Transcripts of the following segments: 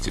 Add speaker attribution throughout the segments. Speaker 1: Se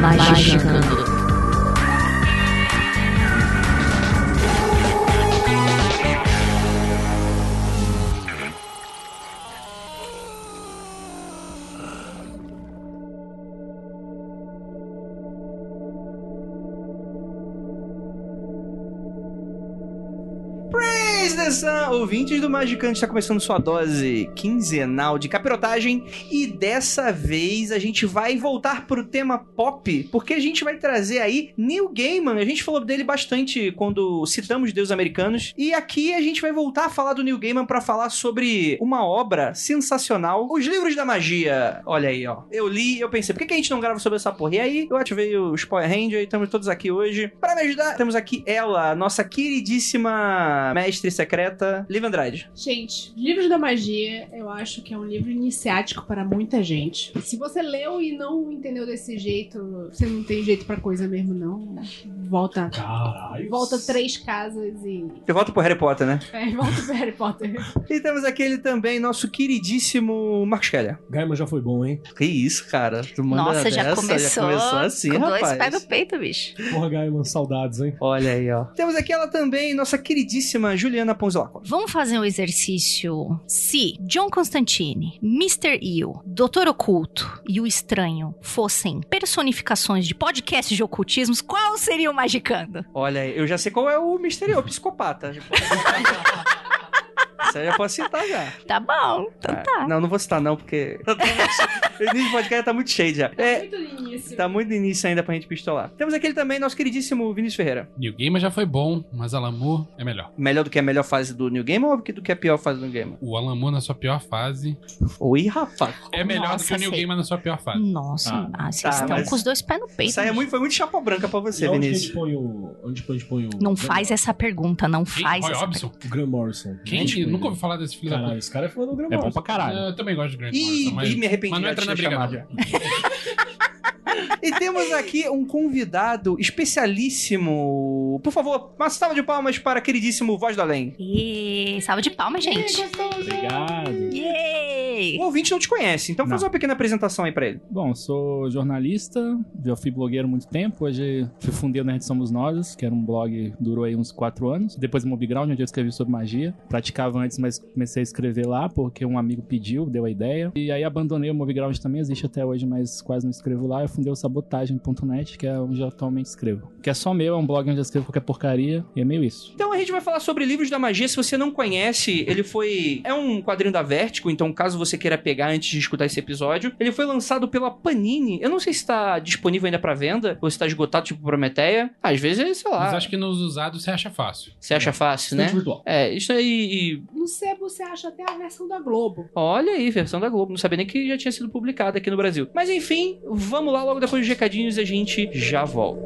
Speaker 2: Magicando.
Speaker 3: Presta atenção, ouvintes do Magicante, está começando sua dose quinzenal de capirotagem e dessa vez a gente vai voltar pro tema pop, porque a gente vai trazer aí Neil Gaiman. A gente falou dele bastante quando citamos Deus Americanos e aqui a gente vai voltar a falar do Neil Gaiman para falar sobre uma obra sensacional, Os Livros da Magia. Olha aí, ó. Eu li, eu pensei, por que que a gente não grava sobre essa porra? E aí, eu ativei o Spoiler Ranger e estamos todos aqui hoje. Para me ajudar, temos aqui ela, nossa queridíssima mestre secreta, Liv Andrade.
Speaker 4: Gente, Livros da Magia, eu acho que é um livro iniciático para muita gente. Se você leu e não entendeu desse jeito, você não tem jeito pra coisa mesmo, não. Volta.
Speaker 5: Caralho.
Speaker 4: Volta três casas e.
Speaker 3: Eu volto pro Harry Potter, né?
Speaker 4: É, volta pro Harry Potter.
Speaker 3: E temos aquele também, nosso queridíssimo Marcos Keller.
Speaker 5: Gaiman já foi bom, hein?
Speaker 3: Que isso, cara. Tu manda
Speaker 2: Nossa, já
Speaker 3: dessa,
Speaker 2: começou.
Speaker 3: Já começou assim,
Speaker 2: com
Speaker 3: rapaz.
Speaker 2: dois pés no peito, bicho.
Speaker 5: Porra, Gaiman, saudades, hein?
Speaker 3: Olha aí, ó. Temos aqui ela também, nossa queridíssima Juliana Ponzilacqua.
Speaker 2: Vamos fazer um exercício. Se John Constantine, Mr. Eel, Doutor Oculto e o Estranho fossem personificações de podcasts de ocultismos, qual seria o Magicando?
Speaker 3: Olha aí, eu já sei qual é o misterio, o psicopata. Isso aí eu posso citar já. É.
Speaker 2: Tá bom, então tá.
Speaker 3: Não, não vou citar não, porque... o início do podcast tá muito cheio já. É,
Speaker 4: Muito início.
Speaker 3: tá muito no início ainda pra gente pistolar. Temos aquele também, nosso queridíssimo Vinícius Ferreira.
Speaker 6: New Gamer já foi bom, mas Alamur é melhor.
Speaker 3: Melhor do que a melhor fase do New Game ou do que a pior fase do New Game?
Speaker 6: O Alamur na sua pior fase
Speaker 3: Oi, rapaz.
Speaker 6: é melhor
Speaker 2: Nossa,
Speaker 6: do que o New
Speaker 2: sei.
Speaker 6: Gamer na sua pior fase.
Speaker 2: Nossa,
Speaker 5: Ah,
Speaker 2: ah, vocês
Speaker 3: tá,
Speaker 2: estão
Speaker 3: mas-
Speaker 2: com os dois pés no peito.
Speaker 3: Isso aí é
Speaker 2: bicho.
Speaker 3: muito, foi muito chapa branca pra você,
Speaker 5: E onde que a gente
Speaker 3: Vinícius.
Speaker 5: põe o... Onde que a gente põe o...
Speaker 2: Não faz essa pergunta, não
Speaker 6: Quem?
Speaker 2: faz
Speaker 6: Roy
Speaker 2: essa
Speaker 6: Orbison?
Speaker 5: O Graham Morrison.
Speaker 6: Quem?
Speaker 5: Gente,
Speaker 6: Nunca ouvi falar desse filho da
Speaker 5: Caralho,
Speaker 6: puta.
Speaker 5: esse cara é fã do Graham
Speaker 7: É bom
Speaker 5: Morrison.
Speaker 7: pra caralho.
Speaker 6: Eu também gosto de Grant
Speaker 3: Ih,
Speaker 6: Morrison, mas...
Speaker 3: ih, me arrependi
Speaker 6: tá mas não
Speaker 3: já de
Speaker 6: entra na
Speaker 3: ter
Speaker 6: briga,
Speaker 3: chamado.
Speaker 6: não.
Speaker 3: E temos aqui um convidado especialíssimo. Por favor, uma salva de palmas para queridíssimo Voz do Além.
Speaker 2: pergunta. E salva de palmas, gente.
Speaker 7: Obrigado.
Speaker 2: Yay!
Speaker 3: O ouvinte não te conhece, então faz
Speaker 7: Não.
Speaker 3: uma pequena apresentação aí pra ele.
Speaker 7: Bom, sou jornalista, já fui blogueiro há muito tempo. Hoje fui fundei o Nerd Somos Nós, que era um blog, durou aí uns quatro anos. Depois do Mobground, onde eu escrevi sobre magia. Praticava antes, mas comecei a escrever lá porque um amigo pediu, deu a ideia. E aí abandonei o Mobground também, existe até hoje, mas quase não escrevo lá. Eu fundei o sabotagem.net, que é onde eu atualmente escrevo. Que é só meu, é um blog onde eu escrevo qualquer porcaria, e é meio isso.
Speaker 3: Então a gente vai falar sobre livros da magia. Se você não conhece, ele foi. É um quadrinho da Vertigo, então caso você queira pegar antes de escutar esse episódio, ele foi lançado pela Panini. Eu não sei se tá disponível ainda pra venda, ou se tá esgotado, tipo Prometeia. Às vezes, sei lá.
Speaker 6: Mas acho que nos usados você acha fácil.
Speaker 3: Você acha fácil, né?
Speaker 5: Estante virtual.
Speaker 3: É, isso aí. e-
Speaker 4: No sebo você acha até a versão da Globo.
Speaker 3: Olha aí, versão da Globo. Não sabia nem que já tinha sido publicada aqui no Brasil. Mas enfim, vamos lá logo depois dos recadinhos a gente já volta.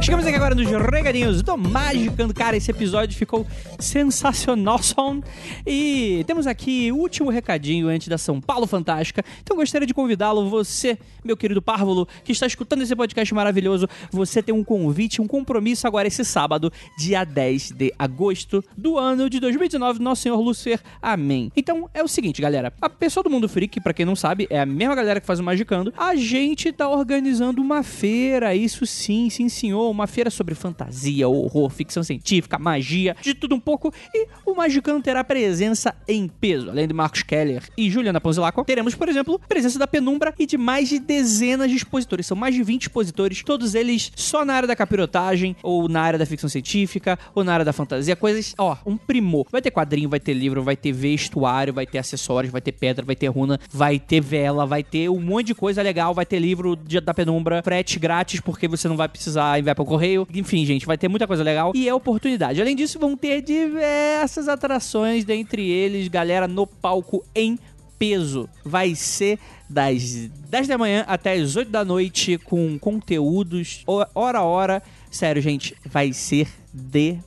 Speaker 3: Chegamos aqui agora nos recadinhos do Magicando. Cara, esse episódio ficou sensacional. som. E temos aqui o último recadinho antes da São Paulo Fantástica. Então gostaria de convidá-lo, você, meu querido Párvulo, que está escutando esse podcast maravilhoso, você tem um convite, um compromisso agora esse sábado, dia 10 de agosto do ano de 2019, do nosso Senhor Lucifer. Amém. Então é o seguinte, galera. A pessoa do Mundo Freak, pra quem não sabe, é a mesma galera que faz o Magicando. A gente tá organizando uma feira, isso sim, sim senhor, uma feira sobre fantasia, horror, ficção científica, magia, de tudo um pouco. E o Magicano terá presença em peso. Além de Marcos Keller e Juliana Ponzilacqua, teremos, por exemplo, presença da Penumbra e de mais de dezenas de expositores. São mais de 20 expositores, todos eles só na área da capirotagem, ou na área da ficção científica, ou na área da fantasia. Coisas, ó, um primor. Vai ter quadrinho, vai ter livro, vai ter vestuário, vai ter acessórios, vai ter pedra, vai ter runa, vai ter vela, vai ter um monte de coisa legal, vai ter livro de- da Penumbra, frete grátis, porque você não vai precisar enviar para o correio.
Speaker 8: maneiro. Enfim, gente, vai ter muita coisa legal e é oportunidade. Além disso, vão ter diversas atrações, dentre eles, galera no palco em peso. Vai ser das 10 da manhã até as 8 da noite com conteúdos ho- hora a hora. Sério, gente, vai ser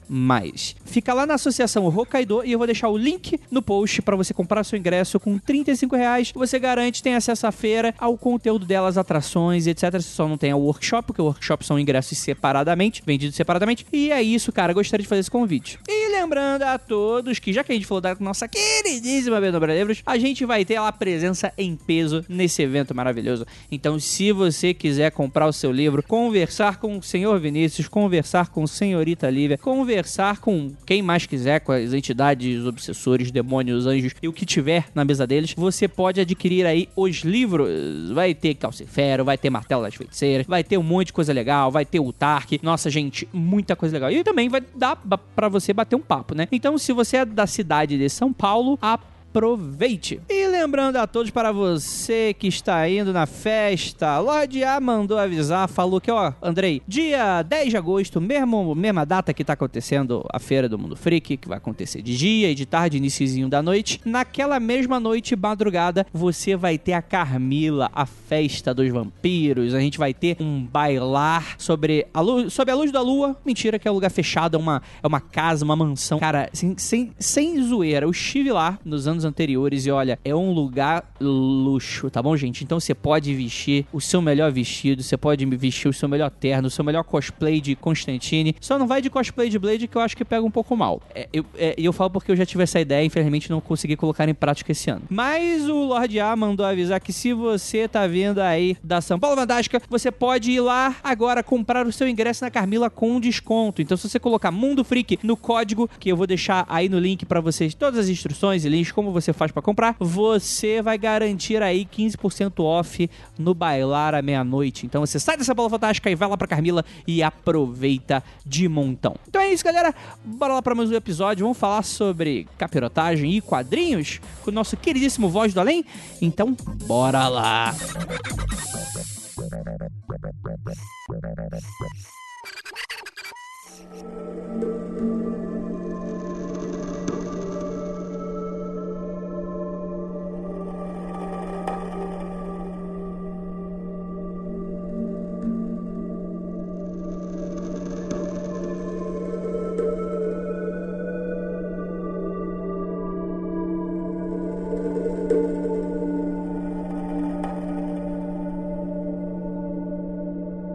Speaker 8: demais. Fica lá na Associação Hokkaido e eu vou deixar o link no post pra você comprar seu ingresso com R$ 35 reais. Você garante, tem acesso à feira, ao conteúdo delas, atrações, etc. Você só não tem o workshop, porque o workshop são ingressos separadamente, vendidos separadamente. E é isso, cara. Gostaria de fazer esse convite. E lembrando a todos que, já que a gente falou da nossa queridíssima Bendo Brasileiros, a gente vai ter lá presença em peso nesse evento maravilhoso. Então, se você quiser comprar o seu livro, conversar com o senhor Vinícius, conversar com senhorita Lívia, conversar com quem mais quiser, com as entidades, obsessores, demônios, anjos e o que tiver na mesa deles, você pode adquirir aí os livros. Vai ter Calcifero, vai ter Martelo das Feiticeiras, vai ter um monte de coisa legal, vai ter o Tark. Nossa, gente, muita coisa legal. E também vai dar ba- pra você bater um papo, né? Então, se você é da cidade de São Paulo, a aproveite. E lembrando a todos, para você que está indo na festa, Lorde A mandou avisar, falou que, ó, Andrei, dia 10 de agosto, mesmo, mesma data que tá acontecendo a Feira do Mundo Freak, que vai acontecer de dia e de tarde, iniciozinho da noite, naquela mesma noite, madrugada, você vai ter a Carmila, a festa dos vampiros, a gente vai ter um bailar sobre a luz, sobre a luz da lua, mentira que é um lugar fechado, é uma, é uma casa, uma mansão, cara, sem, sem, sem zoeira, eu estive lá nos anos anteriores e olha, é um lugar luxo, tá bom, gente? Então você pode vestir o seu melhor vestido, você pode vestir o seu melhor terno, o seu melhor cosplay de Constantine. Só não vai de cosplay de Blade que eu acho que pega um pouco mal. É, eu, é, eu falo porque eu já tive essa ideia, infelizmente não consegui colocar em prática esse ano. Mas o Lorde A mandou avisar que se você tá vindo aí da São Paulo Fantástica, você pode ir lá agora comprar o seu ingresso na Carmila com desconto. Então se você colocar Mundo Freak no código que eu vou deixar aí no link pra vocês todas as instruções e links como você faz pra comprar, você vai garantir aí 15% off no bailar à meia-noite. Então você sai dessa bola fantástica e vai lá pra Carmila e aproveita de montão. Então é isso, galera. Bora lá pra mais um episódio. Vamos falar sobre capirotagem e quadrinhos com o nosso queridíssimo Voz do Além. Então, bora lá.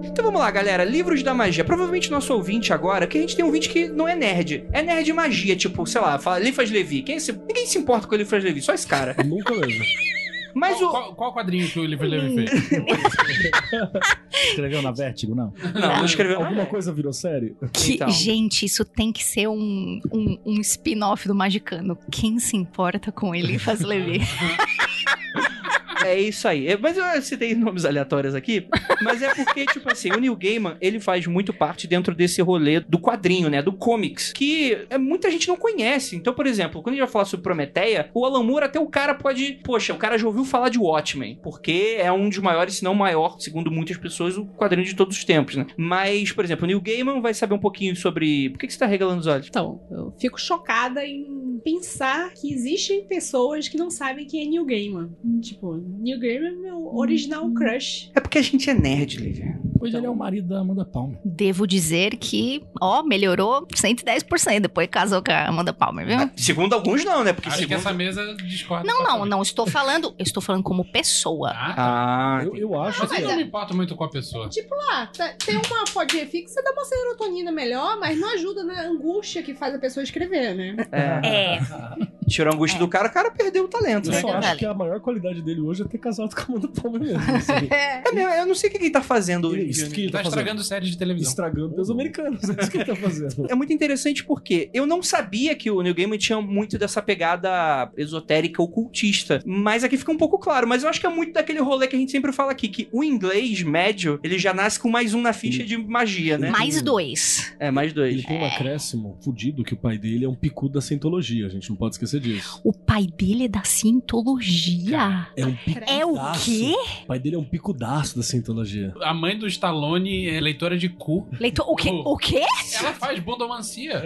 Speaker 8: Então vamos lá, galera. Livros da magia. Provavelmente nosso ouvinte agora, que a gente tem um ouvinte que não é nerd. É nerd de magia, tipo, sei lá, fala Lifas Levi. Quem se... Ninguém se importa com o Lifas Levi, só esse cara.
Speaker 5: Nunca mesmo.
Speaker 8: Mas o.
Speaker 6: Qual, qual quadrinho que o Oliver
Speaker 2: Hum.
Speaker 6: Levy fez?
Speaker 7: Escreveu na Vertigo, não?
Speaker 8: Não, não escreveu.
Speaker 5: Alguma coisa virou série?
Speaker 2: Que,
Speaker 8: Então.
Speaker 2: Gente, isso tem que ser um, um, um spin-off do Magicano. Quem se importa com ele faz Levi?
Speaker 8: É isso aí. É, Mas eu citei nomes aleatórios aqui. Mas é porque, tipo assim, o Neil Gaiman, ele faz muito parte dentro desse rolê do quadrinho, né? Do comics. Que é, muita gente não conhece. Então, por exemplo, quando a gente vai falar sobre Prometeia, o Alan Moore até o cara pode... Poxa, o cara já ouviu falar de Watchmen. Porque é um dos maiores, se não o maior, segundo muitas pessoas, o quadrinho de todos os tempos, né? Mas, por exemplo, o Neil Gaiman vai saber um pouquinho sobre... Por que, que você tá regalando os olhos?
Speaker 9: Então, eu fico chocada em pensar que existem pessoas que não sabem quem é Neil Gaiman. Tipo, Neil Gaiman é meu original
Speaker 3: Uhum.
Speaker 9: crush.
Speaker 8: É porque a gente é nerd, Lívia.
Speaker 7: Hoje ele é o marido da Amanda Palmer.
Speaker 2: Devo dizer que, ó, melhorou 110% depois que casou com a Amanda Palmer, viu?
Speaker 8: Segundo alguns, não, né? Porque
Speaker 6: Acho que é
Speaker 8: segundo...
Speaker 6: essa mesa discorda.
Speaker 2: Não, não,
Speaker 6: totalmente.
Speaker 2: não estou falando, eu estou falando como pessoa.
Speaker 6: Ah, tá.
Speaker 8: Ah,
Speaker 5: Eu, eu acho
Speaker 6: Mas é.
Speaker 5: que.
Speaker 6: eu não me importo muito com a pessoa.
Speaker 9: Tipo lá, tá- tem uma fodinha fixa, dá uma serotonina melhor, mas não ajuda na angústia que faz a pessoa escrever, né?
Speaker 8: é.
Speaker 2: É,
Speaker 8: Tirou a angústia do cara, o cara perdeu o talento,
Speaker 5: Eu
Speaker 8: né?
Speaker 5: só acho que a maior qualidade dele hoje é ter casado com a Amanda Palmer mesmo. assim.
Speaker 9: É.
Speaker 8: É mesmo, eu não sei o que ele tá fazendo hoje em
Speaker 5: Isso
Speaker 8: dia,
Speaker 5: que
Speaker 8: né?
Speaker 5: ele
Speaker 6: Tá
Speaker 5: tá fazendo.
Speaker 6: estragando séries de televisão.
Speaker 5: Estragando os americanos. É isso que ele tá fazendo.
Speaker 8: É muito interessante porque eu não sabia que o New Gaiman tinha muito dessa pegada esotérica ocultista, mas aqui fica um pouco claro. Mas eu acho que é muito daquele rolê que a gente sempre fala aqui, que o inglês médio, ele já nasce com mais um na ficha de magia, né?
Speaker 2: mais dois.
Speaker 8: É, mais dois.
Speaker 5: Ele tem um acréscimo fudido que o pai dele é um picudo da cientologia, a gente não pode esquecer esqueça disso.
Speaker 2: O pai dele é da cientologia.
Speaker 5: É um pico.
Speaker 2: É o quê?
Speaker 5: O pai dele é um picudaço da cientologia.
Speaker 6: A mãe do Stallone é leitora de cu.
Speaker 2: Leitor, o quê?
Speaker 6: Oh.
Speaker 2: O quê?
Speaker 6: Ela faz bondomancia.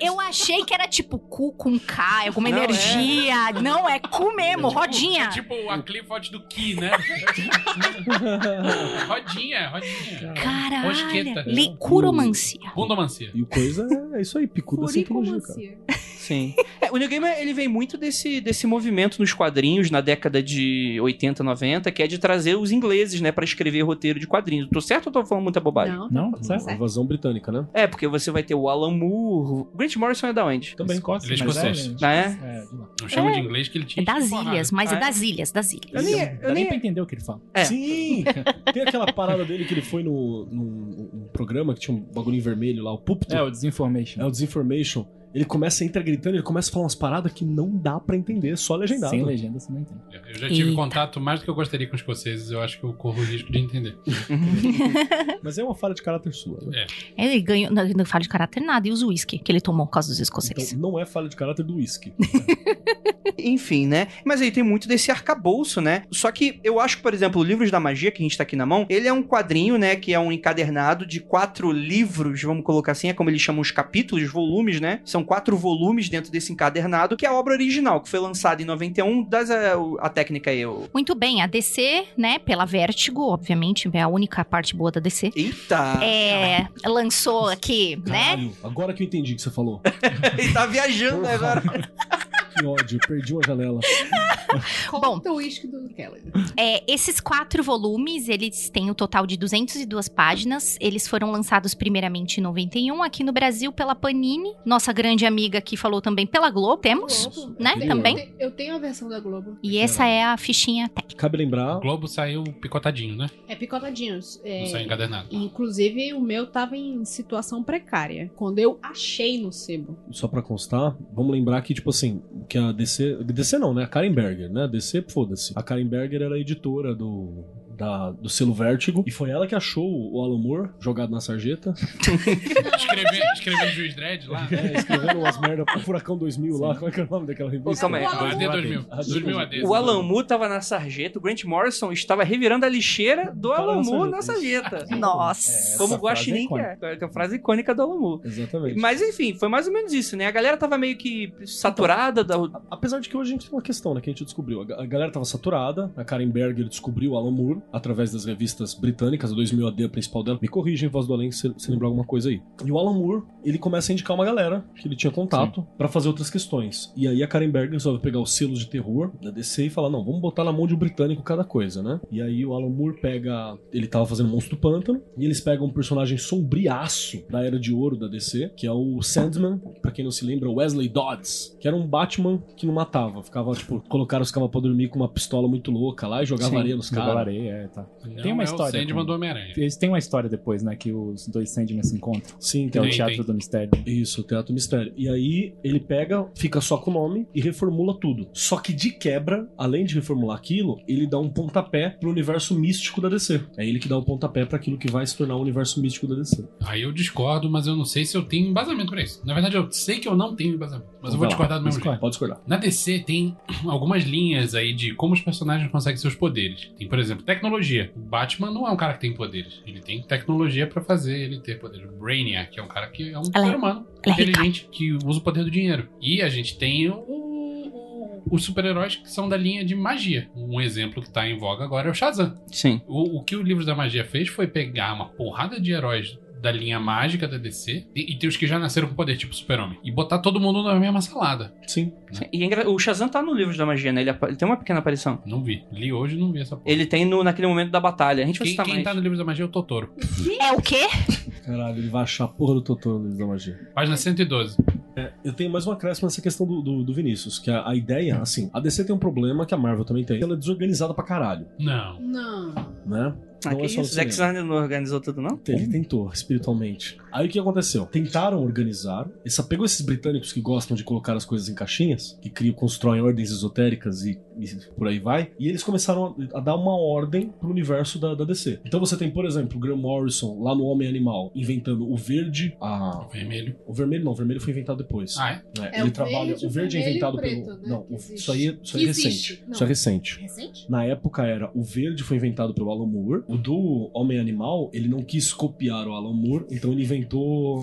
Speaker 2: Eu achei que era tipo cu com K, alguma energia. Não, é cu mesmo, rodinha.
Speaker 6: É tipo a Clifford do Ki, né? rodinha, rodinha.
Speaker 2: Caralho. É
Speaker 6: Rosqueta.
Speaker 2: Li- Curomancia.
Speaker 6: Bondomancia.
Speaker 5: E o coisa é isso aí, picu da cientologia, cara.
Speaker 4: Furicomancia.
Speaker 3: Sim. É, o New Gamer, ele vem muito desse, desse movimento nos quadrinhos na década de 80, 90, que é de trazer os ingleses, né, pra escrever roteiro de quadrinhos. Tô certo ou tô falando muita bobagem?
Speaker 4: Não,
Speaker 7: Não?
Speaker 4: tá
Speaker 7: Certo?
Speaker 5: A É invasão britânica, né?
Speaker 3: É, porque você vai ter o Alan Moore. O Grant Morrison é da onde?
Speaker 5: Também.
Speaker 7: Escócia,
Speaker 6: Ele é
Speaker 7: mas
Speaker 6: escocês.
Speaker 3: Ah, é?
Speaker 7: É, de lá.
Speaker 6: Não chama de inglês que ele
Speaker 2: É
Speaker 6: tinha.
Speaker 2: das ilhas, mas
Speaker 3: Ah,
Speaker 2: é
Speaker 3: é?
Speaker 2: das ilhas, das ilhas.
Speaker 3: Eu nem-
Speaker 7: Então,
Speaker 3: eu
Speaker 7: dá
Speaker 3: nem-
Speaker 7: nem pra entender o que ele fala.
Speaker 3: É.
Speaker 5: Sim! Tem aquela parada dele que ele foi no, num um programa que tinha um bagulho vermelho lá, o púlpito.
Speaker 7: É, o Disinformation.
Speaker 5: É o Disinformation. Ele começa a entrar gritando, ele começa a falar umas paradas que não dá pra entender, só legendado.
Speaker 7: Sem
Speaker 2: né?
Speaker 7: legenda, você não entende.
Speaker 6: Eu já tive
Speaker 2: Eita.
Speaker 6: contato mais do que eu gostaria com os escoceses, eu acho que eu corro o risco de entender.
Speaker 5: Mas é uma falha de caráter sua. né?
Speaker 2: Ele ganhou. Não, não fala de caráter nada, e usa o uísque que ele tomou por causa dos escoceses.
Speaker 5: Então, não é falha de caráter do whisky.
Speaker 2: Né?
Speaker 3: Enfim, né? Mas ele tem muito desse arcabouço, né? Só que eu acho que, por exemplo, o Livros da Magia, que a gente tá aqui na mão, ele é um quadrinho, né? Que é um encadernado de quatro livros, vamos colocar assim, é como eles chamam os capítulos, volumes, né? São quatro volumes dentro desse encadernado, que é a obra original, que foi lançada em 91. Das, a, o- a técnica aí, eu.
Speaker 2: Muito bem, a DC, né, pela Vertigo, obviamente, é a única parte boa da DC.
Speaker 3: Eita!
Speaker 2: É, lançou aqui, né?
Speaker 5: Caralho, agora que eu entendi o que você falou.
Speaker 3: ele tá viajando
Speaker 5: Porra.
Speaker 3: agora.
Speaker 5: Que ódio, perdi uma janela.
Speaker 4: Conta o uísque do Kelly.
Speaker 2: É, esses quatro volumes, eles têm o total de 202 páginas. Eles foram lançados primeiramente em 91 aqui no Brasil pela Panini, nossa grande amiga que falou também pela Globo. Temos,
Speaker 4: Globo.
Speaker 2: né,
Speaker 5: Globo.
Speaker 2: também.
Speaker 4: Eu te- Eu tenho a versão da Globo.
Speaker 2: E essa é a fichinha técnica.
Speaker 5: Cabe
Speaker 6: O
Speaker 5: lembrar.
Speaker 6: Globo saiu picotadinho, né?
Speaker 4: É picotadinhos. é-
Speaker 6: Não saiu encadernado.
Speaker 4: Inclusive, o meu tava em situação precária. Quando eu achei no sebo.
Speaker 5: só pra constar, vamos lembrar que, tipo assim, que a DC. DC não, né? A Karen Berger, né? A DC, foda-se. A Karen Berger era a editora do. Da, do selo Vértigo. E foi ela que achou o Alan Moore jogado na sarjeta.
Speaker 6: Escrevendo escrevendo Juiz Dredd lá. né?
Speaker 5: É, escrevendo umas merda pro Furacão 2000 lá.
Speaker 7: Sim.
Speaker 5: Como é que é o nome daquela revista?
Speaker 3: Ô, calma aí.
Speaker 6: AD 2000. 2000 AD.
Speaker 3: O Alan Moore tava na sarjeta, o Grant Morrison estava revirando a lixeira do
Speaker 5: Tava na
Speaker 3: Alan Moore na
Speaker 5: sarjeta.
Speaker 3: sarjeta.
Speaker 2: Nossa.
Speaker 7: Essa
Speaker 3: Como o
Speaker 7: frase é
Speaker 3: Guaxinim, que é,
Speaker 7: icônica.
Speaker 3: que é a frase icônica do Alan Moore.
Speaker 5: Exatamente.
Speaker 3: Mas enfim, foi mais ou menos isso, né? A galera tava meio que saturada da.
Speaker 5: Apesar de que hoje a gente tem uma questão, né? Que a gente descobriu. A ga- a galera tava saturada. A Karen Berger descobriu o Alan Moore através das revistas britânicas, a 2000 AD, a principal dela. Me corrigem, voz do além, se se lembrar alguma coisa aí. E o Alan Moore, ele começa a indicar uma galera que ele tinha contato pra fazer outras questões. E aí a Karen Berger resolve pegar os selos de terror da DC e falar: não, vamos botar na mão de um britânico cada coisa, né? E aí o Alan Moore pega. Ele tava fazendo Monstro do Pântano. E eles pegam um personagem sombriaço da Era de Ouro da DC, que é o Sandman, pra quem não se lembra, Wesley Dodds, que era um Batman que não matava. Ficava, tipo, colocaram os caras pra dormir com uma pistola muito louca lá e jogava
Speaker 7: Sim,
Speaker 5: areia nos
Speaker 7: jogava
Speaker 5: caras.
Speaker 7: areia, é, tá.
Speaker 6: Não
Speaker 7: Tem uma
Speaker 6: é
Speaker 7: história,
Speaker 6: O Sandman
Speaker 7: como-
Speaker 6: do Homem-Aranha.
Speaker 7: Eles têm uma história depois, né? Que os dois Sandman se encontram.
Speaker 5: Sim,
Speaker 7: Que é
Speaker 5: então.
Speaker 7: o
Speaker 6: Tem,
Speaker 7: Teatro
Speaker 6: tem.
Speaker 7: do Mistério.
Speaker 5: Isso, o Teatro Mistério. E aí ele pega, fica só com o nome e reformula tudo. Só que de quebra, além de reformular aquilo, ele dá um pontapé pro universo místico da DC. É ele que dá o pontapé pra aquilo que vai se tornar o universo místico da DC.
Speaker 6: Aí eu discordo, mas eu não sei se eu tenho embasamento pra isso. Na verdade, eu sei que eu não tenho embasamento, mas eu vou
Speaker 5: Vai lá,
Speaker 6: discordar do mesmo jeito.
Speaker 5: discorda. Pode discordar.
Speaker 6: Na DC tem algumas linhas aí de como os personagens conseguem seus poderes. Tem, por exemplo, tecnologia. O Batman não é um cara que tem poderes. Ele tem tecnologia pra fazer ele ter poder. O Brainiac é um cara que é um
Speaker 2: Ela é-
Speaker 6: ser humano
Speaker 2: Ela é rica.
Speaker 6: inteligente que usa o poder do dinheiro. E a gente tem o- o- os super-heróis que são da linha de magia. Um exemplo que tá em voga agora é o Shazam.
Speaker 3: Sim.
Speaker 6: O, o que o livro da magia fez foi pegar uma porrada de heróis da linha mágica da DC e, e tem os que já nasceram com poder, tipo Super-Homem, e botar todo mundo na mesma salada.
Speaker 5: Sim.
Speaker 3: E é engra- o Shazam tá no livro da magia, né? Ele, apa- ele tem uma pequena aparição.
Speaker 6: Não vi. Li hoje e não vi essa porra.
Speaker 3: Ele tem no, naquele momento da batalha. A gente vai
Speaker 6: Quem,
Speaker 3: citar
Speaker 6: quem
Speaker 3: mais.
Speaker 6: tá no livro da magia é o Totoro.
Speaker 2: É o quê?
Speaker 5: Caralho, ele vai achar a porra do Totoro no Livro da Magia.
Speaker 6: Página 112.
Speaker 5: Eu tenho mais um acréscimo nessa questão do, do, do Vinícius, que a, a
Speaker 3: Hum.
Speaker 5: ideia, assim, a DC tem um problema que a Marvel também tem. Ela é desorganizada pra caralho,
Speaker 6: Não.
Speaker 4: Não.
Speaker 5: né? Não
Speaker 3: Ah, que
Speaker 5: é só no
Speaker 3: isso? Zack
Speaker 5: cinema.
Speaker 3: Snyder não organizou tudo, não?
Speaker 5: Ele tentou, espiritualmente. Aí o que aconteceu? Tentaram organizar. Essa, pegou esses britânicos que gostam de colocar as coisas em caixinhas, que criam, constroem ordens esotéricas e, e por aí vai. E eles começaram a, a dar uma ordem pro universo da, da DC. Então você tem, por exemplo, o Graham Morrison lá no Homem Animal, inventando o verde. A...
Speaker 6: Vermelho.
Speaker 5: O vermelho não, o vermelho foi inventado depois.
Speaker 6: Ah, é?
Speaker 5: É,
Speaker 9: É
Speaker 5: ele
Speaker 9: o
Speaker 5: trabalha.
Speaker 9: verde,
Speaker 5: o
Speaker 9: o
Speaker 5: verde é
Speaker 9: vermelho e
Speaker 5: inventado
Speaker 9: o preto,
Speaker 5: pelo.
Speaker 9: né,
Speaker 5: Não,
Speaker 9: que
Speaker 5: o-
Speaker 9: existe.
Speaker 5: isso aí, isso aí
Speaker 9: Que
Speaker 5: é
Speaker 9: existe.
Speaker 5: recente. Isso é
Speaker 9: Não.
Speaker 5: recente.
Speaker 9: Recente?
Speaker 5: Na época era o verde foi inventado pelo Alan Moore, o do Homem Animal ele não quis copiar o Alan Moore, então ele inventou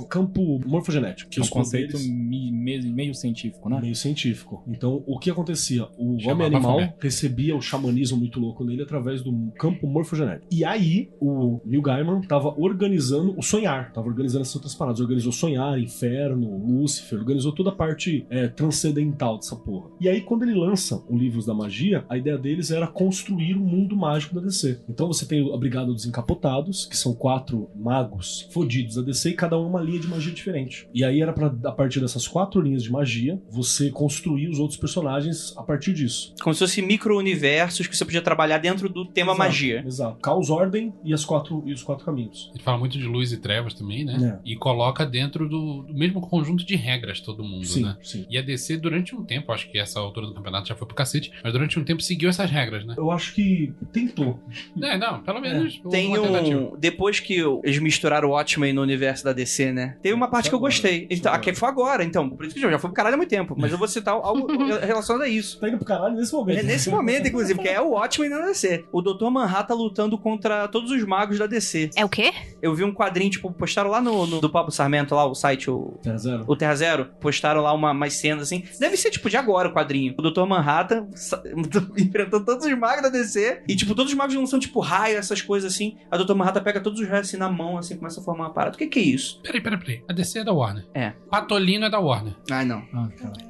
Speaker 5: campo morfogenético, que
Speaker 7: é um
Speaker 5: os
Speaker 7: conceito
Speaker 5: poderes
Speaker 7: mi- me- meio científico, né?
Speaker 5: meio científico. Então o que acontecia? O
Speaker 6: Chamava
Speaker 5: Homem Animal
Speaker 6: Fomé.
Speaker 5: recebia o xamanismo muito louco nele através do campo morfogenético. E aí o Neil Gaiman tava organizando o sonhar, tava organizando essas outras paradas, organizou sonhar, inferno, Lúcifer, organizou toda a parte é, transcendental dessa porra. E aí quando ele lança o Livros da Magia, a ideia deles era construir o mundo mágico da DC. Então você tem a Brigada dos Encapotados, que são quatro magos fodidos da DC e cada um uma linha de magia diferente. E aí era para a partir dessas quatro linhas de magia, você construir os outros personagens a partir disso.
Speaker 3: Como se fosse micro-universos que você podia trabalhar dentro do tema
Speaker 5: Exato,
Speaker 3: É magia.
Speaker 5: Exato. Caos, ordem e, as quatro, e os quatro caminhos.
Speaker 6: Ele fala muito de luz e trevas também, né?
Speaker 5: É.
Speaker 6: E coloca dentro do, do mesmo conjunto de regras todo mundo,
Speaker 5: Sim,
Speaker 6: né?
Speaker 5: sim.
Speaker 6: E a DC, durante um tempo, acho que essa altura do campeonato já foi pro cacete, mas durante um tempo seguiu essas regras, né?
Speaker 5: Eu acho que tentou.
Speaker 6: É, não, pelo menos houve
Speaker 3: Tem
Speaker 6: uma tentativa.
Speaker 3: um. Depois que eu- eles misturaram o Watchmen no universo da DC, né? Teve uma parte
Speaker 5: Foi
Speaker 3: que eu
Speaker 5: agora,
Speaker 3: gostei. Então,
Speaker 5: agora.
Speaker 3: aqui foi agora, então. Por isso que eu já foi pro caralho há muito tempo. Mas eu vou citar algo relacionado a isso.
Speaker 5: Tá indo pro caralho nesse momento.
Speaker 3: É nesse momento, inclusive, que é o Watchmen da DC. O Dr. Manhattan lutando contra todos os magos da DC.
Speaker 2: É o quê?
Speaker 3: Eu vi um quadrinho, tipo, postaram lá no, no- do Pablo Sarmento, lá o site, o,
Speaker 5: Terra Zero.
Speaker 3: o Terra Zero, postaram lá uma, umas cenas assim. Deve ser, tipo, de agora o quadrinho. O Dr. Manhattan sa- enfrentando todos os magos da DC. E, tipo, todos os magos não são, tipo, raio, essas coisas assim. A Dr. Manhattan pega todos os raios assim na mão, assim, começa a formar uma parada. O que que é isso?
Speaker 6: Peraí, peraí, peraí. A DC é da Warner.
Speaker 3: É.
Speaker 6: Patolino é da Warner.
Speaker 3: Ah, não.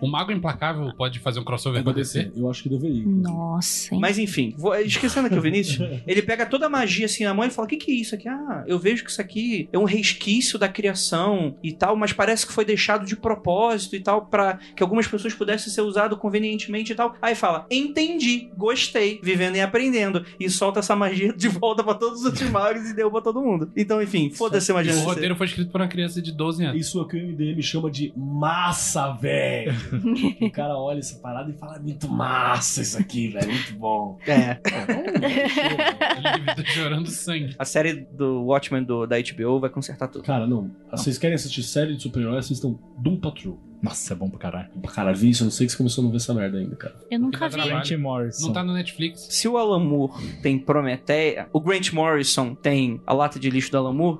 Speaker 6: O Mago Implacável pode fazer um crossover com a DC?
Speaker 5: Eu acho que deveria.
Speaker 2: Nossa, hein?
Speaker 3: Mas enfim, vou- esquecendo aqui o Vinícius, ele pega toda a magia assim na mão e fala: O que, que é isso aqui? Ah, eu vejo que isso aqui é um resquício da criação e tal, mas parece que foi deixado de propósito e tal, pra que algumas pessoas pudessem ser usado convenientemente e tal. Aí fala: Entendi, gostei, vivendo e aprendendo. E solta essa magia de volta pra todos os outros magos e derruba todo mundo. Então, enfim, foda-se a
Speaker 6: E
Speaker 3: magia.
Speaker 6: o
Speaker 3: desse-
Speaker 6: roteiro foi escrito por uma criança de 12 anos.
Speaker 5: Isso é o que o MDM chama de massa, velho. o cara olha essa parada e fala, muito massa isso aqui, velho, muito bom.
Speaker 3: É.
Speaker 6: Ele tá chorando sangue.
Speaker 3: A série do Watchmen do, da HBO vai consertar tudo.
Speaker 5: Cara, não. Vocês querem assistir série de super-herói, assistam Doom Patrol.
Speaker 7: Nossa, é bom pra caralho.
Speaker 5: Cara, vi isso, eu não sei que você começou a não ver essa merda ainda, cara.
Speaker 2: Eu nunca
Speaker 6: Porque
Speaker 2: vi.
Speaker 6: dá trabalho.
Speaker 7: Grant Morrison.
Speaker 6: Não tá no Netflix.
Speaker 3: Se o Alan Moore tem Prometeia, o Grant Morrison tem a lata de lixo do Alan Moore,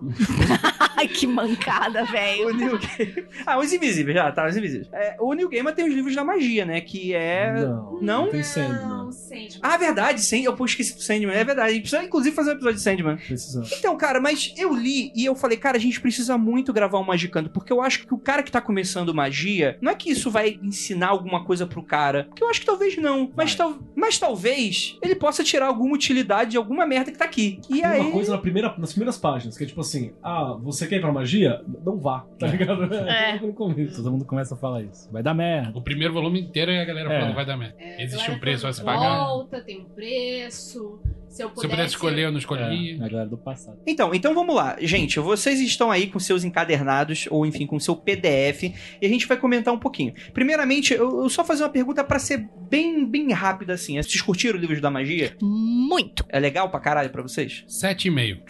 Speaker 2: Ai, que mancada, velho.
Speaker 3: O New Gaiman... Ah, os Invisíveis, já, tá, os Invisíveis. É, o New Gaiman tem os livros da magia, né? Que é...
Speaker 5: Não.
Speaker 3: Não?
Speaker 5: Tem Sandman.
Speaker 9: Não, Sandman.
Speaker 3: Ah, verdade, Sand... eu pô, esqueci do Sandman, é verdade. A gente precisa, inclusive, fazer um episódio de Sandman.
Speaker 5: Precisa.
Speaker 3: Então, cara, mas eu li e eu falei, cara, a gente precisa muito gravar um Magicando, porque eu acho que o cara que tá começando magia, não é que isso vai ensinar alguma coisa pro cara, que eu acho que talvez não, mas, tal... mas talvez ele possa tirar alguma utilidade de alguma merda que tá aqui. E
Speaker 5: Tem
Speaker 3: aí...
Speaker 5: uma coisa na primeira, nas primeiras páginas, que é tipo assim, ah, você quer ir pra magia? Não vá, tá ligado?
Speaker 2: É.
Speaker 5: No começo.
Speaker 7: Todo mundo começa a falar isso. Vai dar merda.
Speaker 6: O primeiro volume inteiro é a galera
Speaker 7: É.
Speaker 6: falando, vai dar merda.
Speaker 9: É,
Speaker 6: Existe
Speaker 9: agora
Speaker 6: um preço a
Speaker 9: quando
Speaker 6: se pagar.
Speaker 9: Volta, tem um preço. Se eu pudesse,
Speaker 6: Se eu pudesse escolher, eu não escolhi.
Speaker 7: É, a galera do passado.
Speaker 3: Então, então vamos lá. Gente, vocês estão aí com seus encadernados, ou enfim, com seu PDF, e a gente vai comentar um pouquinho. Primeiramente, eu, eu só fazer uma pergunta pra ser bem, bem rápida assim. Vocês curtiram o livro da magia?
Speaker 2: Muito.
Speaker 3: É legal pra caralho pra
Speaker 7: É,
Speaker 3: vocês?
Speaker 6: Sete e meio.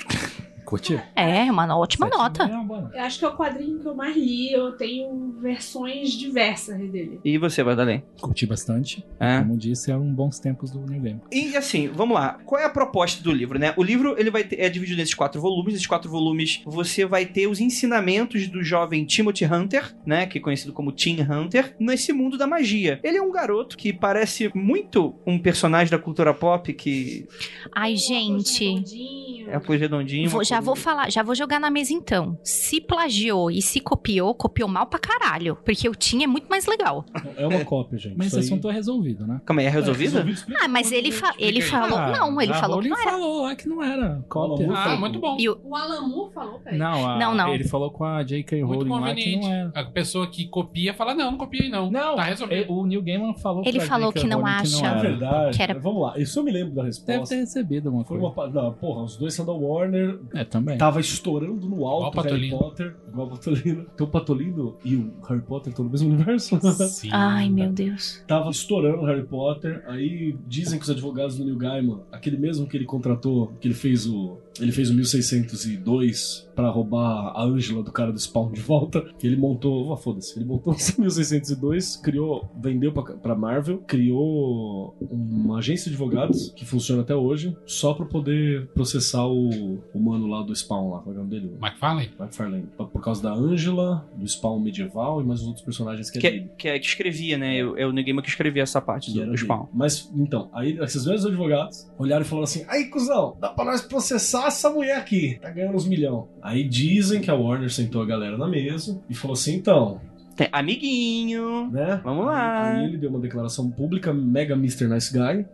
Speaker 7: Curtiu?
Speaker 2: É, uma ótima nota.
Speaker 9: Eu acho que é o quadrinho que eu mais li. Eu tenho versões diversas dele.
Speaker 3: E você, Badalém?
Speaker 7: Curti bastante.
Speaker 3: É.
Speaker 7: Como disse, eram bons tempos do New Game.
Speaker 3: E assim, vamos lá. Qual é a proposta do livro, né? O livro ele vai ter- é dividido nesses quatro volumes. Nesses quatro volumes você vai ter os ensinamentos do jovem Timothy Hunter, né? Que é conhecido como Tim Hunter, nesse mundo da magia. Ele é um garoto que parece muito um personagem da cultura pop que
Speaker 2: Ai,
Speaker 9: Tem um óculos
Speaker 2: gente.
Speaker 9: redondinho.
Speaker 3: é plus redondinho.
Speaker 2: Vou-
Speaker 3: uma
Speaker 2: já vou
Speaker 3: coisa-
Speaker 2: falar, já vou jogar na mesa então. Se plagiou e se copiou, copiou mal pra caralho. Porque o Tim é muito mais legal.
Speaker 5: É uma cópia, gente.
Speaker 7: Mas
Speaker 5: Isso
Speaker 7: esse
Speaker 5: aí-
Speaker 7: assunto é resolvido, né? Ah,
Speaker 3: Calma aí, é resolvido?
Speaker 2: Ah, mas ele, fa- ele falou.
Speaker 3: Ah,
Speaker 2: Não, ele
Speaker 7: a
Speaker 2: falou que
Speaker 7: Rowling
Speaker 2: não era.
Speaker 7: falou lá que não era
Speaker 5: Falou,
Speaker 7: cópia.
Speaker 5: falou.
Speaker 6: Ah, muito bom.
Speaker 2: E o-
Speaker 9: O Alan Moore falou, peraí.
Speaker 7: Não, a-
Speaker 2: Não, não.
Speaker 7: ele falou com a J.K.
Speaker 6: Muito
Speaker 7: Rowling lá que
Speaker 6: conveniente.
Speaker 7: não era.
Speaker 6: A pessoa que copia fala, não, não copiei não.
Speaker 7: Não,
Speaker 6: Tá resolvido.
Speaker 7: é. ele- o Neil Gaiman falou
Speaker 2: Ele
Speaker 7: pra
Speaker 2: falou
Speaker 7: J.K.
Speaker 2: que não
Speaker 7: Rowling que não
Speaker 2: acha.
Speaker 5: É
Speaker 7: era.
Speaker 5: verdade.
Speaker 2: Que era-
Speaker 5: Vamos lá, isso eu me lembro da
Speaker 7: Deve
Speaker 5: resposta.
Speaker 7: ter recebido alguma
Speaker 5: Foi Tá.
Speaker 7: coisa.
Speaker 5: uma. pa- Não, porra, os dois direção da Warner,
Speaker 7: É, também.
Speaker 5: tava estourando no alto
Speaker 6: Igual
Speaker 5: Harry
Speaker 6: Patolino.
Speaker 5: Potter, igual o Patolino. Então o Patolino e o Harry Potter estão no mesmo universo? né?
Speaker 7: é-
Speaker 6: Sim.
Speaker 2: Ai, meu Deus.
Speaker 5: Tava estourando Harry Potter, aí dizem que os advogados do Neil Gaiman, aquele mesmo que ele contratou, que ele fez o ele fez o 1602 pra roubar a Angela do cara do Spawn de volta, que ele montou, ah, foda-se, ele montou esse 1602, criou, vendeu pra, pra Marvel, criou uma agência de advogados que funciona até hoje, só pra poder processar o, o mano lá do Spawn lá, qual é o nome dele?
Speaker 6: McFarlane?
Speaker 5: McFarlane. Por causa da Angela, do Spawn medieval e mais os outros personagens que,
Speaker 3: Que,
Speaker 5: é dele.
Speaker 3: é- que, é- que escrevia, né? Eu- É o Neil Gaiman que escrevia essa parte
Speaker 5: Que era
Speaker 3: do, do
Speaker 5: dele.
Speaker 3: Spawn.
Speaker 5: Mas, então, aí esses mesmos advogados olharam e falaram assim: aí, cuzão, dá pra nós processar essa mulher aqui, tá ganhando uns milhão. Aí dizem que a Warner sentou a galera na mesa e falou assim: então,
Speaker 3: Tem- Amiguinho.
Speaker 5: né?
Speaker 3: Vamos lá.
Speaker 5: Aí ele deu uma declaração pública, mega Mr. Nice Guy,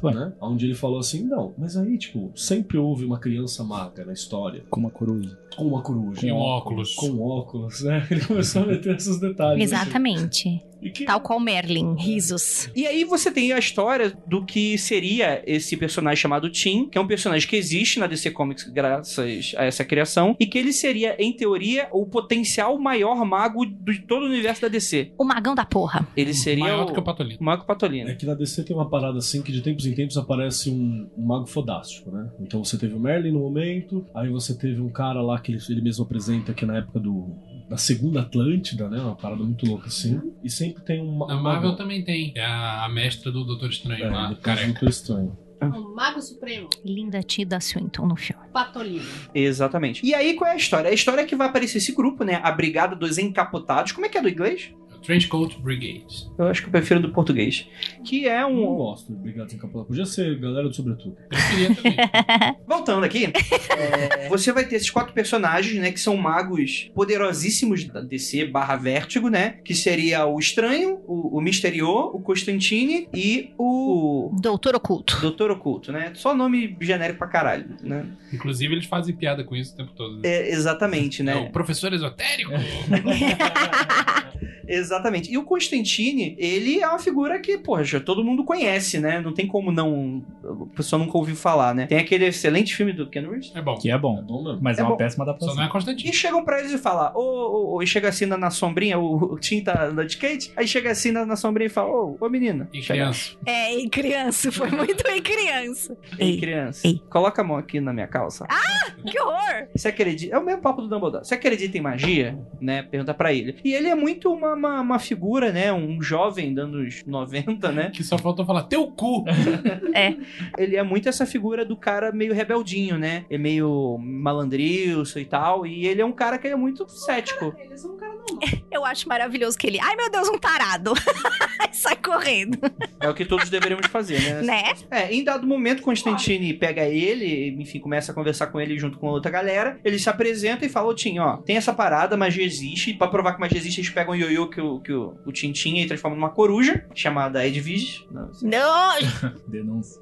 Speaker 7: Foi.
Speaker 5: né? Onde ele falou assim: não, mas aí, tipo, sempre houve uma criança magra na história,
Speaker 7: Com uma coruja.
Speaker 5: com uma coruja.
Speaker 6: Com óculos.
Speaker 5: Com óculos, né? Ele começou a meter esses detalhes. né,
Speaker 2: Exatamente.
Speaker 5: E que-
Speaker 2: Tal qual Merlin, risos.
Speaker 3: E aí você tem a história do que seria esse personagem chamado Tim, que é um personagem que existe na DC Comics graças a essa criação, e que ele seria, em teoria, o potencial maior mago de todo o universo da DC.
Speaker 2: O magão da porra.
Speaker 3: Ele seria
Speaker 6: Maior
Speaker 3: o...
Speaker 6: do que o Patolino.
Speaker 3: Marco Patolino.
Speaker 5: É que na DC tem uma parada assim que de tempos em tempos aparece um, um mago fodástico, né? Então você teve o Merlin no momento, aí você teve um cara lá que ele, ele mesmo apresenta que na época do. da segunda Atlântida, né? Uma parada muito louca assim. E sempre tem um. ma-
Speaker 6: A
Speaker 5: um
Speaker 6: Marvel
Speaker 5: mago.
Speaker 6: também tem. É a, a mestra do Doutor Estranho
Speaker 5: É,
Speaker 6: lá,
Speaker 5: depois
Speaker 6: careca.
Speaker 5: muito estranho.
Speaker 9: O Mago Supremo,
Speaker 2: Linda Tida Swinton no filme.
Speaker 9: Patolino.
Speaker 3: Exatamente. E aí, qual é a história? A história é que vai aparecer esse grupo, né? A Brigada dos Encapotados. Como é que é do inglês?
Speaker 6: Trenchcoat Brigade.
Speaker 3: Eu acho que eu prefiro do português. Que é
Speaker 5: Eu não
Speaker 3: um.
Speaker 5: gosto do Brigado Sem Capela. Podia ser galera do Sobretudo.
Speaker 6: Eu queria também.
Speaker 3: Voltando aqui, é, você vai ter esses quatro personagens, né? Que são magos poderosíssimos da DC barra Vértigo, né? Que seria o Estranho, o, o Misterio, o Constantine e o.
Speaker 2: Doutor Oculto.
Speaker 3: Doutor Oculto, né? Só nome genérico pra caralho, né?
Speaker 6: Inclusive, eles fazem piada com isso o tempo todo. Né?
Speaker 3: É, exatamente, né?
Speaker 6: É o professor esotérico.
Speaker 7: É.
Speaker 3: Exatamente. E o Constantine, ele é uma figura que, porra, já todo mundo conhece, né? Não tem como não. A pessoa nunca ouviu falar, né? Tem aquele excelente filme do Ken Reeves.
Speaker 6: É bom.
Speaker 7: Que é
Speaker 5: É
Speaker 7: bom.
Speaker 5: bom mesmo?
Speaker 7: Mas
Speaker 3: É
Speaker 7: é, uma
Speaker 3: bom.
Speaker 7: péssima
Speaker 6: Só
Speaker 7: adaptação.
Speaker 6: não é
Speaker 3: E
Speaker 6: Constantino.
Speaker 3: chegam pra eles e falam, ô, ô, ô, e chega assim na, na sombrinha, o, o Tim tá andando de skate, aí chega assim na, na sombrinha e fala, ô, ô menina.
Speaker 6: E
Speaker 3: Chega-
Speaker 6: criança.
Speaker 2: É, em criança. Foi muito em criança.
Speaker 3: Ei,
Speaker 2: Ei,
Speaker 3: criança.
Speaker 2: ei.
Speaker 3: Coloca a mão aqui na minha calça.
Speaker 2: que horror.
Speaker 3: Você acredita? É o mesmo papo do Dumbledore. Você acredita em magia? Né? Pergunta pra ele. E ele é muito uma, uma, uma figura, né? Um jovem dos anos 90, né?
Speaker 6: Que só faltou falar teu cu.
Speaker 3: ele é muito essa figura do cara meio rebeldinho, né? É meio malandrilso e tal. E ele é um cara que é muito cético.
Speaker 9: Eles são um cara normal.
Speaker 2: Eu acho maravilhoso que ele. Ai, meu Deus, um tarado. Aí Sai correndo,
Speaker 3: É o que todos deveríamos fazer, né?
Speaker 2: né?
Speaker 3: É, em dado momento, Constantine pega ele, enfim, começa a conversar com ele junto com outra galera. Ele se apresenta e fala: Ô Tim, ó, tem essa parada, magia existe. E pra provar que magia existe, eles pegam o ioiô que o, que o, o Tim tinha e transformam numa coruja, chamada né, Edwige. Não,
Speaker 2: Não,
Speaker 7: Denúncia.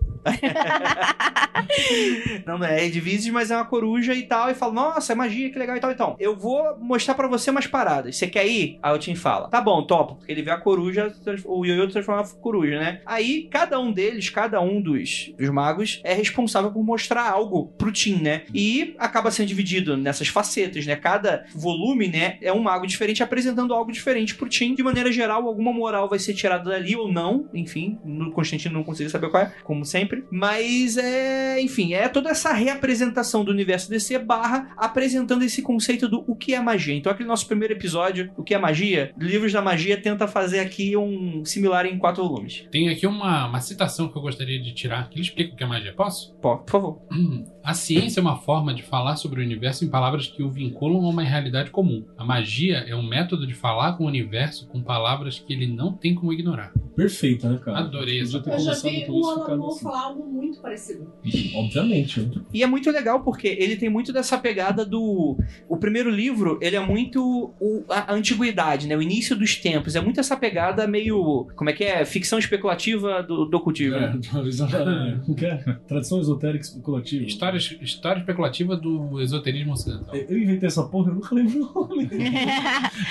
Speaker 3: Não, não é Edvises, mas é uma coruja e tal. E fala, nossa, é magia, que legal e tal. Então, eu vou mostrar pra você umas paradas. Você quer ir? Aí o Tim fala, tá bom, topo. Porque ele vê a coruja, trans- o Yoyo transforma a coruja, né? Aí, cada um deles, cada um dos, dos magos, é responsável por mostrar algo pro Tim, né? E acaba sendo dividido nessas facetas, né? Cada volume, né, é um mago diferente apresentando algo diferente pro Tim. De maneira geral, alguma moral vai ser tirada dali ou não. Enfim, no Constantino não consegui saber qual é, como sempre. Mas é, enfim, é toda essa reapresentação do universo DC barra apresentando esse conceito do o que é magia. Então, aquele nosso primeiro episódio, o que é magia? Livros da Magia tenta fazer aqui um similar em quatro volumes.
Speaker 6: Tem aqui uma, uma citação que eu gostaria de tirar. que Ele explica o que é magia. Posso?
Speaker 3: Pô, por favor.
Speaker 6: A ciência é uma forma de falar sobre o universo em palavras que o vinculam a uma realidade comum. A magia é um método de falar com o universo com palavras que ele não tem como ignorar.
Speaker 5: Perfeita, né, cara?
Speaker 6: Adorei
Speaker 5: Podia
Speaker 6: essa
Speaker 5: ter
Speaker 9: Eu já
Speaker 5: começado
Speaker 9: vi um
Speaker 5: tudo
Speaker 9: o
Speaker 5: isso
Speaker 9: Alan
Speaker 5: ficado
Speaker 9: Moore
Speaker 5: assim.
Speaker 9: falar algo muito parecido.
Speaker 5: Obviamente. né?
Speaker 3: E é muito legal porque ele tem muito dessa pegada do. O primeiro livro, ele é muito o- a, a antiguidade, né? O início dos tempos. É muito essa pegada meio. Como é que é? Ficção especulativa do, do cultivo. né?
Speaker 5: É, exatamente. Como que é? Tradição esotérica especulativa.
Speaker 6: História, história especulativa do esoterismo
Speaker 3: É,
Speaker 6: ocidental.
Speaker 5: Então. Eu inventei essa porra, eu nunca lembro o nome.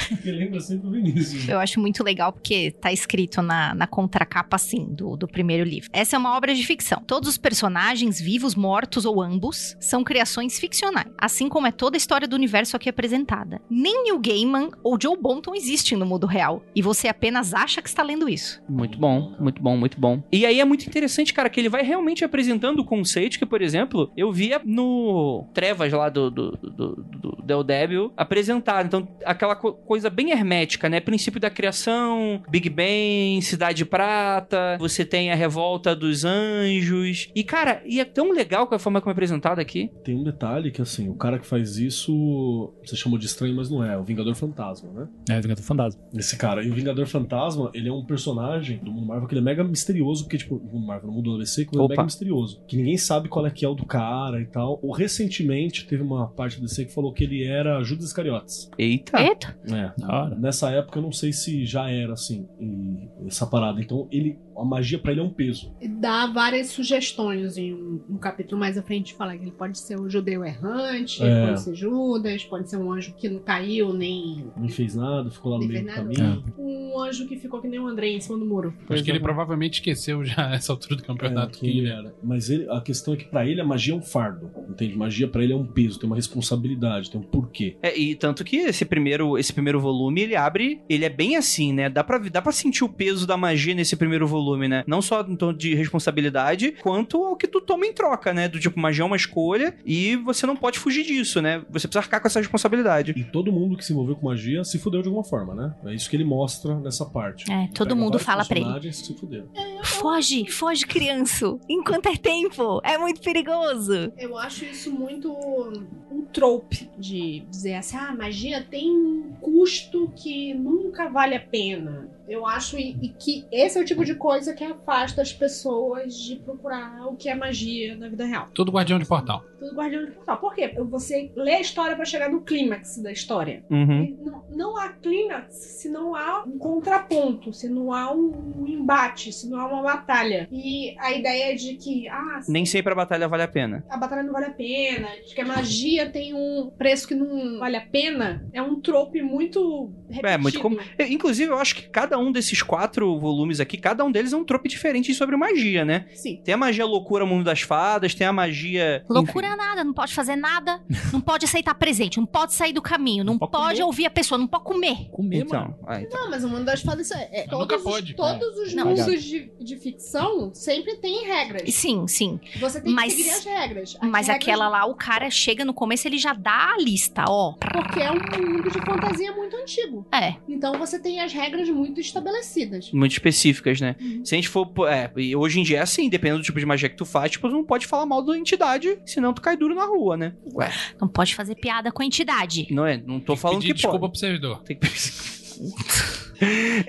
Speaker 5: Porque lembra sempre o Vinícius.
Speaker 2: Eu acho muito legal porque tá escrito na, na, na contracapa, assim, do, do primeiro livro. Essa é uma obra de ficção. Todos os personagens, vivos, mortos ou ambos, são criações ficcionais, assim como é toda a história do universo aqui apresentada. Nem Neil Gaiman ou Joe Bonton existem no mundo real, e você apenas acha que está lendo isso.
Speaker 10: Muito bom, muito bom, muito bom.
Speaker 3: E aí é muito interessante, cara, que ele vai realmente apresentando o conceito que, por exemplo, eu via no Trevas lá do, do, do, do Del Devil apresentar. Então, aquela co- coisa bem hermética, né? Princípio da criação, Big Bang, Cidade de Prata, você tem a revolta dos anjos. E, cara, e é tão legal com a forma como é apresentado aqui.
Speaker 5: Tem um detalhe que, assim, o cara que faz isso, você chamou de estranho, mas não é, é o Vingador Fantasma, né?
Speaker 7: É, Vingador Fantasma.
Speaker 5: Esse cara. E o Vingador Fantasma, ele é um personagem do mundo Marvel que ele é mega misterioso, porque, tipo, o Marvel no mundo DC, que ele é
Speaker 3: Opa.
Speaker 5: mega misterioso. Que ninguém sabe qual é que é o do cara e tal. Ou recentemente teve uma parte do DC que falou que ele era Judas Iscariotes.
Speaker 3: Eita!
Speaker 2: Eita!
Speaker 5: É.
Speaker 7: Da hora.
Speaker 5: Nessa época eu não sei se já era assim, e- essa parada. Então ele. A magia pra ele é um peso.
Speaker 4: Dá várias sugestões em um, um capítulo mais à frente fala que ele pode ser um judeu errante,
Speaker 5: É.
Speaker 4: pode ser Judas, pode ser um anjo que não caiu, nem
Speaker 5: Não fez nada, ficou lá no
Speaker 4: Não
Speaker 5: meio do
Speaker 4: fez nada.
Speaker 5: caminho.
Speaker 4: um anjo que ficou que nem o André em cima do muro.
Speaker 6: Acho que ele provavelmente esqueceu já essa altura do campeonato.
Speaker 5: É,
Speaker 6: quem
Speaker 5: quem
Speaker 6: ele
Speaker 5: ele
Speaker 6: é.
Speaker 5: era. Mas ele- a questão é que pra ele a magia é um fardo, entende? Magia pra ele é um peso, tem uma responsabilidade, tem um porquê.
Speaker 3: É, e tanto que esse primeiro, esse primeiro volume, ele abre, ele é bem assim, né? Dá pra, dá pra sentir o peso da magia nesse primeiro volume, né? Não só em tom de responsabilidade, quanto ao que tu toma em troca, né? Do tipo, magia é uma escolha e você não pode fugir disso, né? Você precisa arcar com essa responsabilidade.
Speaker 5: E todo mundo que se envolveu com magia se fudeu de alguma forma, né? É isso que ele mostra nessa parte.
Speaker 2: É, todo
Speaker 5: Pega
Speaker 2: mundo
Speaker 5: vários
Speaker 2: fala pra ele.
Speaker 5: personagens que Se fuderam.
Speaker 2: Foge, foge, criança! Enquanto é tempo, é muito perigoso!
Speaker 4: Eu acho isso muito um trope de dizer assim, ah, magia tem um custo que nunca vale a pena. Eu acho e, e que esse é o tipo de coisa que afasta as pessoas de procurar o que é magia na vida real.
Speaker 6: Todo guardião de portal.
Speaker 4: Tudo guardião de portal. Por quê? Você lê a história pra chegar no clímax da história.
Speaker 3: Uhum.
Speaker 4: E Não, não há clímax se não há um contraponto, se não há um embate, se não há uma batalha. E a ideia de que, ah,
Speaker 3: Nem sempre a batalha vale a pena.
Speaker 4: a batalha não vale a pena, de que a magia tem um preço que não vale a pena, é um trope muito repetido.
Speaker 3: É, muito comum. Eu- Inclusive, eu acho que cada um desses quatro volumes aqui, cada um deles é um trope diferente sobre magia, né?
Speaker 4: Sim.
Speaker 3: Tem a magia loucura, mundo das fadas, tem a magia.
Speaker 2: Loucura nada, não pode fazer nada, não pode aceitar presente, não pode sair do caminho, não,
Speaker 7: pode
Speaker 2: pode
Speaker 7: comer.
Speaker 2: ouvir a pessoa, não pode comer.
Speaker 7: Comer, mano.
Speaker 3: Então, aí,
Speaker 11: Não, mas o mundo das fadas é, é,
Speaker 6: Mas nunca
Speaker 11: todos, os-
Speaker 6: pode. né?
Speaker 11: todos os
Speaker 2: Não.
Speaker 11: mundos de, de ficção sempre tem regras.
Speaker 2: Sim, sim.
Speaker 11: Você tem que
Speaker 2: Mas-
Speaker 11: seguir as regras. As
Speaker 2: Mas
Speaker 11: regras-
Speaker 2: aquela lá, o cara chega no começo, ele já dá a lista, ó.
Speaker 11: Porque é um mundo de fantasia muito antigo.
Speaker 2: É.
Speaker 11: Então você tem as regras muito estabelecidas.
Speaker 3: muito específicas, né?
Speaker 4: Uhum.
Speaker 3: Se a gente for. pô, É, e hoje em dia é assim, dependendo do tipo de magia que tu faz, tipo, tu não pode falar mal da entidade, senão tu cai duro na rua, né? Ué,
Speaker 2: Não pode fazer piada com a entidade.
Speaker 3: não é? Não tô falando
Speaker 6: Pedir
Speaker 3: que
Speaker 6: desculpa
Speaker 3: pode.
Speaker 6: pro servidor.
Speaker 3: Tem que...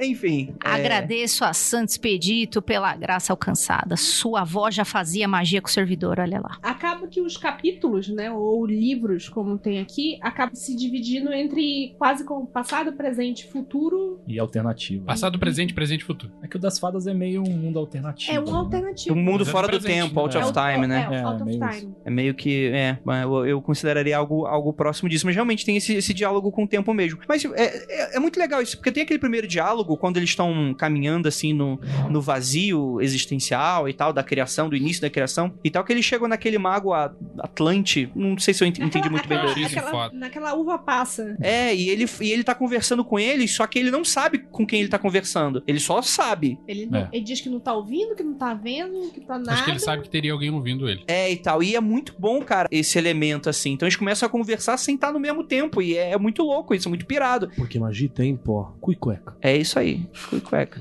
Speaker 3: Enfim. é,
Speaker 2: Agradeço a Santos Pedito pela graça alcançada. Sua avó já fazia magia com o servidor, olha lá.
Speaker 4: Acaba que os capítulos, né, ou livros, como tem aqui, acabam se dividindo entre quase como passado, presente, futuro.
Speaker 7: E alternativa.
Speaker 6: Passado, presente, presente, e futuro.
Speaker 7: É que o das fadas é meio um mundo alternativo.
Speaker 4: É uma
Speaker 7: né?
Speaker 4: alternativa.
Speaker 3: Um mundo
Speaker 6: Mas é
Speaker 3: fora do
Speaker 6: presente,
Speaker 3: tempo, out
Speaker 7: né?
Speaker 3: of time, né?
Speaker 4: É,
Speaker 7: É,
Speaker 4: o out of
Speaker 7: meio
Speaker 4: time.
Speaker 7: isso.
Speaker 3: É meio que. É, mas eu, eu consideraria algo, algo próximo disso, mas realmente tem esse, esse diálogo com o tempo mesmo. Mas é, é- é muito legal isso, porque tem aquele primeiro diálogo, quando eles estão caminhando assim no, no vazio existencial e tal, da criação, do início da criação e tal, que eles chegam naquele mago a- Atlante, não sei se eu ent- entendi muito bem.
Speaker 6: aquela-
Speaker 3: do-
Speaker 6: Isso,
Speaker 4: naquela,
Speaker 6: foda.
Speaker 4: naquela uva passa.
Speaker 3: É, e ele, e ele tá conversando com ele, só que ele não sabe com quem ele tá conversando. Ele só sabe.
Speaker 4: Ele, não-
Speaker 7: É.
Speaker 4: ele diz que não tá ouvindo, que não tá vendo, que tá nada.
Speaker 6: Acho que ele sabe que teria alguém ouvindo ele.
Speaker 3: É, e tal. E é muito bom, cara, esse elemento, assim. Então eles começam a conversar sem estar no mesmo tempo. E é, é muito louco isso, é muito pirado.
Speaker 5: Porque magia tem pó, cu e cueca.
Speaker 3: É isso aí. Fui cueca.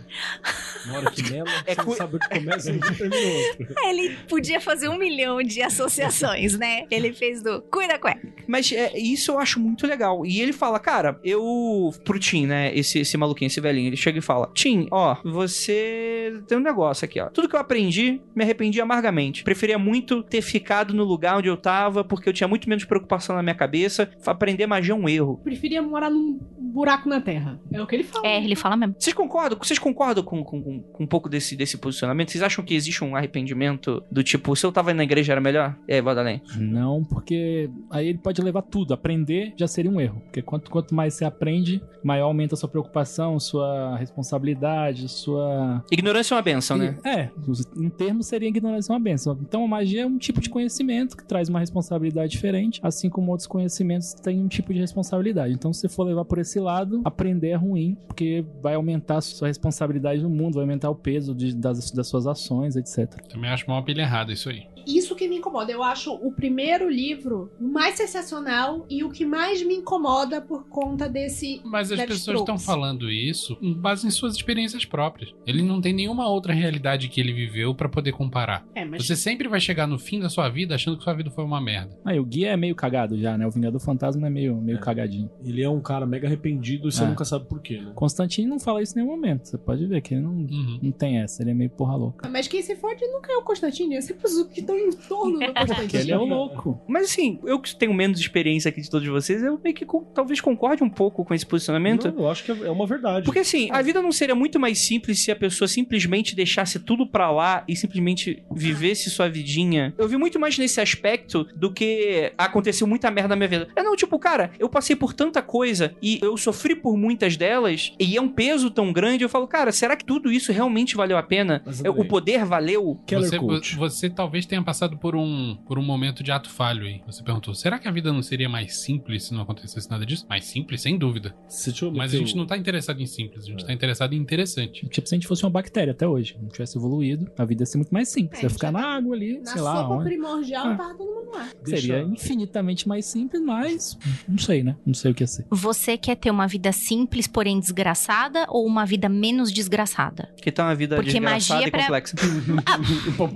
Speaker 5: Na hora que mela,
Speaker 3: É
Speaker 5: é
Speaker 3: cu-
Speaker 5: você sabe onde começa e onde termina o outro.
Speaker 2: Ah, Ele podia fazer um milhão de associações, né? Ele fez do Cuida Cueca.
Speaker 3: Mas é, isso eu acho muito legal. E ele fala, cara, eu. Pro Tim, né? Esse, esse maluquinho, esse velhinho, ele chega e fala: Tim, ó, você tem um negócio aqui, ó. Tudo que eu aprendi, me arrependi amargamente. Preferia muito ter ficado no lugar onde eu tava, porque eu tinha muito menos preocupação na minha cabeça. Aprender magia é um erro.
Speaker 4: Preferia morar num
Speaker 9: buraco na terra. É o que ele fala.
Speaker 2: É, ele fala mesmo.
Speaker 3: Vocês concordam? Vocês concordam com, com, com- com um pouco desse, desse posicionamento? Vocês acham que existe um arrependimento do tipo, se eu tava indo na igreja era melhor? É, E aí, Badalém?
Speaker 7: Não, porque aí ele pode levar tudo. Aprender já seria um erro. Porque quanto, quanto mais você aprende, maior aumenta a sua preocupação, sua responsabilidade, sua.
Speaker 3: Ignorância é uma benção, né?
Speaker 7: É, os- em termos seria ignorância uma benção. Então a magia é um tipo de conhecimento que traz uma responsabilidade diferente, assim como outros conhecimentos têm um tipo de responsabilidade. Então, se você for levar por esse lado, aprender é ruim, porque vai aumentar a sua responsabilidade no mundo, vai aumentar o peso de- das, das suas ações, etc.
Speaker 6: Também acho uma pilha errada isso aí.
Speaker 9: Isso que me incomoda. Eu acho o primeiro livro o mais sensacional e o que mais me incomoda por conta desse.
Speaker 6: Mas as
Speaker 9: Deve
Speaker 6: pessoas estão
Speaker 9: Strokes.
Speaker 6: falando isso com base em suas experiências próprias. Ele não tem nenhuma outra realidade que ele viveu pra poder comparar.
Speaker 9: É, mas
Speaker 6: Você sempre vai chegar no fim da sua vida achando que sua vida foi uma merda.
Speaker 7: Aí o guia é meio cagado já, né? O Vingador Fantasma é meio, meio
Speaker 5: É.
Speaker 7: cagadinho.
Speaker 5: Ele é um cara mega arrependido e você
Speaker 7: É.
Speaker 5: nunca sabe por quê, né?
Speaker 7: Constantine não fala isso em nenhum momento. Você pode ver que ele não,
Speaker 6: Uhum.
Speaker 7: não tem essa. Ele é meio porra louca.
Speaker 9: Mas quem se fode nunca é o Constantino, é sempre os que estão em torno do
Speaker 7: Porque ele é
Speaker 9: Constantino.
Speaker 7: o louco.
Speaker 3: Mas assim, eu que tenho menos experiência aqui de todos vocês, eu meio que con- talvez concorde um pouco com esse posicionamento.
Speaker 5: Não, eu acho que é é uma verdade.
Speaker 3: Porque assim, a vida não seria muito mais simples se a pessoa simplesmente deixasse tudo pra lá e simplesmente vivesse sua vidinha. Eu vi muito mais nesse aspecto do que aconteceu muita merda na minha vida. É não, tipo, cara, eu passei por tanta coisa e eu sofri por muitas delas e é um peso tão grande. Eu falo, cara, será que tudo isso realmente valeu a pena?
Speaker 5: Mas,
Speaker 3: É,
Speaker 5: Andrei,
Speaker 3: O poder valeu?
Speaker 5: Keller
Speaker 6: Você,
Speaker 5: Coach.
Speaker 6: você talvez tenha passado por um, por um momento de ato falho aí. Você perguntou, será que a vida não seria mais simples se não acontecesse nada disso? Mais simples, sem dúvida.
Speaker 5: Se deixa eu
Speaker 6: Mas a
Speaker 5: meter
Speaker 6: gente
Speaker 5: o-
Speaker 6: não tá interessado em simples, a gente
Speaker 5: um É.
Speaker 6: tá interessado em interessante.
Speaker 7: Tipo, se a gente fosse uma bactéria até hoje, não tivesse evoluído, a vida ia ser muito mais simples.
Speaker 9: É,
Speaker 7: ia ficar
Speaker 9: já
Speaker 7: na água ali,
Speaker 9: Na
Speaker 7: um, sei lá.
Speaker 9: sopa
Speaker 7: Onde.
Speaker 9: primordial,
Speaker 7: Ah.
Speaker 9: tava todo mundo lá.
Speaker 5: Deixa-
Speaker 7: Seria infinitamente mais simples, mas não sei, né? Não sei o que ia ser.
Speaker 2: Você quer ter uma vida simples, porém desgraçada, ou uma vida menos desgraçada?
Speaker 3: Que tá uma vida
Speaker 2: Porque
Speaker 3: desgraçada
Speaker 2: magia
Speaker 3: e
Speaker 2: pra-
Speaker 3: complexa.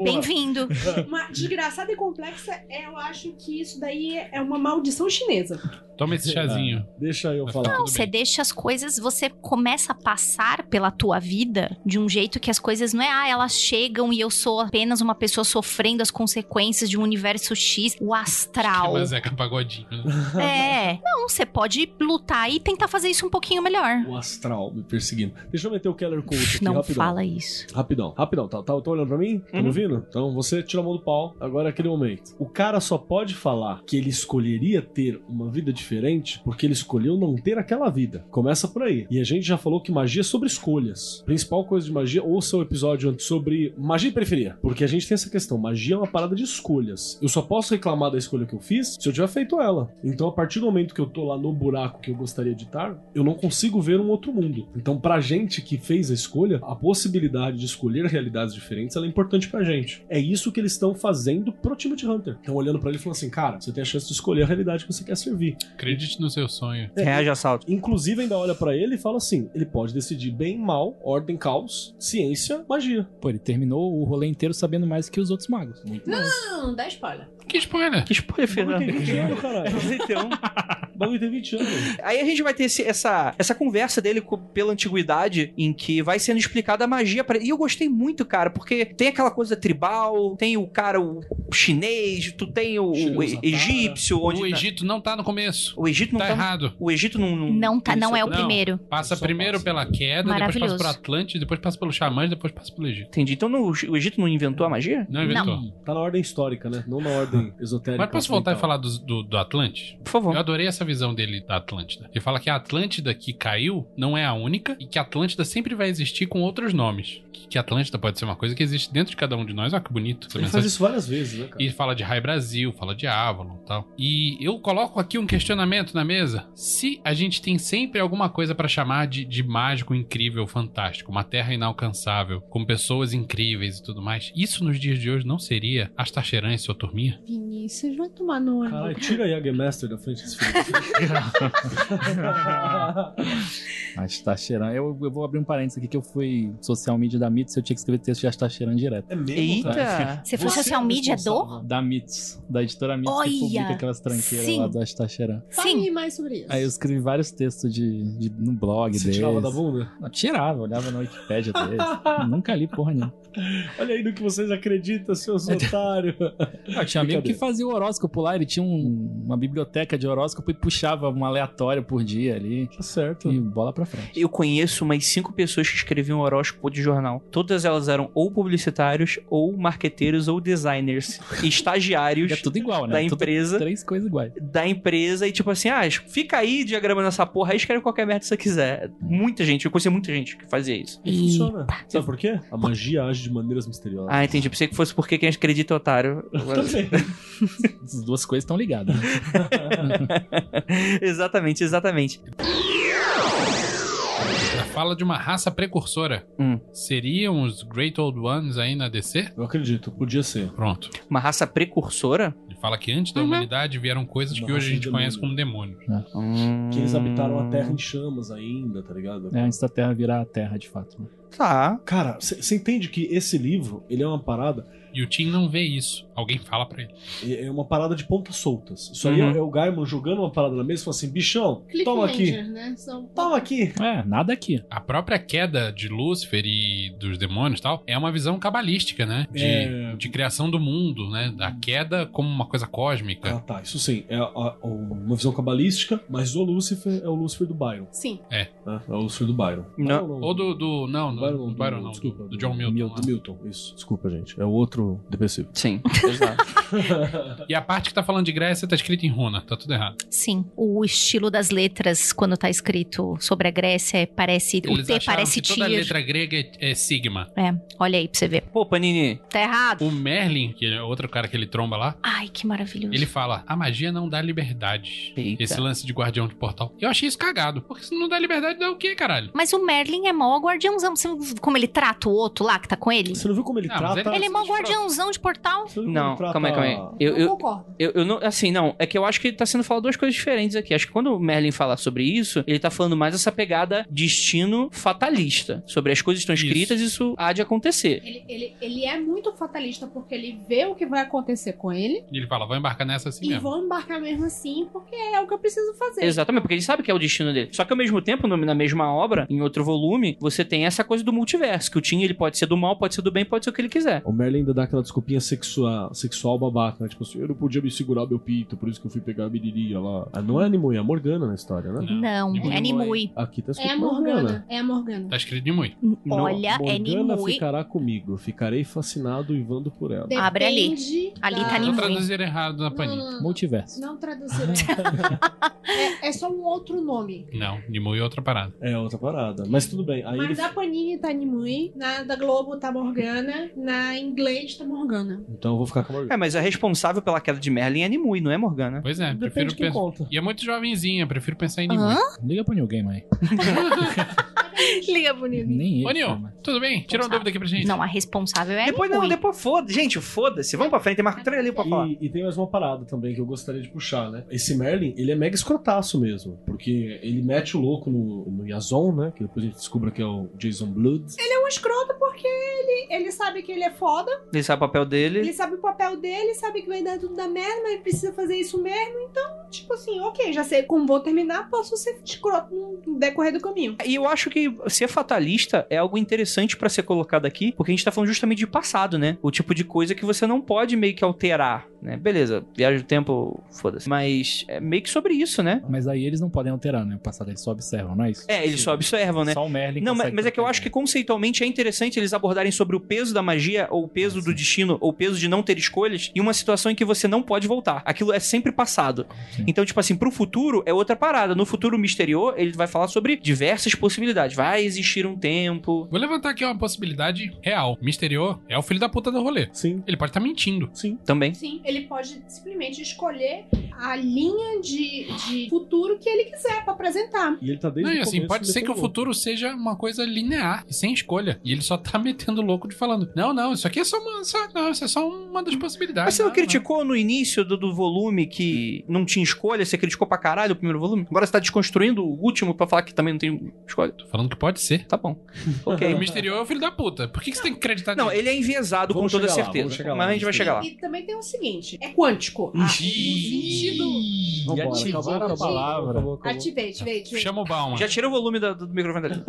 Speaker 2: Bem-vindo!
Speaker 9: Uma desgraçada e complexa, é, eu acho que isso daí é é uma maldição chinesa.
Speaker 6: Toma
Speaker 5: Ah.
Speaker 6: esse chazinho.
Speaker 5: Deixa eu
Speaker 6: Vai
Speaker 5: falar.
Speaker 6: ficar tudo
Speaker 2: Você
Speaker 6: bem.
Speaker 2: deixa as coisas, você começa a passar pela tua vida de um jeito que as coisas não é, ah, elas chegam e eu sou apenas uma pessoa sofrendo as consequências de um universo X, o astral.
Speaker 6: Mas é pagodinho. né?
Speaker 2: É. Não, você pode lutar e tentar fazer isso um pouquinho melhor.
Speaker 5: O astral me perseguindo. Deixa eu meter o Keller Coach aqui
Speaker 2: Não
Speaker 5: rapidão.
Speaker 2: fala isso.
Speaker 5: Rapidão, rapidão. Tá, tá, tá olhando pra mim? Tá
Speaker 3: Uhum.
Speaker 5: me ouvindo? Então você tira a mão do pau. Agora é aquele momento. O cara só pode falar que ele escolheria ter uma vida diferente porque ele escolheu não ter aquela vida. Começa por aí. E a gente já falou que magia é sobre escolhas. Principal coisa de magia, ouça o episódio antes sobre magia e periferia. Porque a gente tem essa questão. Magia é uma parada de escolhas. Eu só posso reclamar da escolha que eu fiz se eu tiver feito ela. Então a partir do momento que eu tô lá no buraco que eu gostaria de estar, eu não consigo ver um outro mundo. Então pra gente que fez a escolha, a possibilidade de escolher realidades diferentes, ela é importante pra gente. É isso que eles estão fazendo pro Timothy Hunter. Estão olhando pra ele e falando assim, cara, você tem a chance de escolher a realidade que você quer servir. É,
Speaker 6: Acredite no seu sonho.
Speaker 8: É
Speaker 3: Reage ao assalto.
Speaker 5: Inclusive ainda olha pra ele e fala assim, ele pode decidir bem, mal, ordem, caos, ciência, magia.
Speaker 7: Pô, ele terminou o rolê inteiro sabendo mais que os outros magos.
Speaker 9: Não, dá spoiler.
Speaker 6: Que spoiler!
Speaker 3: Que spoiler,
Speaker 5: O bagulho
Speaker 3: Fernando.
Speaker 5: tem 20 anos, caralho.
Speaker 3: 91.
Speaker 5: O bagulho tem 20 anos.
Speaker 3: Aí a gente vai ter esse- essa, essa conversa dele co- pela antiguidade, em que vai sendo explicada a magia pra ele. E eu gostei muito, cara, porque tem aquela coisa tribal, tem o cara, o chinês, tu tem o, o
Speaker 5: Chegou
Speaker 3: e-
Speaker 5: Zatara.
Speaker 3: egípcio, onde.
Speaker 6: O Egito não tá no começo.
Speaker 3: o Egito não
Speaker 6: Tá
Speaker 3: tá.
Speaker 6: errado.
Speaker 3: O Egito não.
Speaker 6: Hum,
Speaker 2: Não, tá, não é o
Speaker 6: Não.
Speaker 2: primeiro.
Speaker 6: Passa
Speaker 5: Só
Speaker 6: primeiro
Speaker 5: passa.
Speaker 6: pela queda, depois passa
Speaker 2: Maravilhoso.
Speaker 6: pro Atlante, depois passa pelo Xamã, depois passa pelo Egito.
Speaker 3: Entendi. Então não- o Egito não inventou a magia?
Speaker 6: Não inventou.
Speaker 5: Tá na ordem histórica, né? Não na ordem esotérica.
Speaker 6: Mas posso voltar e
Speaker 5: ocidental.
Speaker 6: falar do, do, do Atlante?
Speaker 3: Por favor.
Speaker 6: Eu adorei essa visão dele da Atlântida. Ele fala que a Atlântida que caiu não é a única e que a Atlântida sempre vai existir com outros nomes. Que, que a Atlântida pode ser uma coisa que existe dentro de cada um de nós. Olha que bonito. Essa
Speaker 5: Ele
Speaker 6: mensagem.
Speaker 5: faz isso várias vezes, né, cara?
Speaker 6: E fala de Rai Brasil, fala de Avalon e tal. E eu coloco aqui um questionamento na mesa. Se a gente tem sempre alguma coisa pra chamar de, de mágico, incrível, fantástico, uma terra inalcançável, com pessoas incríveis e tudo mais, isso nos dias de hoje não seria as Tacheran e sua turminha?
Speaker 9: Vinícius, vai tomar no olho.
Speaker 5: Caralho, tira aí a Game Master da frente desse filho.
Speaker 7: Acho que tá cheirando. Eu, eu vou abrir um parênteses aqui que eu fui social media da Mitos, eu tinha que escrever texto de está cheirando direto.
Speaker 5: é mesmo, cara?
Speaker 3: Eita!
Speaker 2: Você foi social
Speaker 5: é
Speaker 2: media do?
Speaker 5: responsável.
Speaker 7: Da Mitos, da editora Mitos, que
Speaker 2: Olha!
Speaker 7: publica aquelas tranqueiras
Speaker 2: Sim.
Speaker 7: lá do Está cheirando.
Speaker 4: Fale
Speaker 2: Sim.
Speaker 4: mais sobre isso.
Speaker 7: Aí eu escrevi vários textos de, de- no blog
Speaker 5: Você
Speaker 7: deles.
Speaker 5: tirava da bunda?
Speaker 7: Não, tirava, olhava na Wikipédia deles. Nunca li porra nenhuma.
Speaker 5: Olha aí no que vocês acreditam, seus otários. Tá
Speaker 7: Eu tinha amigo que
Speaker 5: Brincadeira.
Speaker 7: fazia o horóscopo lá, ele tinha um- uma biblioteca de horóscopo e puxava uma aleatória por dia ali.
Speaker 5: Tá certo.
Speaker 7: E bola pra frente.
Speaker 3: Eu conheço umas cinco pessoas que escreviam horóscopo de jornal. Todas elas eram ou publicitários, ou marqueteiros, ou designers, e estagiários
Speaker 7: É tudo igual, né?
Speaker 3: da
Speaker 7: Tudo
Speaker 3: empresa.
Speaker 7: Três coisas iguais.
Speaker 3: Da empresa e tipo assim, ah, fica aí diagramando essa porra, aí escreve qualquer merda que você quiser. Muita gente, eu conheci muita gente que fazia isso.
Speaker 5: E funciona. Sabe por quê? A magia age de maneiras misteriosas.
Speaker 3: Ah, entendi. Pensei que fosse porque quem acredita é otário.
Speaker 5: Também.
Speaker 7: As duas coisas estão ligadas. né?
Speaker 3: exatamente, exatamente.
Speaker 6: A fala de uma raça precursora.
Speaker 3: Hum.
Speaker 6: Seriam os Great Old Ones aí na DC?
Speaker 5: Eu acredito, podia ser.
Speaker 6: Pronto.
Speaker 3: Uma raça precursora?
Speaker 6: Ele fala que antes da humanidade vieram coisas que hoje
Speaker 5: Uma
Speaker 6: a
Speaker 5: raça
Speaker 6: gente
Speaker 5: de
Speaker 6: conhece como
Speaker 5: demônio.
Speaker 6: demônios.
Speaker 3: Hum.
Speaker 5: Que eles habitaram a Terra em chamas ainda, tá ligado?
Speaker 7: É, antes da Terra virar a Terra, de fato. né?
Speaker 3: Tá.
Speaker 5: Cara, você entende que esse livro, ele é uma parada
Speaker 6: E o Tim não vê isso. Alguém fala pra ele.
Speaker 5: É é uma parada de pontas soltas. Isso aí
Speaker 3: Uhum.
Speaker 5: é, é o Gaiman jogando uma parada na mesa e falando assim: bichão, toma aqui,
Speaker 4: Cliffhanger, né? São...
Speaker 5: toma aqui.
Speaker 7: É, nada aqui.
Speaker 6: A própria queda de Lúcifer e dos demônios e tal é uma visão cabalística, né? De,
Speaker 5: É.
Speaker 6: de criação do mundo, né? A queda como uma coisa
Speaker 5: Ah,
Speaker 6: cósmica.
Speaker 5: tá. Isso sim, é a- a- uma visão cabalística, mas o Lúcifer é o Lúcifer do Byron.
Speaker 4: Sim.
Speaker 5: Né? É o Lúcifer do Byron.
Speaker 3: Não.
Speaker 5: Byron
Speaker 6: Ou do. do não,
Speaker 5: do
Speaker 6: do, do Byron, não.
Speaker 5: desculpa.
Speaker 6: do John Milton. né?
Speaker 5: Do Milton, isso. Desculpa, gente. É o outro depressivo.
Speaker 3: Sim, exato.
Speaker 6: E a parte que tá falando de Grécia tá escrita em runa. Tá tudo errado.
Speaker 2: Sim, o estilo das letras, quando tá escrito sobre a Grécia, é- parece. o T
Speaker 6: acharam
Speaker 2: parece
Speaker 6: que toda
Speaker 2: tir.
Speaker 6: letra grega é, é sigma.
Speaker 2: É, olha aí pra você ver.
Speaker 3: Pô, Panini,
Speaker 2: Tá errado.
Speaker 6: O Merlin, que é outro cara que ele tromba lá,
Speaker 2: Ai, que maravilhoso.
Speaker 6: Ele fala, a magia não dá liberdade.
Speaker 3: Eita.
Speaker 6: Esse lance de guardião de portal. Eu achei isso cagado. Porque se não dá liberdade, dá o quê, caralho?
Speaker 2: Mas o Merlin é mó guardiãozão. Você não viu como ele trata o outro lá que tá com ele?
Speaker 5: Você não viu como ele
Speaker 6: Ah, mas
Speaker 5: trata.
Speaker 6: ele-
Speaker 2: Ele é mó guardiãozão de portal.
Speaker 5: Você viu como
Speaker 3: Não,
Speaker 5: ele trata-
Speaker 3: calma aí, calma aí. Eu,
Speaker 4: Eu,
Speaker 3: eu,
Speaker 4: concordo.
Speaker 3: eu, eu não. Assim, não. É que eu acho que tá sendo falado duas coisas diferentes aqui. Acho que quando o Merlin fala sobre isso, ele tá falando mais essa pegada destino fatalista. Sobre as coisas estão escritas, isso, há de acontecer.
Speaker 4: Ele, ele, ele é muito fatalista porque ele vê o que vai acontecer com ele
Speaker 6: E ele fala, vou embarcar nessa assim
Speaker 4: e
Speaker 6: mesmo.
Speaker 4: vou embarcar mesmo assim porque é o que eu preciso fazer.
Speaker 3: Exatamente, porque ele sabe que é o destino dele. Só que ao mesmo tempo, no- na mesma obra, em outro volume, você tem essa coisa do multiverso, que o Tim ele pode ser do mal, pode ser do bem, pode ser o que ele quiser.
Speaker 5: O Merlin ainda dá aquela desculpinha sexual, sexual babaca, né? Tipo assim, eu não podia me segurar meu pinto, por isso que eu fui pegar a menininha lá. Ah, não é a Nimue, é a Morgana na história, né?
Speaker 2: Não,
Speaker 6: Nimue.
Speaker 2: é Nimue.
Speaker 5: Aqui tá escrito
Speaker 4: É a Morgana. É a Morgana.
Speaker 6: Tá escrito de muito.
Speaker 5: Não,
Speaker 2: Olha, é
Speaker 5: Morgana
Speaker 2: Nimue.
Speaker 5: ficará comigo. Ficarei fascinado e vando por ela.
Speaker 2: Abre ali.
Speaker 4: Depende
Speaker 2: Ali
Speaker 4: da-
Speaker 2: tá
Speaker 6: Só
Speaker 2: Nimue.
Speaker 6: Ah, traduzir errado na
Speaker 4: Não,
Speaker 6: paninha.
Speaker 4: não, não.
Speaker 7: Multiverso.
Speaker 4: Não traduziram. é, é só um outro nome.
Speaker 6: Não, Nimue é outra parada.
Speaker 5: É outra parada. Mas tudo bem. Aí ele...
Speaker 4: Mas da Panini tá Nimui, na da Globo tá Morgana, na inglês tá Morgana.
Speaker 5: Então eu vou ficar com a Morgana.
Speaker 3: É, mas a responsável pela queda de Merlin é Nimue, não é Morgana.
Speaker 6: Pois é,
Speaker 5: Depende de
Speaker 6: prefiro
Speaker 5: quem
Speaker 6: pensar.
Speaker 5: conta.
Speaker 6: E é muito jovenzinha, prefiro pensar em Nimue.
Speaker 2: Hã?
Speaker 7: Liga pro New Game aí.
Speaker 2: Liga bonito.
Speaker 7: Nem né?
Speaker 6: Ô, Nil,
Speaker 7: ele.
Speaker 3: né?
Speaker 7: chama.
Speaker 6: tudo bem? Tira uma
Speaker 2: Sabe.
Speaker 6: dúvida aqui pra gente.
Speaker 2: Tá. Não, a responsável é
Speaker 3: Depois não,
Speaker 2: Nimue. É
Speaker 3: depois foda. Gente, foda-se. Vamos pra frente, tem Marco Três ali pra falar.
Speaker 5: E, e tem mais uma parada também que eu gostaria de puxar, né? Esse Merlin, ele é mega escrotaço mesmo. Porque ele mete o louco no, no Yazon, né? Que depois a gente descubra que é o Jason Blood.
Speaker 4: É um escroto porque ele, ele sabe que ele é foda,
Speaker 3: Ele sabe o papel dele.
Speaker 4: ele sabe o papel dele, sabe que vai dar tudo da merda, mas ele precisa fazer isso mesmo. Então, tipo assim, ok, já sei como vou terminar, posso ser escroto no decorrer do caminho.
Speaker 3: E eu acho que ser fatalista é algo interessante pra ser colocado aqui, porque a gente tá falando justamente de passado, né? O tipo de coisa que você não pode meio que alterar, né? Beleza, viagem do tempo, foda-se. Mas é meio que sobre isso, né?
Speaker 7: Mas aí eles não podem alterar, né? O passado eles só observam, não é isso?
Speaker 3: É, eles só observam, né?
Speaker 7: Só o Merlin
Speaker 3: Não, mas,
Speaker 7: consegue
Speaker 3: mas é que eu acho que
Speaker 7: proteger.
Speaker 3: conceitualmente é interessante eles abordarem sobre o peso da magia, ou o
Speaker 5: Ah,
Speaker 3: peso do destino, ou o peso de não ter escolhas, em uma situação em que você não pode voltar. Aquilo é sempre passado.
Speaker 5: Ah,
Speaker 7: Sim.
Speaker 3: Então, tipo assim, pro futuro é outra parada. No futuro misterioso, ele vai falar sobre diversas possibilidades. Vai existir um tempo.
Speaker 6: Vou levantar aqui uma possibilidade real. Misterio é o filho da puta do rolê.
Speaker 5: Sim,
Speaker 6: Ele pode estar mentindo.
Speaker 5: sim.
Speaker 3: Também.
Speaker 4: Sim, ele pode simplesmente escolher a linha de, de futuro que ele quiser pra apresentar.
Speaker 5: E ele tá desde
Speaker 6: Não,
Speaker 5: o
Speaker 6: e assim,
Speaker 5: começo
Speaker 6: pode ser
Speaker 5: metendo
Speaker 6: que o
Speaker 5: louco.
Speaker 6: futuro seja uma coisa linear e sem escolha. E ele só tá metendo louco de falando: Não, não, isso aqui é só uma. só- não, isso é só uma das
Speaker 5: Ah,
Speaker 6: possibilidades.
Speaker 3: Mas você não
Speaker 6: Não,
Speaker 3: criticou no início do, do volume que não tinha escolha? Você criticou pra caralho o primeiro volume? Agora você tá desconstruindo o último pra falar que também não tem escolha?
Speaker 6: Tô falando que pode ser.
Speaker 3: Tá bom. Ok.
Speaker 6: O Misterio é o filho da puta. Por que, que você tem que acreditar
Speaker 3: Não,
Speaker 6: nele?
Speaker 3: ele é enviesado
Speaker 5: Vamos
Speaker 3: com toda
Speaker 5: chegar lá, vamos
Speaker 3: certeza.
Speaker 5: chegar lá,
Speaker 3: mas a gente vai
Speaker 5: vamos
Speaker 3: chegar lá.
Speaker 4: E também tem o seguinte: é quântico. Ah, no sentido.
Speaker 5: Vambora,
Speaker 7: ativou
Speaker 5: acabaram
Speaker 7: com a palavra.
Speaker 5: Acabou, acabou.
Speaker 4: Ativei, ativei,
Speaker 3: é
Speaker 4: ativei.
Speaker 6: Chama o Bauman.
Speaker 3: Já tirei o volume da- do microfone dali.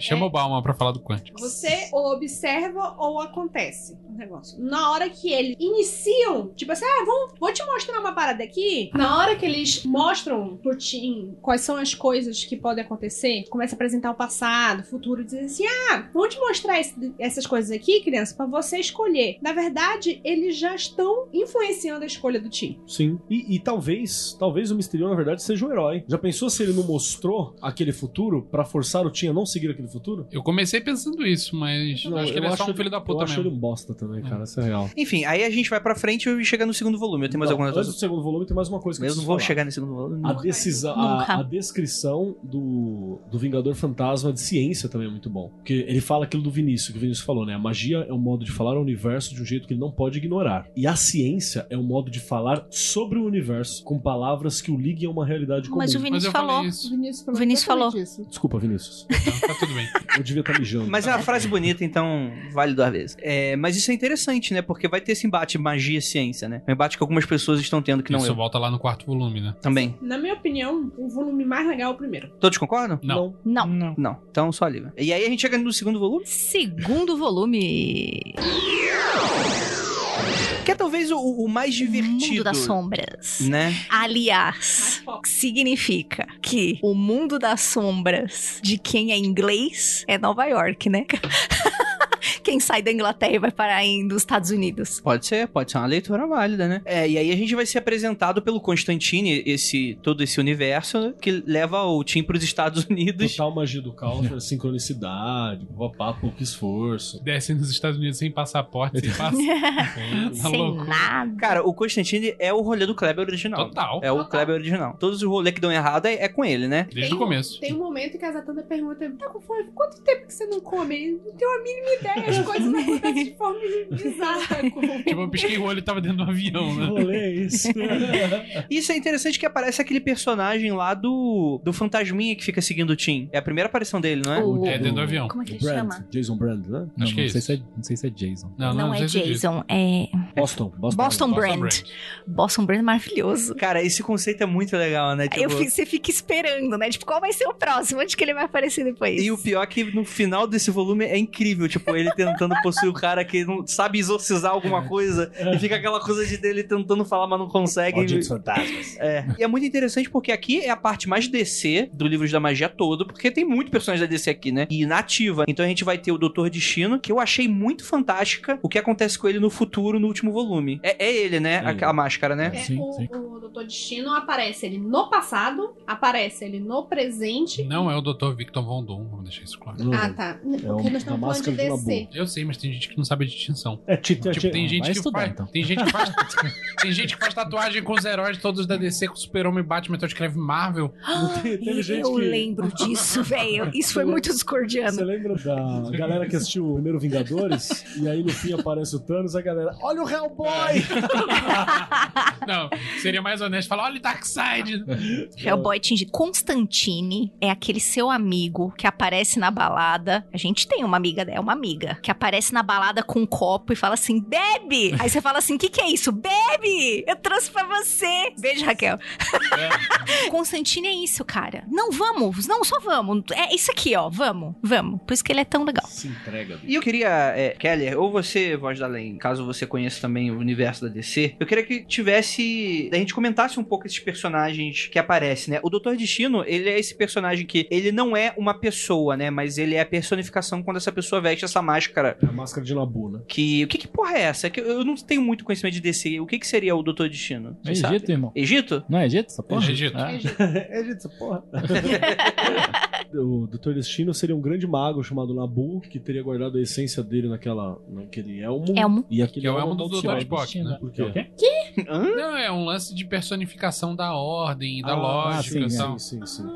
Speaker 6: Chama o Bauman pra falar do Quântico.
Speaker 4: Você ou observa ou acontece o negócio. Na hora que eles iniciam, tipo assim, ah, vamos, vou te mostrar uma parada aqui.
Speaker 9: Na hora que eles mostram pro Tim quais são as coisas que podem acontecer, começa a apresentar o passado, o futuro, dizem assim:
Speaker 4: Ah, vou te mostrar esse- essas coisas aqui, criança, pra você escolher. Na verdade, eles já estão influenciando a escolha do time.
Speaker 5: Sim. E, e talvez, talvez o Misterio, na verdade, seja um herói. Já pensou se ele não mostrou aquele futuro pra forçar o Tim a não seguir aquele futuro?
Speaker 6: Eu comecei pensando isso, mas
Speaker 5: Não,
Speaker 6: acho que
Speaker 5: eu
Speaker 6: ele é só um
Speaker 5: acho-
Speaker 6: filho da
Speaker 5: Eu
Speaker 6: puta
Speaker 5: acho ele
Speaker 6: mesmo.
Speaker 5: um bosta também,
Speaker 6: É.
Speaker 5: cara. Isso é real.
Speaker 3: Enfim, aí a gente vai pra frente e chega no segundo volume. Eu tenho mais
Speaker 5: Não,
Speaker 3: alguma
Speaker 5: antes
Speaker 3: coisa?
Speaker 5: do segundo volume tem mais uma coisa que
Speaker 3: Eu
Speaker 5: preciso
Speaker 3: não vou
Speaker 5: falar.
Speaker 3: chegar no segundo volume.
Speaker 2: Ah.
Speaker 5: A, decisão,
Speaker 2: Nunca.
Speaker 5: a, a descrição do, do Vingador Fantasma de ciência também é muito bom. Porque ele fala aquilo do Vinícius, que o Vinícius falou, né? A magia é um modo de falar ao universo de um jeito que ele não pode ignorar. E a ciência é um modo de falar sobre o universo com palavras que o liguem a uma realidade comum.
Speaker 2: Mas o
Speaker 6: Mas eu
Speaker 2: Vinícius falou.
Speaker 6: falei isso.
Speaker 9: Vinícius
Speaker 2: O Vinícius falou.
Speaker 9: exatamente isso.
Speaker 5: Desculpa, Vinícius.
Speaker 6: Então, tá tudo bem.
Speaker 5: Eu devia estar mijando.
Speaker 3: Mas é uma frase bonita, então vale duas vezes. É, mas isso é interessante, né? Porque vai ter esse embate magia e ciência, né? Um embate que algumas pessoas estão tendo que não
Speaker 6: isso
Speaker 3: eu.
Speaker 6: volta lá no quarto volume, né?
Speaker 3: Também.
Speaker 9: Na minha opinião, o volume mais legal é o primeiro.
Speaker 3: Todos concordam?
Speaker 6: Não.
Speaker 2: Não.
Speaker 7: Não.
Speaker 3: Não. Então só ali. vai. E aí a gente chega no segundo volume,
Speaker 2: Segundo volume.
Speaker 3: que é talvez o, o mais
Speaker 2: Mundo
Speaker 3: divertido.
Speaker 2: das Sombras.
Speaker 3: né?
Speaker 2: Aliás,
Speaker 9: Mais foco.
Speaker 2: significa que o mundo das sombras de quem é inglês é Nova York, né? Quem sai da Inglaterra e vai parar em, dos Estados Unidos.
Speaker 3: Pode ser, pode ser uma leitura válida, né? É, e aí a gente vai ser apresentado pelo Constantine, esse, todo esse universo, né? que leva o Tim pros Estados Unidos.
Speaker 5: Total magia do caos, né? sincronicidade, papá, pouco esforço.
Speaker 6: Desce nos Estados Unidos sem passaporte, sem passo. Tá
Speaker 2: Sem
Speaker 6: louco.
Speaker 2: nada.
Speaker 3: Cara, o Constantine é o rolê do Kleber original.
Speaker 6: Total.
Speaker 3: É o Kleber original. Todos os rolês que dão errado é, é com ele, né?
Speaker 6: Desde
Speaker 9: Tem
Speaker 6: o começo.
Speaker 9: Tem um momento que a Zatanda pergunta: tá com fome? Quanto tempo que você não come? Não tenho a mínima ideia, as coisas acontecem de forma bizarra. comigo.
Speaker 6: Tipo, eu pisquei o olho e tava dentro do avião, né?
Speaker 5: Olê, isso.
Speaker 3: Isso é interessante que aparece aquele personagem lá do, do fantasminha que fica seguindo o Tim. É a primeira aparição dele, não é?
Speaker 2: O-
Speaker 6: É dentro do avião.
Speaker 2: Como é que ele chama?
Speaker 5: Brand, Jason Brand, né?
Speaker 7: Não,
Speaker 6: Acho que é
Speaker 7: não sei
Speaker 6: isso.
Speaker 7: se é, não sei se é Jason.
Speaker 6: Não,
Speaker 2: Não, é
Speaker 6: sei se diz.
Speaker 2: Jason, é
Speaker 5: Boston, Boston.
Speaker 2: Boston Brand.
Speaker 6: Brand.
Speaker 2: Boston Brand é maravilhoso.
Speaker 3: Cara, esse conceito é muito legal, né?
Speaker 2: Eu
Speaker 3: Tipo,
Speaker 2: fi- você fica esperando, né? Tipo, qual vai ser o próximo? Onde que ele vai aparecer depois?
Speaker 3: E o pior é que no final desse volume é incrível, tipo, ele tentando possuir o cara que não sabe exorcizar alguma coisa
Speaker 2: É.
Speaker 3: e fica aquela coisa de dele tentando falar, mas não consegue.
Speaker 5: Malditos fantasmas.
Speaker 3: É.
Speaker 2: né?
Speaker 3: E é muito interessante porque aqui é a parte mais DC do Livros da Magia todo, porque tem muito personagem da DC aqui, né? E nativa. Então a gente vai ter o Doutor Destino, que eu achei muito fantástica o que acontece com ele no futuro, no último volume. É, é ele, né? A-
Speaker 5: ele.
Speaker 3: A, máscara, né?
Speaker 9: É,
Speaker 7: Sim,
Speaker 9: o,
Speaker 7: sim.
Speaker 9: o Doutor Destino aparece ele no passado, aparece ele no presente.
Speaker 6: Não é o Dr. Victor Von Doom, vamos deixar isso claro.
Speaker 9: Ah, tá. Porque
Speaker 5: um-
Speaker 9: nós
Speaker 5: uma
Speaker 9: estamos falando de
Speaker 5: máscara de uma
Speaker 9: DC.
Speaker 6: Eu sei, mas tem gente que não sabe a distinção.
Speaker 5: É, tipo,
Speaker 6: Tipo, tem
Speaker 7: Ah,
Speaker 6: gente
Speaker 7: vai
Speaker 6: que
Speaker 7: estudar,
Speaker 6: faz.
Speaker 7: então.
Speaker 6: Tem gente que faz. tem gente que faz tatuagem com os heróis todos da DC, com Super-Homem, Batman, então escreve Marvel.
Speaker 2: Ah,
Speaker 5: Teve- teve gente
Speaker 2: eu
Speaker 5: que-
Speaker 2: lembro disso, velho. Isso foi muito
Speaker 5: Você
Speaker 2: discordiano.
Speaker 5: lembra da galera que assistiu o primeiro Vingadores? e aí no fim aparece o Thanos, a galera. Olha o Hellboy!
Speaker 6: Não, seria mais honesto falar, olha o Darkseid.
Speaker 2: Hellboy tingido. Constantine é aquele seu amigo que aparece na balada. A gente tem uma amiga, é uma amiga, que aparece na balada com um copo e fala assim: bebe! Aí você fala assim: o que, que é isso? Bebe! Eu trouxe pra você! Beijo, Raquel.
Speaker 6: É,
Speaker 2: Constantine é isso, cara. Não, vamos! Não, só vamos. É isso aqui, ó. Vamos, vamos. Por isso que ele é tão legal.
Speaker 5: Se entrega, bicho.
Speaker 3: E eu queria, é, Keller, ou você, Voz da Além, caso você conheça também o universo da DC, eu queria que tivesse. A gente comentasse um pouco esses personagens que aparecem, né? O Doutor Destino, ele é esse personagem que ele não é uma pessoa, né? Mas ele é a personificação quando essa pessoa veste essa máscara.
Speaker 5: É a máscara de Nabu, né?
Speaker 3: Que. O que, que porra é essa? É que eu não tenho muito conhecimento de DC. O que, que seria o Doutor Destino?
Speaker 7: É
Speaker 3: Vocês
Speaker 7: Egito,
Speaker 3: sabem?
Speaker 7: irmão.
Speaker 3: Egito?
Speaker 7: Não é Egito essa porra?
Speaker 6: É Egito.
Speaker 7: Ah.
Speaker 5: É disso, porra. o Dr. Destino seria um grande mago chamado Nabu, que teria guardado a essência dele naquela, naquele elmo.
Speaker 2: Elmo.
Speaker 5: E aquele
Speaker 6: Que é o
Speaker 5: elmo
Speaker 6: elmo do
Speaker 5: não se
Speaker 6: Dr.
Speaker 5: vai.
Speaker 6: Spock, né?
Speaker 5: Por quê?
Speaker 7: É o quê?
Speaker 6: Não, é um lance de personificação da ordem, da
Speaker 5: Ah,
Speaker 6: lógica então. e
Speaker 5: sim,
Speaker 6: tal.
Speaker 5: sim, sim, sim.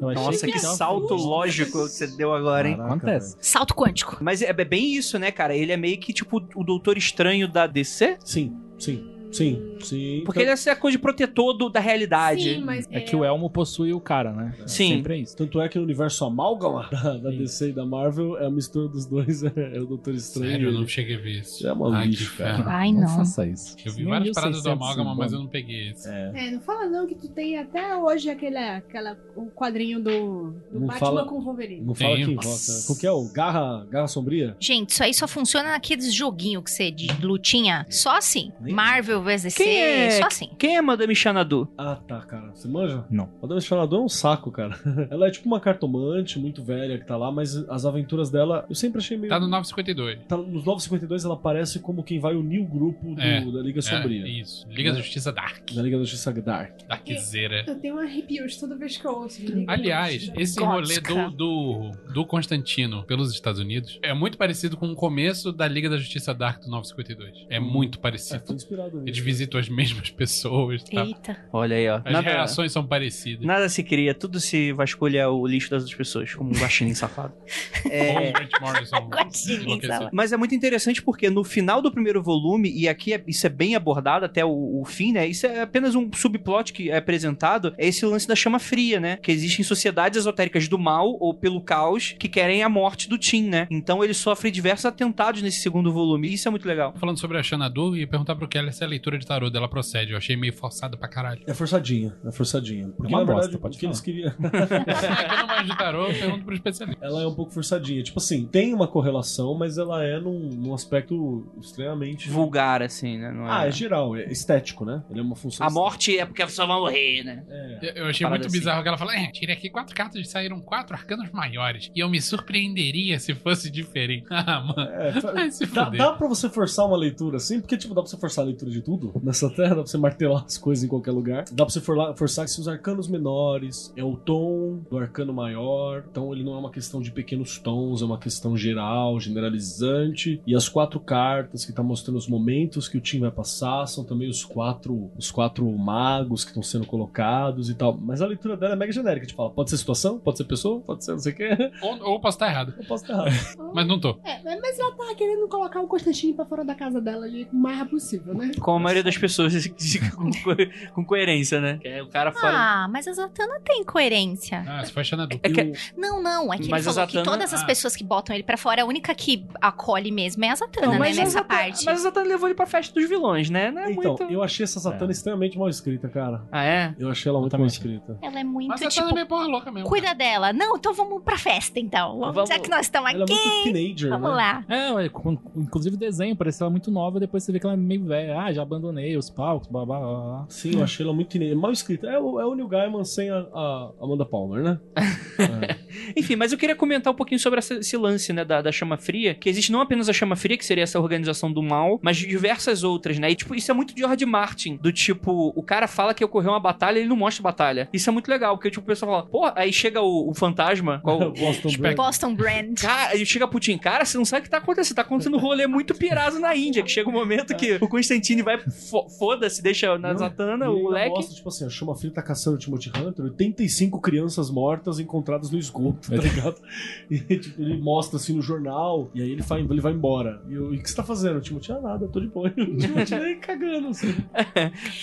Speaker 7: Eu achei
Speaker 3: Nossa, que
Speaker 7: tava-
Speaker 3: salto lógico que você deu agora, hein?
Speaker 5: Caraca,
Speaker 7: Acontece.
Speaker 2: Salto quântico.
Speaker 3: Mas é é bem isso, né, cara? Ele é meio que tipo o Doutor Estranho da DC?
Speaker 5: velho. Sim, sim. Sim, sim.
Speaker 6: Então-
Speaker 3: Porque ele é essa coisa de protetor do- da
Speaker 4: Ah,
Speaker 3: realidade.
Speaker 9: Sim, mas
Speaker 7: É que o Elmo possui o cara, né?
Speaker 3: Sim.
Speaker 7: Sempre é isso.
Speaker 5: Tanto é que no universo amálgama da, da DC e da Marvel, é a mistura dos dois, é, o Doutor Estranho.
Speaker 6: Sério, eu
Speaker 5: e
Speaker 6: não
Speaker 5: ele.
Speaker 6: cheguei a ver isso.
Speaker 5: É uma
Speaker 6: Ai, que
Speaker 5: lixo, cara.
Speaker 6: ferro.
Speaker 2: Ai,
Speaker 7: Não
Speaker 2: não.
Speaker 7: faça isso.
Speaker 6: Eu é vi
Speaker 7: Nem
Speaker 6: várias paradas do
Speaker 7: 1600
Speaker 6: amálgama, mas eu
Speaker 7: bom.
Speaker 6: não peguei esse.
Speaker 4: É, não fala não que tu tem até hoje aquele, aquela, o quadrinho do, do
Speaker 5: Não
Speaker 4: Batman
Speaker 5: fala-
Speaker 4: com o Wolverine.
Speaker 5: Não fala
Speaker 6: Tem.
Speaker 5: que invoca. Qual que é o? Garra, garra Sombria?
Speaker 2: Gente, isso aí só funciona naqueles joguinhos que você de lutinha. Só assim.
Speaker 5: Nem-
Speaker 2: Marvel vs DC,
Speaker 3: Quem é-
Speaker 2: só assim.
Speaker 3: Quem é Madame Xanadu?
Speaker 5: Ah, tá, cara. Você manja?
Speaker 7: Não.
Speaker 5: Madame Xanadu é um saco, cara. Ela é tipo uma cartomante muito velha que tá lá, mas as aventuras dela eu sempre achei meio.
Speaker 6: Tá no 952.
Speaker 5: Tá nos 952 ela aparece como quem vai unir o grupo do-
Speaker 6: É,
Speaker 5: da Liga Sombria.
Speaker 6: É, isso. Liga da
Speaker 5: É.
Speaker 6: Justiça Dark.
Speaker 5: Da Liga da Justiça Dark.
Speaker 6: Darkzeira.
Speaker 4: Eu tenho arrepios toda vez que eu ouço. Liga da
Speaker 6: Aliás,
Speaker 4: Justiça.
Speaker 6: esse rolê do, do, do Constantino pelos Estados Unidos é muito parecido com o começo da Liga da Justiça Dark do 952. É muito
Speaker 5: É, foi
Speaker 6: parecido.
Speaker 5: inspirado nisso.
Speaker 6: Eles visitam as mesmas pessoas, tá?
Speaker 2: Eita.
Speaker 3: Olha aí, ó.
Speaker 6: As
Speaker 3: Nada,
Speaker 6: reações são parecidas.
Speaker 3: nada se cria, tudo se vasculha o lixo das outras pessoas, como um guaxinim safado.
Speaker 6: Ou
Speaker 3: É,
Speaker 6: o Grant Morrison
Speaker 2: Guaxinim,
Speaker 6: enlouqueceu.
Speaker 2: sabe?
Speaker 3: Mas é muito interessante porque no final do primeiro volume, e aqui é- isso é bem abordado até o, o fim, né? Isso é apenas um subplot que é apresentado, é esse lance da chama fria, né? Que existem sociedades esotéricas do mal ou pelo caos que querem a morte do Tim, né? Então ele sofre diversos atentados nesse segundo volume. e Isso é muito legal.
Speaker 6: Falando sobre a Xanadu, e perguntar pro Kelly se a leitura de tarô dela procede. Eu achei meio forçada pra caralho.
Speaker 5: É forçadinha, é forçadinha. Porque
Speaker 7: uma
Speaker 5: na verdade
Speaker 7: bosta, pode
Speaker 5: o que eles
Speaker 7: falar.
Speaker 5: queriam.
Speaker 6: É que eu não manjo de tarô, eu pergunto pro especialista.
Speaker 5: Ela é um pouco forçadinha. Tipo assim, tem uma correlação, mas ela é num, num aspecto extremamente.
Speaker 3: Vulgar, assim, né? Não é-
Speaker 5: Ah, é geral, é estético, né? Ele é uma função.
Speaker 3: A morte é porque a pessoa vai morrer, né?
Speaker 5: estética. É.
Speaker 6: Eu- Eu achei
Speaker 3: Parada
Speaker 6: muito
Speaker 3: assim.
Speaker 6: bizarro que ela falou: é, tirei aqui quatro cartas e saíram quatro arcanos maiores. E eu me surpreenderia se fosse diferente. Ah, mano.
Speaker 5: É, fa-
Speaker 6: Vai se
Speaker 5: Dá,
Speaker 6: fuder.
Speaker 5: dá pra você forçar uma leitura assim? Porque, tipo, dá pra você forçar a leitura de tudo nessa terra, dá pra você martelar as coisas em qualquer lugar. Dá pra você forla- forçar que se os arcanos menores é o tom do arcano maior, então ele não é uma questão de pequenos tons, é uma questão geral, generalizante. E as quatro cartas que tá mostrando os momentos que o time vai passar são também os quatro, os quatro magos que estão sendo colocados e tal. Mas a leitura dela é mega genérica, tipo, fala, pode ser situação, pode ser pessoa, pode ser não sei o que.
Speaker 6: Ou, ou posso estar errado.
Speaker 5: Eu posso estar errado.
Speaker 6: Mas não tô.
Speaker 4: É, mas ela tava querendo colocar o Constantino pra fora da casa dela ali o mais rápido possível, né?
Speaker 3: Como a maioria das pessoas com, co- com coerência, né? Que é o cara fala.
Speaker 2: Ah, mas a Zatanna tem coerência.
Speaker 6: Ah, se foi Xanadu.
Speaker 3: É que-
Speaker 5: Eu-
Speaker 2: Não, não. É que
Speaker 3: Mas a
Speaker 2: ele falou
Speaker 3: Zatanna-
Speaker 2: que todas as
Speaker 6: ah.
Speaker 2: pessoas que botam ele pra fora, a única que acolhe mesmo é a Zatanna,
Speaker 3: Não,
Speaker 2: né?
Speaker 3: mas a
Speaker 2: Nessa
Speaker 3: Zatanna-
Speaker 2: parte.
Speaker 3: Mas a Zatanna levou ele pra festa dos vilões, né? Não é
Speaker 5: Então,
Speaker 3: muito.
Speaker 5: eu achei essa Satana extremamente mal escrita, cara.
Speaker 3: Ah, é?
Speaker 5: Eu achei ela muito mal
Speaker 7: Exatamente.
Speaker 5: escrita.
Speaker 2: Ela é muito,
Speaker 6: Mas a Xanadu
Speaker 2: tipo,
Speaker 6: é meio porra louca mesmo.
Speaker 2: cuida dela. Não, então vamos pra festa, então.
Speaker 3: Vamos-
Speaker 2: Vamos, já que nós estamos
Speaker 5: Ela é
Speaker 2: aqui,
Speaker 5: muito teenager,
Speaker 2: vamos
Speaker 5: né?
Speaker 2: lá.
Speaker 7: É, ué, com- com- inclusive o desenho, parece ela muito nova, depois você vê que ela é meio velha. Ah, já abandonei os palcos, blá blá blá blá.
Speaker 5: Sim, eu achei ela muito teenager. Mal escrita. É, o- é o Neil Gaiman sem a, a Amanda Palmer, né? É.
Speaker 3: Enfim, mas eu queria comentar um pouquinho sobre essa- esse lance, né, da, da Chama Fria, que existe não apenas a Chama Fria, que seria essa organização do mal, mas diversas outras, né? E, tipo, isso é muito George Martin, do tipo, o cara fala que ocorreu uma batalha e ele não mostra a batalha. Isso é muito legal, porque, tipo, o pessoal fala, pô, aí chega o, o fantasma, qual...
Speaker 5: Boston
Speaker 6: Espec-
Speaker 5: Brand.
Speaker 2: Tipo, Boston Brand.
Speaker 3: Cara, ele chega Putin, cara, você não sabe o que tá acontecendo. Tá acontecendo um rolê muito pirado na Índia, que chega um momento que o Constantine vai, fo- foda-se, deixa na
Speaker 5: Não,
Speaker 3: Zatanna,
Speaker 5: E
Speaker 3: o
Speaker 5: ainda
Speaker 3: leque.
Speaker 5: mostra, tipo assim, a Chama Fria tá caçando o Timothy Hunter, 85 crianças mortas encontradas no esgoto, tá ligado? E tipo, ele mostra assim no jornal, e aí ele, faz, ele vai embora. E eu, e o que você tá fazendo? Timothy, ah, nada, eu tô de boa. O Timothy nem cagando, assim.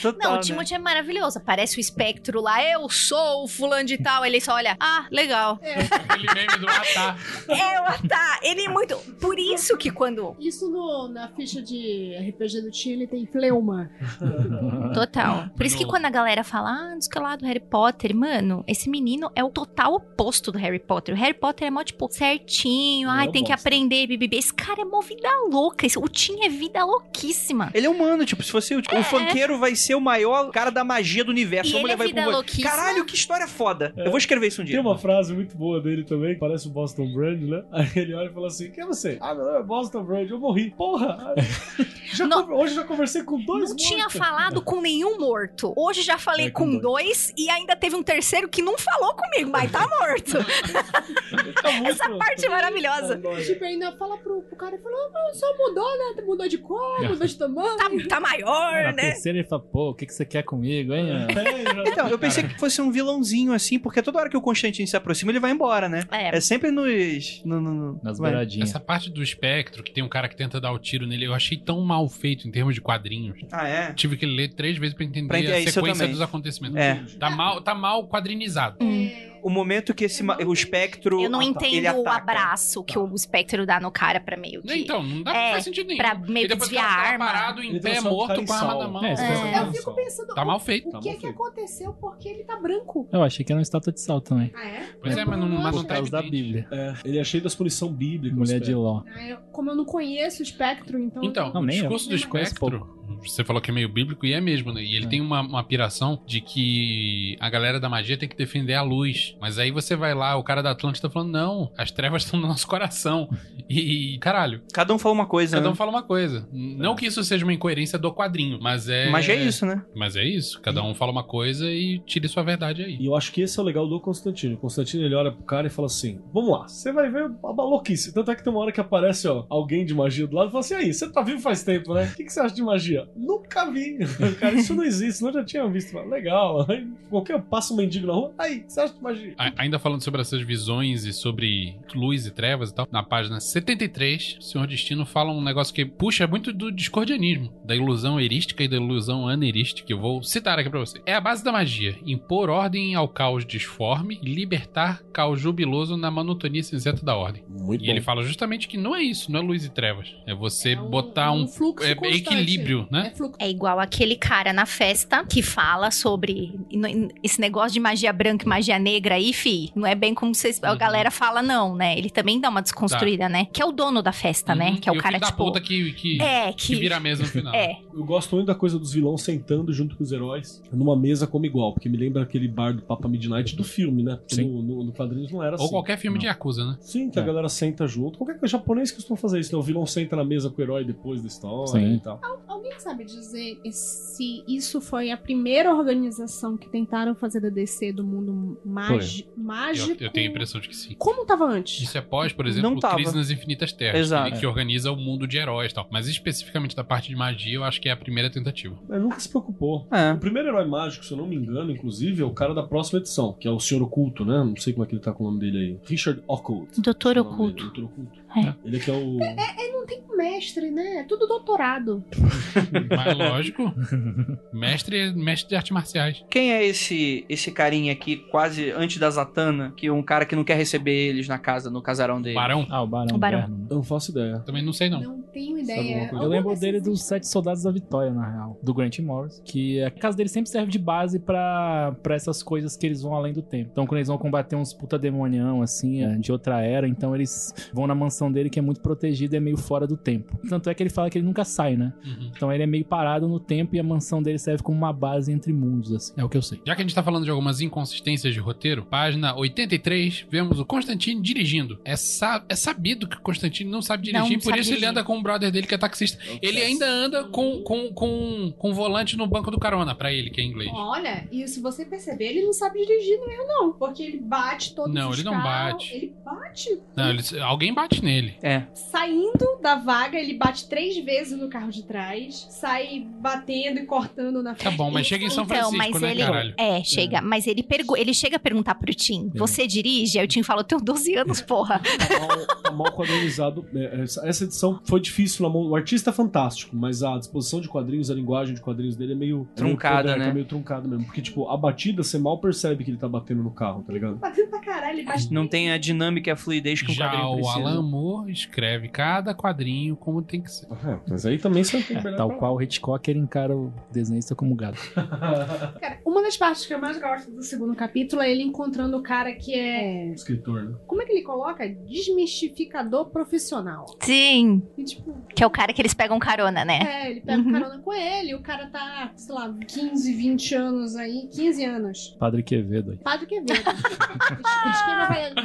Speaker 3: Total,
Speaker 2: Não, o
Speaker 3: né?
Speaker 2: Timothy é maravilhoso. Aparece o espectro lá, eu sou o fulano de tal. Ele só olha, ah, legal.
Speaker 6: Aquele meme do "Ah, tá." Atar.
Speaker 2: É, o Atá. Ele é muito. Por isso que quando.
Speaker 4: Isso no- na ficha de RPG do Tim, ele tem fleuma.
Speaker 3: Ah. Hum.
Speaker 2: Total. Por isso que
Speaker 6: Não.
Speaker 2: quando a galera fala, ah, não sei o que lá do Harry Potter, mano, esse menino é o total oposto do Harry Potter. O Harry Potter é mó, tipo, certinho,
Speaker 5: Ele é
Speaker 2: ai,
Speaker 5: um
Speaker 2: tem que
Speaker 5: bosta.
Speaker 2: aprender, bibibi. Esse cara é mó vida louca. Esse- O Tim é vida louquíssima.
Speaker 3: Ele é humano, tipo, se fosse o,
Speaker 2: É,
Speaker 3: o funkeiro vai ser É o maior cara da magia do universo.
Speaker 2: E
Speaker 3: a
Speaker 2: ele
Speaker 3: mulher
Speaker 2: é
Speaker 3: vai
Speaker 2: vida
Speaker 3: pro-
Speaker 2: louquíssima.
Speaker 3: Caralho, que história foda. Eu vou escrever isso um dia.
Speaker 5: Tem uma frase muito boa dele também, que parece o Boston Brand, né? Aí ele olha e fala assim: Quem é você? Ah, meu nome é Boston Brand, eu morri. Porra! Já
Speaker 2: Não.
Speaker 5: con- Hoje eu já conversei com
Speaker 2: Não
Speaker 5: dois
Speaker 2: tinha
Speaker 5: mortos.
Speaker 2: falado com nenhum morto. Hoje já falei
Speaker 5: É, com
Speaker 2: com, dois e ainda teve um terceiro que não falou comigo, mas tá morto.
Speaker 5: Tá muito-
Speaker 2: Essa parte é maravilhosa.
Speaker 4: Tipo, ainda fala pro, pro cara e fala: "Ah, mas só mudou, né? Mudou de cor, mudou de tamanho.
Speaker 2: Tá, tá maior,
Speaker 7: Na
Speaker 2: né?
Speaker 7: terceira ele fala, pô, o que, que você quer comigo, hein?
Speaker 5: É, já-
Speaker 3: Então, eu pensei que fosse um vilãozinho assim, porque toda hora que o Constantine se aproxima, ele vai embora, né?
Speaker 2: É.
Speaker 3: É sempre nos. No, é? no, no-
Speaker 7: Nas
Speaker 3: vai.
Speaker 7: beiradinhas.
Speaker 6: Essa parte do espectro, que tem um cara que tenta dar o tiro nele, eu achei tão mal mal feito em termos de quadrinhos.
Speaker 3: Ah, é?
Speaker 6: Tive que ler três vezes pra entender
Speaker 3: Pra entender
Speaker 6: a
Speaker 3: isso eu
Speaker 6: sequência
Speaker 3: também.
Speaker 6: dos acontecimentos.
Speaker 3: É.
Speaker 6: Tá mal, tá mal quadrinizado.
Speaker 4: É.
Speaker 3: O momento que esse ma- o espectro.
Speaker 2: Eu não
Speaker 3: ele
Speaker 2: entendo o
Speaker 3: ataca. Tá.
Speaker 2: abraço que o espectro dá no cara pra meio que...
Speaker 6: Então, não dá,
Speaker 2: É,
Speaker 6: não faz sentido nenhum.
Speaker 2: pra meio que
Speaker 6: e depois o
Speaker 2: desviar
Speaker 6: cara
Speaker 2: a
Speaker 6: fica lá
Speaker 2: arma.
Speaker 6: parado em
Speaker 5: Ele
Speaker 6: pé,
Speaker 5: transforma o cara
Speaker 6: É, morto,
Speaker 5: em
Speaker 6: com a arma
Speaker 5: sal.
Speaker 6: na mão.
Speaker 7: É, esse cara
Speaker 5: É.
Speaker 4: Eu fico pensando
Speaker 6: Tá
Speaker 4: o-
Speaker 6: mal feito.
Speaker 4: o,
Speaker 5: Tá
Speaker 4: que
Speaker 5: mal
Speaker 4: é que
Speaker 5: feito.
Speaker 4: aconteceu porque ele tá branco.
Speaker 7: Eu achei que era uma estátua de sal também.
Speaker 4: Ah, é?
Speaker 6: Pois é, mas não, mas não
Speaker 7: Por
Speaker 6: tá
Speaker 7: causa da
Speaker 6: evidente.
Speaker 7: Bíblia.
Speaker 5: É, ele é cheio das punição bíblica.
Speaker 7: Mulher de Ló.
Speaker 4: Ah, eu- como eu não conheço o espectro, então.
Speaker 6: Então,
Speaker 7: Não,
Speaker 6: o
Speaker 7: nem eu.
Speaker 6: discurso do
Speaker 7: Eu conheço
Speaker 6: espectro, você falou que é meio bíblico e é mesmo, né? E ele tem uma, uma piração de que a galera da magia tem que defender a luz. Mas aí você vai lá, o cara da Atlântida falando, não, as trevas estão no nosso coração. E, caralho,
Speaker 3: Cada um fala uma coisa.
Speaker 6: cada
Speaker 3: né?
Speaker 6: um fala uma coisa.
Speaker 7: É.
Speaker 6: Não que isso seja uma incoerência do quadrinho, mas é...
Speaker 3: Mas é isso, né?
Speaker 6: Mas é isso, cada um fala uma coisa e tire sua verdade aí.
Speaker 5: E eu acho que esse é o legal do Constantino. O Constantino ele olha pro cara e fala assim: Vamos lá, você vai ver a maluquice. Tanto é que tem uma hora que aparece ó, alguém de magia do lado e fala assim: Aí, você tá vivo faz tempo, né? O que, que você acha de magia? Nunca vi. cara, isso não existe, não já tinha visto. Fala, Legal. Aí, qualquer passo um mendigo na rua, aí, o que você acha de magia?
Speaker 6: A- Ainda falando sobre essas visões e sobre luz e trevas e tal, na página 73, o Senhor Destino fala um negócio que puxa muito do discordianismo, da ilusão erística e da ilusão anerística, que eu vou citar aqui pra você. É a base da magia, impor ordem ao caos disforme e libertar caos jubiloso na monotonia cinzenta da ordem.
Speaker 5: Muito
Speaker 6: E ele fala justamente que não é isso, não é luz e trevas. É você
Speaker 4: É um-
Speaker 6: botar um,
Speaker 4: fluxo
Speaker 6: é-
Speaker 4: constante.
Speaker 6: equilíbrio,
Speaker 4: É
Speaker 6: né?
Speaker 4: fluxo.
Speaker 2: É igual aquele cara na festa que fala sobre n- esse negócio de magia branca e magia negra aí, fi. Não é bem como vocês, a
Speaker 6: Uhum. Tá.
Speaker 2: galera fala, não, né? Ele também dá uma desconstruída, né? Que é o dono da festa, né?
Speaker 6: Uhum,
Speaker 2: Que é
Speaker 6: e
Speaker 2: o cara,
Speaker 6: filho da
Speaker 2: tipo.
Speaker 6: puta que, que,
Speaker 2: É,
Speaker 6: que
Speaker 2: que.
Speaker 6: vira a mesa no final.
Speaker 2: É.
Speaker 5: Eu gosto muito da coisa dos vilões sentando junto com os heróis numa mesa como igual, porque me lembra aquele bar do Papa Midnight do filme, né?
Speaker 7: Sim.
Speaker 5: No, no, no quadrinhos não era
Speaker 6: Ou
Speaker 5: assim.
Speaker 6: qualquer filme
Speaker 7: Não.
Speaker 6: de Yakuza, né?
Speaker 5: Sim, que a
Speaker 7: É.
Speaker 5: galera senta junto. Qualquer coisa japonês costuma fazer isso, né? O vilão senta na mesa com o herói depois da história
Speaker 7: Sim.
Speaker 5: e tal.
Speaker 4: Alguém sabe dizer se isso foi a primeira organização que tentaram fazer da DC do mundo magi-
Speaker 6: Eu,
Speaker 4: mágico?
Speaker 6: eu tenho a impressão de que sim.
Speaker 4: Como tava antes?
Speaker 6: Isso é pós, por exemplo,
Speaker 3: Não tava.
Speaker 6: Crise nas Infinitas Terras,
Speaker 3: Exato.
Speaker 6: que- que organiza o mundo de heróis e tal. Mas especificamente da parte de magia, eu acho que é a primeira tentativa.
Speaker 5: Mas nunca se preocupou.
Speaker 3: É.
Speaker 8: Ah.
Speaker 5: O primeiro herói mágico, se eu não me engano, inclusive, é o cara da próxima edição, que é o Senhor Oculto, né? Não sei como é que ele tá com o nome dele aí. Richard Occult.
Speaker 2: Doutor
Speaker 5: É o nome dele,
Speaker 2: oculto.
Speaker 5: Doutor Oculto.
Speaker 2: É.
Speaker 5: Ele que é o.
Speaker 4: Não tem mestre, né? É tudo doutorado.
Speaker 6: Mas lógico, mestre, mestre de artes marciais.
Speaker 3: Quem é esse esse carinha aqui, quase antes da Zatanna, que é um cara que não quer receber eles na casa, no casarão dele?
Speaker 6: Barão?
Speaker 7: Ah, o Barão.
Speaker 2: O Barão.
Speaker 7: Verno, né?
Speaker 5: Eu não faço ideia.
Speaker 6: Também não sei não.
Speaker 4: Não tenho
Speaker 5: Sabe alguma
Speaker 4: ideia. assim.
Speaker 5: coisa? assim.
Speaker 4: Algum
Speaker 7: Eu lembro
Speaker 4: desses
Speaker 7: dele dos
Speaker 4: existe.
Speaker 7: Sete Soldados da Vitória, na real, do Grant Morris, que a casa dele sempre serve de base pra pra essas coisas que eles vão além do tempo. Então, quando eles vão combater uns puta demonião, assim, é, de outra era, então eles vão na mansão dele, que é muito protegida e é meio fora do tempo. Tanto é que ele fala que ele nunca sai, né?
Speaker 6: Uhum.
Speaker 7: Então ele é meio parado no tempo e a mansão dele serve como uma base entre mundos, assim. É o que eu sei.
Speaker 6: Já que a gente tá falando de algumas inconsistências de roteiro, página 83, vemos o Constantine dirigindo. É, sa- é sabido que o Constantine não sabe dirigir,
Speaker 2: Não
Speaker 6: por
Speaker 2: sabe
Speaker 6: isso ele
Speaker 2: dirigir.
Speaker 6: anda com o brother dele que é taxista.
Speaker 3: um
Speaker 6: Ele ainda anda com, com, com, com o volante no banco do carona, pra ele que é inglês.
Speaker 4: Olha, e se você perceber, ele não sabe dirigir mesmo, não. Porque ele bate todos
Speaker 6: Não,
Speaker 4: os
Speaker 6: ele não
Speaker 4: carros,
Speaker 6: bate.
Speaker 4: Ele bate.
Speaker 6: Não, ele- alguém bate nele.
Speaker 3: É.
Speaker 4: Saindo da vaga, ele bate três vezes no carro de trás. Sai batendo e cortando na
Speaker 6: Tá
Speaker 4: frente.
Speaker 6: bom, mas chega em São
Speaker 2: então,
Speaker 6: Francisco,
Speaker 2: mas
Speaker 6: né,
Speaker 2: ele.
Speaker 6: caralho?
Speaker 2: É, chega. Mas ele, pergu... ele chega a perguntar pro Tim:
Speaker 7: É.
Speaker 2: Você dirige? Aí o Tim fala: Eu tenho 12 anos, porra.
Speaker 5: Tá mal, tá mal quadrinizado. É, Essa, essa edição foi difícil na mão. O artista é fantástico, mas a disposição de quadrinhos, a linguagem de quadrinhos dele é meio.
Speaker 3: Truncada,
Speaker 5: é meio
Speaker 3: né?
Speaker 5: É meio truncada mesmo. Porque, tipo, a batida você mal percebe que ele tá batendo no carro, tá ligado?
Speaker 4: Batendo pra caralho, ele bate
Speaker 3: Não tem a dinâmica e a fluidez que um
Speaker 6: Já
Speaker 3: quadrinho
Speaker 6: o
Speaker 3: precisa.
Speaker 6: Alan Moore escreve cada quadrinho como tem que ser.
Speaker 5: É, mas aí também você não tem que
Speaker 7: É,
Speaker 5: olhar
Speaker 7: tal
Speaker 5: pra-
Speaker 7: qual o Hitchcock, ele encara o desenhista como gato.
Speaker 4: Cara, uma das partes que eu mais gosto do segundo capítulo é ele encontrando o cara que é.
Speaker 5: Escritor, né?
Speaker 4: Como é que ele coloca? Desmistificador profissional.
Speaker 2: Sim.
Speaker 4: E, tipo,
Speaker 2: Que é o cara que eles pegam carona, né?
Speaker 4: é, ele pega
Speaker 2: Uhum.
Speaker 4: carona com ele, o cara tá, sei lá, 15, 20 anos aí, 15 anos.
Speaker 7: Padre Quevedo aí.
Speaker 4: Padre Quevedo. Esquema baiano.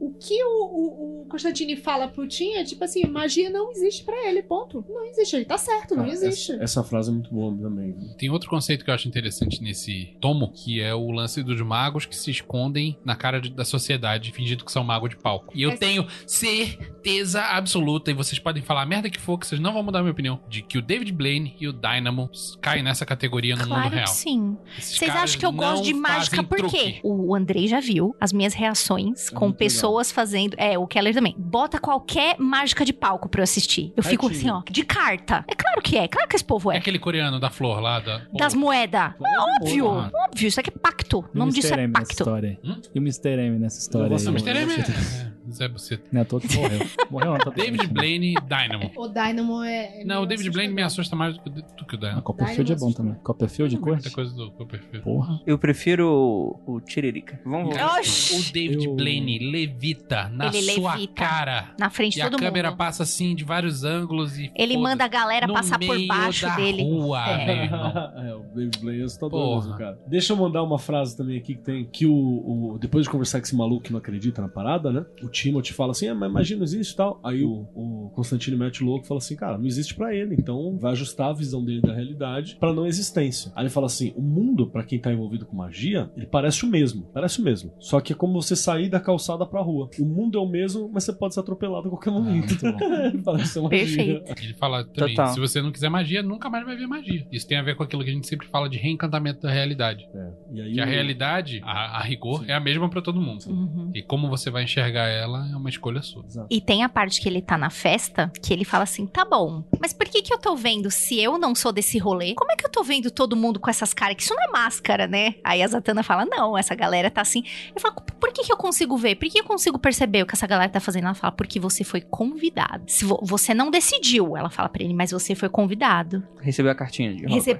Speaker 4: o que o, o, o Constantine fala pro Tim é tipo assim: magia não existe pra ele, ponto. Não existe, ele tá certo, não
Speaker 5: Cara,
Speaker 4: existe.
Speaker 5: Essa, essa frase é muito boa também. né?
Speaker 6: Tem outro conceito que eu acho interessante nesse tomo, que é o lance dos magos que se escondem na cara de- da sociedade, fingindo que são mago de palco. E eu
Speaker 4: Essa-
Speaker 6: tenho certeza absoluta, e vocês podem falar a merda que for, que vocês não vão mudar a minha opinião, de que o David Blaine e o Dynamo caem nessa categoria no
Speaker 2: Claro
Speaker 6: mundo real.
Speaker 2: que sim.
Speaker 6: Esses
Speaker 2: Vocês
Speaker 6: caras
Speaker 2: acham que eu
Speaker 6: não
Speaker 2: gosto de mágica
Speaker 6: fazem
Speaker 2: por quê?
Speaker 6: truque.
Speaker 2: O Andrei já viu as minhas reações
Speaker 5: É
Speaker 2: com
Speaker 5: muito
Speaker 2: pessoas fazendo. É, o Keller também. Bota qualquer mágica de palco. louco pra eu assistir. Eu fico assim,
Speaker 5: Certinho.
Speaker 2: ó, de carta. É claro que é, é claro que esse povo
Speaker 6: É
Speaker 2: é.
Speaker 6: aquele coreano da flor lá da.
Speaker 2: Das moedas. Óbvio, óbvio, isso aqui é pacto. O
Speaker 7: Ah, E
Speaker 2: nome disso
Speaker 7: Mr.
Speaker 2: é
Speaker 7: M nessa
Speaker 2: pacto.
Speaker 7: história aí.
Speaker 6: Hum?
Speaker 7: E o Mr. M nessa história
Speaker 5: Eu
Speaker 7: aí.
Speaker 5: gosto
Speaker 6: Não, mas
Speaker 5: muito.
Speaker 7: Não,
Speaker 6: Terem é. é, Zé Buceta.
Speaker 7: é à toa que morreu. Morreu não, tá
Speaker 6: David Blaine Dynamo.
Speaker 4: O Dynamo é. é
Speaker 6: Não, o
Speaker 4: meio
Speaker 6: David Blaine me
Speaker 4: assustador.
Speaker 6: assusta mais do que, do que o
Speaker 7: A
Speaker 6: Dynamo.
Speaker 7: Copperfield é bom também. Copperfield de
Speaker 6: Muita
Speaker 7: corte?
Speaker 6: coisa do Copperfield.
Speaker 7: Porra.
Speaker 3: Eu prefiro o, o Tiririca. Vamos voltar.
Speaker 2: Oxi,
Speaker 6: O David
Speaker 5: Eu-
Speaker 6: Blaine levita na
Speaker 2: Ele
Speaker 6: sua
Speaker 2: levita.
Speaker 6: cara.
Speaker 2: na frente
Speaker 6: E
Speaker 2: de
Speaker 6: a
Speaker 2: todo
Speaker 6: câmera
Speaker 2: mundo.
Speaker 6: passa assim de vários ângulos e.
Speaker 2: Ele
Speaker 6: foda-se.
Speaker 2: manda a galera
Speaker 6: No
Speaker 2: passar por
Speaker 6: meio
Speaker 2: baixo
Speaker 6: da
Speaker 2: dele.
Speaker 6: Rua,
Speaker 2: É.
Speaker 6: meu irmão.
Speaker 5: é, o David Blaine é assustador
Speaker 6: Porra.
Speaker 5: mesmo, cara. Deixa eu mandar uma frase também aqui que tem que o, o- depois de conversar com esse maluco que não acredita na parada, né? O Timothy fala assim: "É, mas imagina existe e tal". Aí o, o Constantino mete o louco e fala assim: "Cara, não existe pra ele, então vai ajustar a visão dele da realidade pra não existência". Aí ele fala assim: "O mundo pra quem tá envolvido com magia, ele parece o mesmo, parece o mesmo. Só que é como você sair da calçada pra rua. O mundo é o mesmo, mas você pode ser atropelado a qualquer momento". parece é uma
Speaker 2: Perfeito.
Speaker 6: Ele fala também,
Speaker 3: Total.
Speaker 6: se você não quiser magia, nunca mais vai ver magia. Isso tem a ver com aquilo que a gente sempre fala de reencantamento da realidade.
Speaker 5: É, E aí
Speaker 6: Que a
Speaker 5: o-
Speaker 6: realidade, a, a rigor, é a mesma pra todo mundo.
Speaker 2: Uhum.
Speaker 6: E como você vai enxergar ela é uma escolha sua.
Speaker 2: E tem a parte que ele tá na festa, que ele fala assim: tá bom, mas por que que eu tô vendo se eu não sou desse rolê? Como é que eu tô vendo todo mundo com essas caras? Que isso não é máscara, né? Aí a Zatanna fala: não, essa galera tá assim. Eu falo: por que que eu consigo ver? Por que eu consigo perceber o que essa galera tá fazendo? Ela fala: porque você foi convidado. Se vo- você não decidiu, ela fala pra ele, mas você foi convidado.
Speaker 3: Recebeu a cartinha de
Speaker 2: Receb-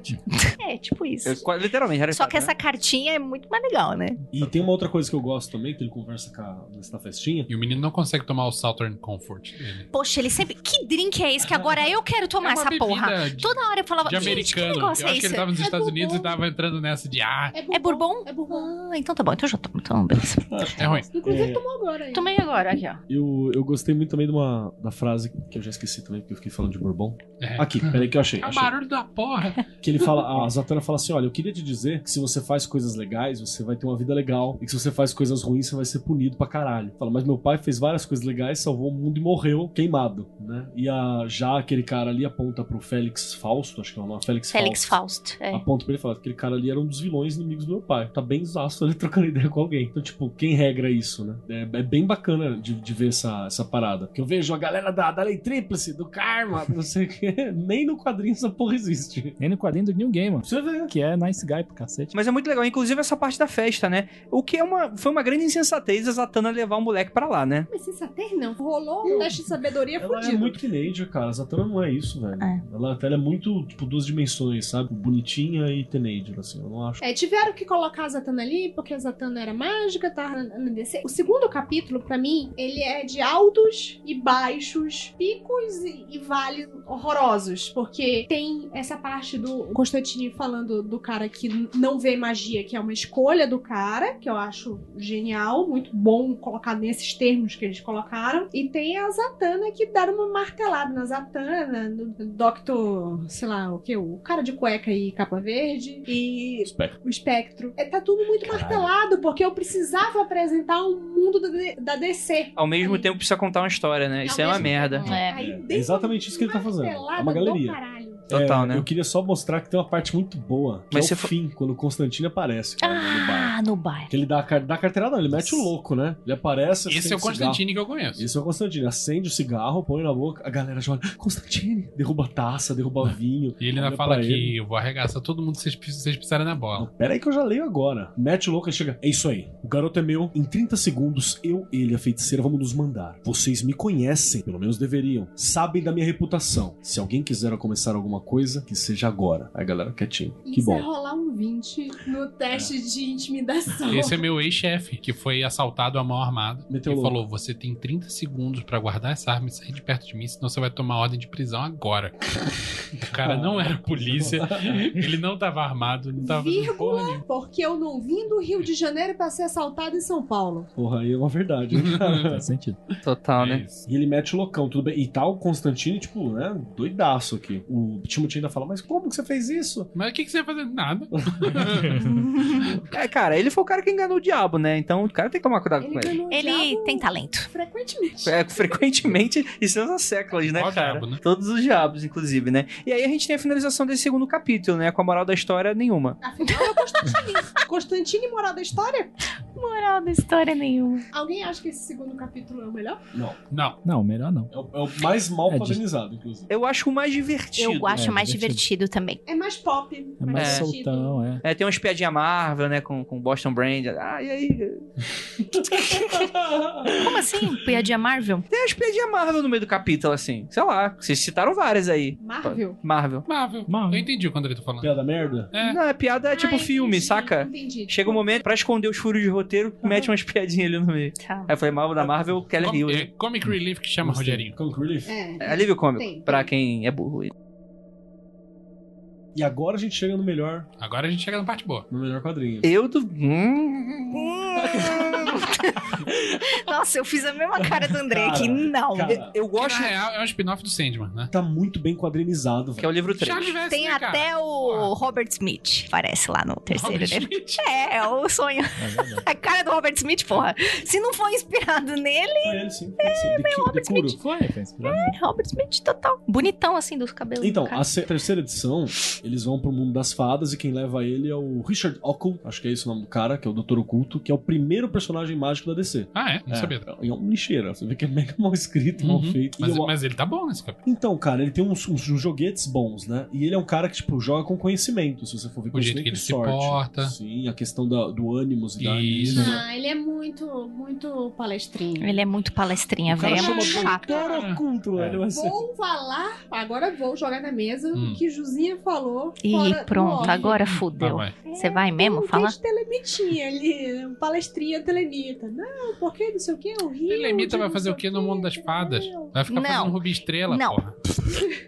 Speaker 3: Hogwarts.
Speaker 2: É, tipo isso.
Speaker 3: Eu qua- literalmente, Harry
Speaker 2: Só que
Speaker 3: Potter, né?
Speaker 2: essa cartinha é muito mais legal, né?
Speaker 5: E tem uma outra coisa que eu gosto também, que ele conversa com a, nessa festinha.
Speaker 6: E o menino não consegue tomar o Southern Comfort dele.
Speaker 2: Poxa, ele sempre. Que drink é esse que agora eu quero tomar
Speaker 6: É uma
Speaker 2: essa porra?
Speaker 6: bebida De,
Speaker 2: Toda hora eu falava,
Speaker 6: de
Speaker 2: gente, que
Speaker 6: americano. Eu
Speaker 2: negócio
Speaker 6: acho
Speaker 2: é esse?
Speaker 6: que ele tá tava nos
Speaker 4: É
Speaker 6: Estados Unidos e
Speaker 4: bourbon.
Speaker 6: tava entrando nessa de ah,
Speaker 2: É bourbon?
Speaker 4: É bourbon.
Speaker 2: Ah, então tá bom, então já tô, então beleza.
Speaker 6: é ruim.
Speaker 4: Inclusive
Speaker 5: É.
Speaker 4: tomou agora aí.
Speaker 2: Tomei agora, aqui ó.
Speaker 5: Eu, eu gostei muito também de uma da frase que eu já esqueci também, porque eu fiquei falando de Bourbon.
Speaker 6: É.
Speaker 5: Aqui, peraí que eu achei.
Speaker 6: É o
Speaker 5: achei.
Speaker 6: barulho da porra.
Speaker 5: Que ele fala, a Zatanna fala assim: olha, eu queria te dizer que se você faz coisas legais, você vai ter uma vida legal. E que se você faz coisas ruins, você vai ser punido pra caralho. Fala, mas meu pai fez várias coisas legais, salvou o mundo e morreu queimado, né? E a, já aquele cara ali aponta pro Félix Fausto, acho que é o nome, Félix Fausto.
Speaker 2: Félix Faust. É.
Speaker 5: Aponta pra ele e fala: aquele cara ali era um dos vilões inimigos do meu pai. Tá bem zaço ele trocando ideia com alguém. Então, tipo, quem regra isso, né? É, é bem bacana de, de ver essa, essa parada. Porque eu vejo a galera da, da Lei Tríplice, do Karma, não sei o quê. Nem no quadrinho essa porra existe.
Speaker 7: Nem é no quadrinho do New Game,
Speaker 5: Pra você ver.
Speaker 7: que é Nice Guy pro cacete.
Speaker 3: Mas é muito legal, inclusive essa parte da festa, né? O que é uma, foi uma grande insensatez a Zatanna levar o moleque pra lá, né?
Speaker 12: Mas sensatez não. Rolou um teste de sabedoria
Speaker 5: Hum. Ela é
Speaker 12: fudido.
Speaker 5: muito teenager, cara. A Zatanna não é isso, velho.
Speaker 2: É.
Speaker 5: Ela, ela é muito, tipo, duas dimensões, sabe? Bonitinha e teenager, assim. Eu não acho.
Speaker 4: É, tiveram que colocar a Zatanna ali, porque a Zatanna era mágica, tá na- na DC. O segundo capítulo, pra mim, ele é de altos e baixos, picos e, e vales horrorosos. Porque tem essa parte do Constantine falando do cara que n- não vê magia, que é uma escolha do cara, que eu acho genial, muito bom colocar nesses termos que eles colocaram. E tem a Zatanna que deram uma martelada na Zatanna, no Dr. sei lá o que, o cara de cueca e capa verde. E
Speaker 5: Espera.
Speaker 4: o espectro. É, tá tudo muito martelado, porque eu precisava apresentar o mundo da, D- da DC.
Speaker 3: Ao mesmo
Speaker 4: Aí.
Speaker 3: tempo precisa contar uma história, né?
Speaker 4: Ao
Speaker 3: Isso é uma
Speaker 4: mesmo
Speaker 3: merda.
Speaker 4: tempo.
Speaker 2: É.
Speaker 4: Aí
Speaker 5: É,
Speaker 4: deu
Speaker 5: é exatamente isso que ele tá fazendo.
Speaker 4: martelada
Speaker 5: É uma galeria.
Speaker 4: do caralho.
Speaker 3: Total, né?
Speaker 5: Eu queria só mostrar que tem uma parte muito boa, que
Speaker 3: Mas
Speaker 5: é
Speaker 3: você
Speaker 5: o
Speaker 3: fa-
Speaker 5: fim, quando o Constantino aparece, cara, no bar.
Speaker 2: Ah, no bar.
Speaker 5: Que ele dá a, car- dá a carteirada, não, ele mete o louco, né? Ele aparece.
Speaker 6: Esse
Speaker 5: acende
Speaker 6: é o Constantine que eu conheço.
Speaker 5: cigarro. Esse é o Constantine. Acende o cigarro, põe na boca, a galera joga. Constantine! Derruba a taça, derruba vinho.
Speaker 6: E ele ainda
Speaker 5: olha
Speaker 6: fala
Speaker 5: é pra
Speaker 6: que
Speaker 5: ele.
Speaker 6: eu vou arregaçar todo mundo se vocês pis- vocês pisarem na
Speaker 5: Não,
Speaker 6: bola.
Speaker 5: pera aí que eu já leio agora. Mete o louco e chega. É isso aí. O garoto é meu. Em 30 segundos, eu, ele, a feiticeira, vamos nos mandar. Vocês me conhecem, pelo menos deveriam. Sabem da minha reputação. Se alguém quiser começar alguma coisa, que seja agora. Aí, galera, quietinho. Que
Speaker 4: Isso é
Speaker 5: bom.
Speaker 4: rolar um 20 no teste de intimidação.
Speaker 6: Esse é meu ex-chefe, que foi assaltado à mão armada.
Speaker 5: Meteu
Speaker 6: e
Speaker 5: louco.
Speaker 6: falou: Você tem 30 segundos pra guardar essa arma e sair de perto de mim, senão você vai tomar ordem de prisão agora. o cara não era polícia, ele não tava armado, não tava. fazendo porra nenhuma.
Speaker 4: Porque eu não vim do Rio de Janeiro pra ser assaltado em São Paulo.
Speaker 5: Porra, aí é uma verdade, hein, cara?
Speaker 7: né? Faz sentido.
Speaker 3: Total,
Speaker 6: É
Speaker 3: né?
Speaker 6: isso.
Speaker 5: E ele mete o loucão, tudo bem. E tá o Constantine, tipo, né? Doidaço aqui. O Timothy ainda fala, mas como que você fez isso?
Speaker 6: Mas o que, que você vai fazer? Nada.
Speaker 3: É, cara, ele foi o cara que enganou o diabo, né? Então o cara tem que tomar cuidado
Speaker 5: é
Speaker 9: Ele
Speaker 3: com ele.
Speaker 9: ganhou o
Speaker 2: Ele
Speaker 9: diabo
Speaker 2: tem talento.
Speaker 9: frequentemente.
Speaker 3: É, frequentemente e são as séculos, né,
Speaker 6: Qual
Speaker 3: cara?
Speaker 6: diabo, né?
Speaker 3: Todos os diabos, inclusive, né? E aí a gente tem a finalização desse segundo capítulo, né? Com a moral da história nenhuma.
Speaker 4: é
Speaker 9: Afinal, eu gosto
Speaker 4: Constantine, moral da história?
Speaker 2: Moral da história nenhuma.
Speaker 9: Alguém acha que esse segundo capítulo é o melhor?
Speaker 5: Não.
Speaker 6: Não.
Speaker 7: Não, melhor não.
Speaker 5: É o, é o mais mal
Speaker 7: É de-
Speaker 5: padronizado, inclusive.
Speaker 3: Eu acho o mais divertido.
Speaker 2: Eu acho
Speaker 7: é,
Speaker 2: mais
Speaker 7: divertido.
Speaker 2: divertido também.
Speaker 4: É mais pop.
Speaker 7: É mais
Speaker 3: É.
Speaker 9: divertido.
Speaker 7: soltão, é.
Speaker 3: É, tem umas piadinhas Marvel, né? Com, com Boston Brand. Ah, e aí?
Speaker 2: Como assim? Piadinha Marvel?
Speaker 3: Tem umas piadinhas Marvel no meio do capítulo, assim. Sei lá, vocês citaram várias aí.
Speaker 9: Marvel?
Speaker 3: Marvel.
Speaker 6: Marvel.
Speaker 7: Marvel.
Speaker 6: Eu entendi quando ele tá falando.
Speaker 5: Piada merda?
Speaker 6: É.
Speaker 3: Não, é piada é tipo
Speaker 9: Ah,
Speaker 3: filme,
Speaker 9: entendi,
Speaker 3: saca?
Speaker 9: Entendi.
Speaker 3: Chega um momento, pra esconder os furos de roteiro, mete umas piadinhas ali no meio.
Speaker 2: Tá.
Speaker 3: Aí eu falei, Marvel da Marvel, Kelly
Speaker 6: Com-
Speaker 3: Hill. né?
Speaker 6: é, Comic Relief que chama Rogerinho.
Speaker 5: Comic Relief.
Speaker 9: É.
Speaker 3: É alívio cômico,
Speaker 9: Tem.
Speaker 3: pra quem é burro.
Speaker 5: E agora a gente chega no melhor,
Speaker 6: Agora a gente chega na parte boa.
Speaker 5: no melhor quadrinho.
Speaker 3: Eu do. Hum.
Speaker 2: Nossa, eu fiz a mesma cara do André aqui.
Speaker 5: Cara,
Speaker 2: Não.
Speaker 5: cara.
Speaker 3: Eu, eu
Speaker 6: Que,
Speaker 3: gosto.
Speaker 6: na real, é um spin-off do Sandman, né?
Speaker 5: Tá muito bem quadrinizado,
Speaker 3: Que é
Speaker 5: velho.
Speaker 3: o livro 3.
Speaker 6: Charles Vess,
Speaker 2: Tem
Speaker 6: né, cara?
Speaker 2: até o
Speaker 6: Porra.
Speaker 2: Robert Smith, parece lá no terceiro.
Speaker 6: Robert
Speaker 2: né?
Speaker 6: Smith.
Speaker 2: É, é o sonho. a cara do Robert Smith, porra. Se não for inspirado nele,
Speaker 5: Foi ele, sim. Foi ele, sim. De, que- de Kuro.
Speaker 7: Foi, pensa.
Speaker 2: é Robert Smith total. Bonitão, assim, dos cabelos.
Speaker 5: Então,
Speaker 2: do cara.
Speaker 5: a se- terceira edição, eles vão pro mundo das fadas e quem leva ele é o Richard Occult, acho que é esse o nome do cara, que é o Doutor Oculto, que é o primeiro personagem mágico da DC.
Speaker 6: Ah, é? Não
Speaker 5: é,
Speaker 6: sabia.
Speaker 5: é um lixeira. Você vê que é mega mal escrito, mal
Speaker 6: Uhum.
Speaker 5: feito. E
Speaker 6: Mas,
Speaker 5: eu-
Speaker 6: mas ele tá bom nesse capítulo.
Speaker 5: Então, cara, ele tem uns, uns joguetes bons, né? E ele é um cara que, tipo, joga com conhecimento, se você for ver
Speaker 6: O jeito
Speaker 5: conhecimento
Speaker 6: que ele
Speaker 5: e
Speaker 6: se
Speaker 5: sorte.
Speaker 6: porta.
Speaker 5: Sim, a questão da- do ânimo e da
Speaker 6: Isso.
Speaker 5: anismo, né?
Speaker 4: Hum,
Speaker 9: Ah, ele é muito, muito palestrinho.
Speaker 2: Ele é muito palestrinha,
Speaker 5: O cara
Speaker 2: velho. É
Speaker 5: chama
Speaker 2: muito chato.
Speaker 5: Doutor Oculto,
Speaker 7: É.
Speaker 5: velho. assim. Vai ser...
Speaker 9: Vou falar, agora vou jogar na mesa
Speaker 6: Hum.
Speaker 9: o que Juzinha falou.
Speaker 2: Ih,
Speaker 9: fora do É, um
Speaker 2: pronto,
Speaker 9: óbvio.
Speaker 2: agora
Speaker 6: Tá,
Speaker 2: fudeu.
Speaker 6: vai.
Speaker 2: Você vai mesmo
Speaker 4: Não
Speaker 2: falar?
Speaker 4: Tem telemetinha ali, um palestrinha telemita. Não, porque não sei o
Speaker 9: é
Speaker 4: que, o Rio.
Speaker 6: Telemita
Speaker 4: de
Speaker 6: vai
Speaker 4: não
Speaker 6: fazer
Speaker 4: sei
Speaker 6: o quê no
Speaker 4: quê,
Speaker 6: mundo das fadas?
Speaker 4: entendeu?
Speaker 6: Vai ficar
Speaker 2: Não.
Speaker 6: fazendo rubi estrela,
Speaker 2: Não.
Speaker 6: porra.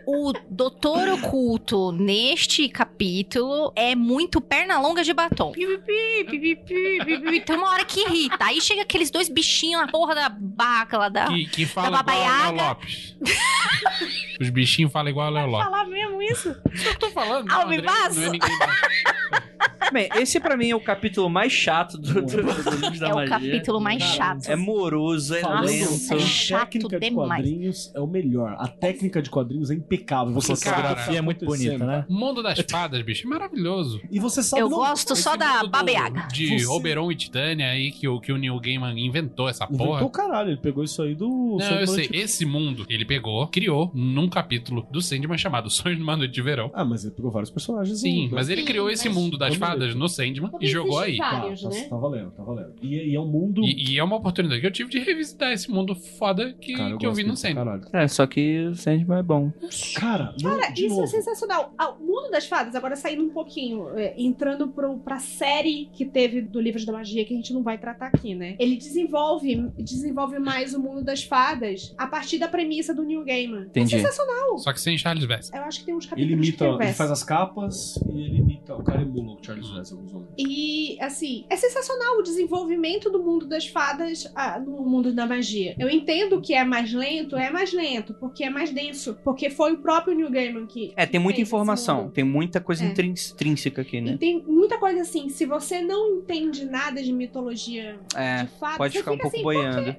Speaker 2: O Doutor Oculto, neste capítulo, é muito perna longa de batom. Pi, pi, pi, pi, pi, pi, pi, pi. Tem Então, uma hora que irrita. Aí chega aqueles dois bichinhos na porra da barraca lá da.
Speaker 6: Que, que fala
Speaker 2: Da
Speaker 6: igual o Léo
Speaker 2: babaiaga.
Speaker 6: Lopes. Os bichinhos falam igual o Léo Lopes.
Speaker 2: Falar mesmo isso?
Speaker 6: Isso eu tô falando.
Speaker 2: Ao
Speaker 6: não, André,
Speaker 2: vivaço?
Speaker 6: não é ninguém mais.
Speaker 3: Bem, esse pra mim é o capítulo mais chato do, do, do livro da
Speaker 2: É o
Speaker 3: magia.
Speaker 2: capítulo mais
Speaker 5: Cara,
Speaker 2: chato.
Speaker 3: É moroso, é
Speaker 5: Falando
Speaker 2: Nossa, é
Speaker 5: em
Speaker 3: lento.
Speaker 2: chato
Speaker 5: técnica de
Speaker 2: demais.
Speaker 5: quadrinhos é o melhor. A técnica de quadrinhos é impecável. Você
Speaker 6: A
Speaker 5: sabe o que
Speaker 6: fotografia
Speaker 5: tá
Speaker 7: é muito
Speaker 5: acontecendo.
Speaker 7: bonita, né?
Speaker 6: Mundo das fadas, bicho. É maravilhoso.
Speaker 5: E você sabe
Speaker 2: Eu
Speaker 5: não,
Speaker 2: gosto só
Speaker 6: Esse
Speaker 2: da
Speaker 6: mundo do-
Speaker 2: babeaga.
Speaker 6: De
Speaker 5: Você-
Speaker 6: Oberon e Titânia aí, que, o- que o Neil Gaiman inventou essa
Speaker 5: Inventou
Speaker 6: porra.
Speaker 5: o caralho, ele pegou isso aí do.
Speaker 6: Não, eu
Speaker 5: Sandman
Speaker 6: sei.
Speaker 5: Antigo.
Speaker 6: Esse mundo, ele pegou, criou num capítulo do Sandman chamado Sonhos numa Noite de Verão.
Speaker 5: Ah, mas ele pegou vários personagens.
Speaker 6: Sim,
Speaker 5: né?
Speaker 6: mas ele
Speaker 9: Sim,
Speaker 6: criou esse
Speaker 9: mas-
Speaker 6: mundo das
Speaker 5: Vamos ver.
Speaker 6: fadas no Sandman
Speaker 9: Porque
Speaker 6: e jogou aí.
Speaker 9: existe
Speaker 5: Tá,
Speaker 9: Vários,
Speaker 5: tá,
Speaker 9: né?
Speaker 5: tá valendo, tá valendo. E, e é um mundo.
Speaker 6: E, e é uma oportunidade que eu tive de revisitar esse mundo foda que,
Speaker 5: Cara, eu
Speaker 6: que eu
Speaker 5: gosto
Speaker 6: vi no
Speaker 5: dele pra
Speaker 6: Sandman.
Speaker 5: Caralho.
Speaker 3: É, só que o Sandman é bom.
Speaker 5: Cara, não,
Speaker 4: Cara,
Speaker 5: de
Speaker 4: isso é
Speaker 5: novo.
Speaker 4: sensacional. Ah, O Mundo das Fadas, agora saindo um pouquinho, é, entrando pro, pra série que teve do Livro da Magia, que a gente não vai tratar aqui, né? Ele desenvolve, desenvolve mais o Mundo das Fadas a partir da premissa do New Gaiman.
Speaker 3: Entendi.
Speaker 4: É sensacional.
Speaker 6: Só que sem Charles Vess.
Speaker 4: Eu acho que tem uns capítulos
Speaker 5: Ele imita,
Speaker 4: que
Speaker 5: ele
Speaker 4: conversa.
Speaker 5: faz as capas e ele imita. O cara emula o Charles Vance em alguns momentos.
Speaker 4: E, assim, é sensacional o desenvolvimento do mundo das fadas ah, no mundo da magia. Eu entendo que é mais lento, é mais lento, porque é mais denso. Porque foi o próprio New Gaiman que.
Speaker 3: É, tem muita
Speaker 4: fez esse
Speaker 3: informação,
Speaker 4: mundo.
Speaker 3: tem muita coisa
Speaker 4: É.
Speaker 3: intrins- intrínseca aqui,
Speaker 4: E
Speaker 3: né?
Speaker 4: tem muita coisa assim, se você não entende nada de mitologia
Speaker 3: É,
Speaker 4: de fadas,
Speaker 3: pode
Speaker 4: você
Speaker 3: ficar um
Speaker 4: fica
Speaker 3: pouco
Speaker 4: assim,
Speaker 3: boiando.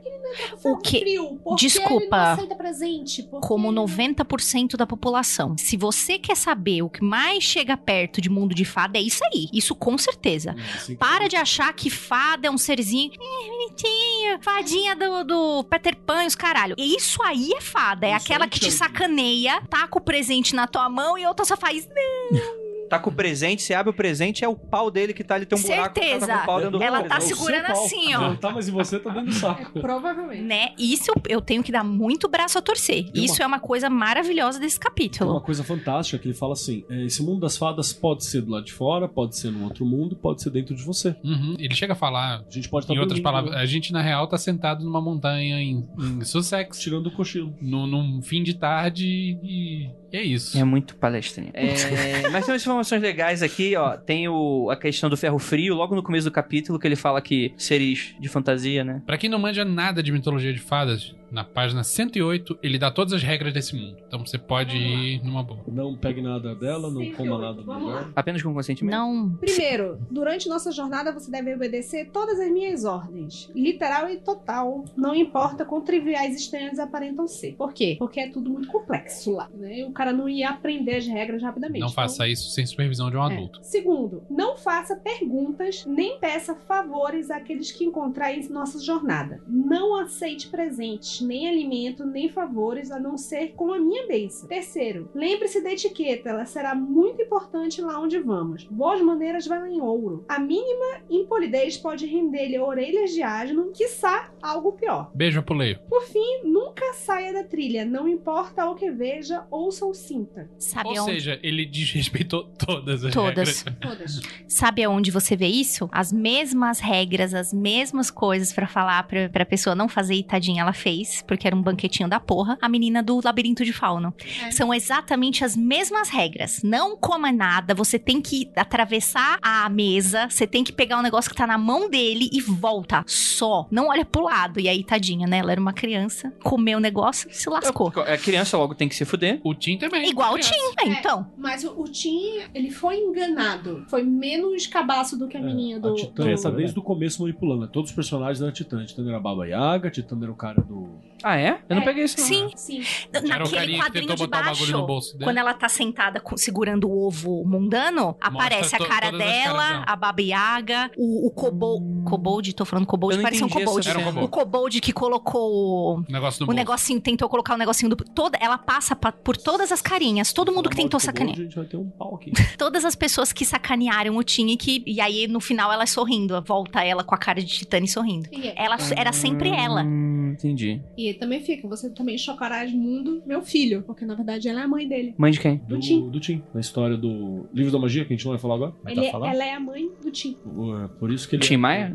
Speaker 2: O que-
Speaker 4: Frio, Por que ele
Speaker 2: Desculpa.
Speaker 4: não aceita presente? Por que
Speaker 2: Como
Speaker 4: ele não-
Speaker 2: 90% da população. Se você quer saber o que mais chega perto de mundo de fada, é isso aí. Isso com certeza.
Speaker 5: Assim,
Speaker 2: Para de achar que fada é um serzinho eh, bonitinho, fadinha do, do Peter Pan e os caralho. E isso aí é fada, é
Speaker 5: Isso
Speaker 2: aquela
Speaker 5: aí
Speaker 2: que te
Speaker 5: chama.
Speaker 2: sacaneia, taca o presente na tua mão e outra só faz. "Né?"
Speaker 3: Tá com o presente, você abre o presente, é o pau dele que tá ali, tem um buraco. o cara Tá com o pau dentro do
Speaker 2: Ela
Speaker 3: pau.
Speaker 2: tá
Speaker 5: É o seu
Speaker 2: segurando
Speaker 5: pau.
Speaker 2: assim, ó.
Speaker 5: Não tá, mas e você tá dando saco.
Speaker 9: Provavelmente.
Speaker 2: Né? Isso eu, eu tenho que dar muito braço a torcer.
Speaker 5: Tem uma-
Speaker 2: Isso é uma coisa maravilhosa desse
Speaker 5: Tem uma
Speaker 2: capítulo.
Speaker 5: coisa fantástica que ele fala assim: é, esse mundo das fadas pode ser do lado de fora, pode ser num outro mundo, pode ser dentro de você.
Speaker 6: Uhum. Ele chega a falar,
Speaker 5: A gente pode estar
Speaker 6: em outras palavras, a gente na real tá sentado numa montanha em, em Sussex,
Speaker 5: tirando o cochilo.
Speaker 6: no, num fim de tarde e, e é isso.
Speaker 3: É muito palestrinha. É, mas tem umas informações legais aqui, ó. Tem o, a questão do ferro frio, logo no começo do capítulo, que ele fala que seres de fantasia, né?
Speaker 6: Pra quem não manja nada de mitologia de fadas, Na página 108, ele dá todas as regras desse mundo. Então você pode ir numa boa.
Speaker 5: Não pegue nada dela, não coma
Speaker 9: 108,
Speaker 5: nada do
Speaker 9: vamos lá.
Speaker 5: lugar.
Speaker 13: Apenas com consentimento.
Speaker 2: Não.
Speaker 4: Primeiro, durante nossa jornada você deve obedecer todas as minhas ordens, literal e total. Não importa quão triviais e estranhas aparentam ser. Por quê? Porque é tudo muito complexo lá, né? E o cara não ia aprender as regras rapidamente.
Speaker 6: Não
Speaker 4: Então,
Speaker 6: faça isso sem supervisão de um
Speaker 4: é.
Speaker 6: adulto.
Speaker 4: Segundo, não faça perguntas nem peça favores àqueles que encontrar em nossa jornada. Não aceite presentes, nem alimento, nem favores, a não ser com a minha bênção. Terceiro, lembre-se da etiqueta, ela será muito importante lá onde vamos. Boas maneiras valem ouro. A mínima impolidez pode render-lhe orelhas de asno, quiçá algo pior.
Speaker 6: Beijo, apuleio.
Speaker 4: Por fim, nunca saia da trilha, não importa o que veja, ouça ou sinta.
Speaker 2: Sabe
Speaker 6: Ou
Speaker 2: aonde?
Speaker 6: seja, ele desrespeitou todas as
Speaker 2: Todas.
Speaker 6: regras.
Speaker 4: Todas.
Speaker 2: Sabe aonde você vê isso? As mesmas regras, as mesmas coisas pra falar pra, pra pessoa não fazer e tadinha ela fez, porque era um banquetinho da porra. A menina do labirinto de fauno.
Speaker 9: É.
Speaker 2: São exatamente as mesmas regras. Não coma nada, você tem que atravessar a mesa, você tem que pegar o negócio que tá na mão dele e volta. Só. Não olha pro lado. E aí, tadinha, né? Ela era uma criança, comeu o negócio, se lascou.
Speaker 3: A É, criança logo tem que se fuder.
Speaker 6: O Tim também.
Speaker 2: Igual o
Speaker 6: criança.
Speaker 2: Tim, é, então.
Speaker 9: Mas o, o Tim, ele foi enganado. Foi menos cabaço do que a menina
Speaker 5: É, a
Speaker 9: do.
Speaker 5: Titã
Speaker 9: do-
Speaker 5: tá desde o começo manipulando. né? Todos os personagens eram Titã. Titã era Baba Yaga, Titã era o cara do.
Speaker 3: Ah, é? Eu não
Speaker 9: É,
Speaker 3: peguei isso. não.
Speaker 2: Sim,
Speaker 9: Sim.
Speaker 6: Era o
Speaker 2: naquele
Speaker 6: carinha que
Speaker 2: quadrinho
Speaker 6: tentou
Speaker 2: de
Speaker 6: botar o bagulho no
Speaker 2: baixo.
Speaker 6: bolso dele.
Speaker 2: Quando ela tá sentada com- segurando o ovo mundano, aparece
Speaker 6: to-
Speaker 2: a cara
Speaker 6: todas as
Speaker 2: dela,
Speaker 6: caras dela.
Speaker 2: a Baba Yaga, o, o Kobo- Kobold, tô falando Kobold,
Speaker 3: Eu não
Speaker 2: parece um
Speaker 3: entendi essa
Speaker 2: Kobold.
Speaker 6: Era um
Speaker 3: cena.
Speaker 6: Kobold.
Speaker 2: O Kobold que colocou o,
Speaker 6: O negócio do
Speaker 2: o
Speaker 6: bolso.
Speaker 2: negocinho, tentou colocar o negocinho do. Toda, ela passa pa- por todas as carinhas, todo mundo que
Speaker 5: Falar
Speaker 2: tentou
Speaker 5: mal de Kobold,
Speaker 2: sacanear.
Speaker 5: A gente vai ter um pau aqui.
Speaker 2: Todas as pessoas que sacanearam o Tim e que. E aí, no final, ela sorrindo. Volta ela com a cara de Titane sorrindo.
Speaker 9: E, é-
Speaker 2: Ela era sempre
Speaker 3: Ah.
Speaker 2: ela.
Speaker 13: Hum, entendi.
Speaker 9: e ele também fica. Você também chocarás mundo, meu filho. Porque na verdade ela é a mãe dele.
Speaker 13: Mãe de quem?
Speaker 5: Do,
Speaker 9: Tim.
Speaker 5: do Tim. Na história do Livro da Magia, que a gente não vai falar agora.
Speaker 4: Ele-
Speaker 6: tá
Speaker 5: vai falar?
Speaker 4: ela é a mãe do Tim.
Speaker 5: Uh, Por isso que ele.
Speaker 13: Tim Maia?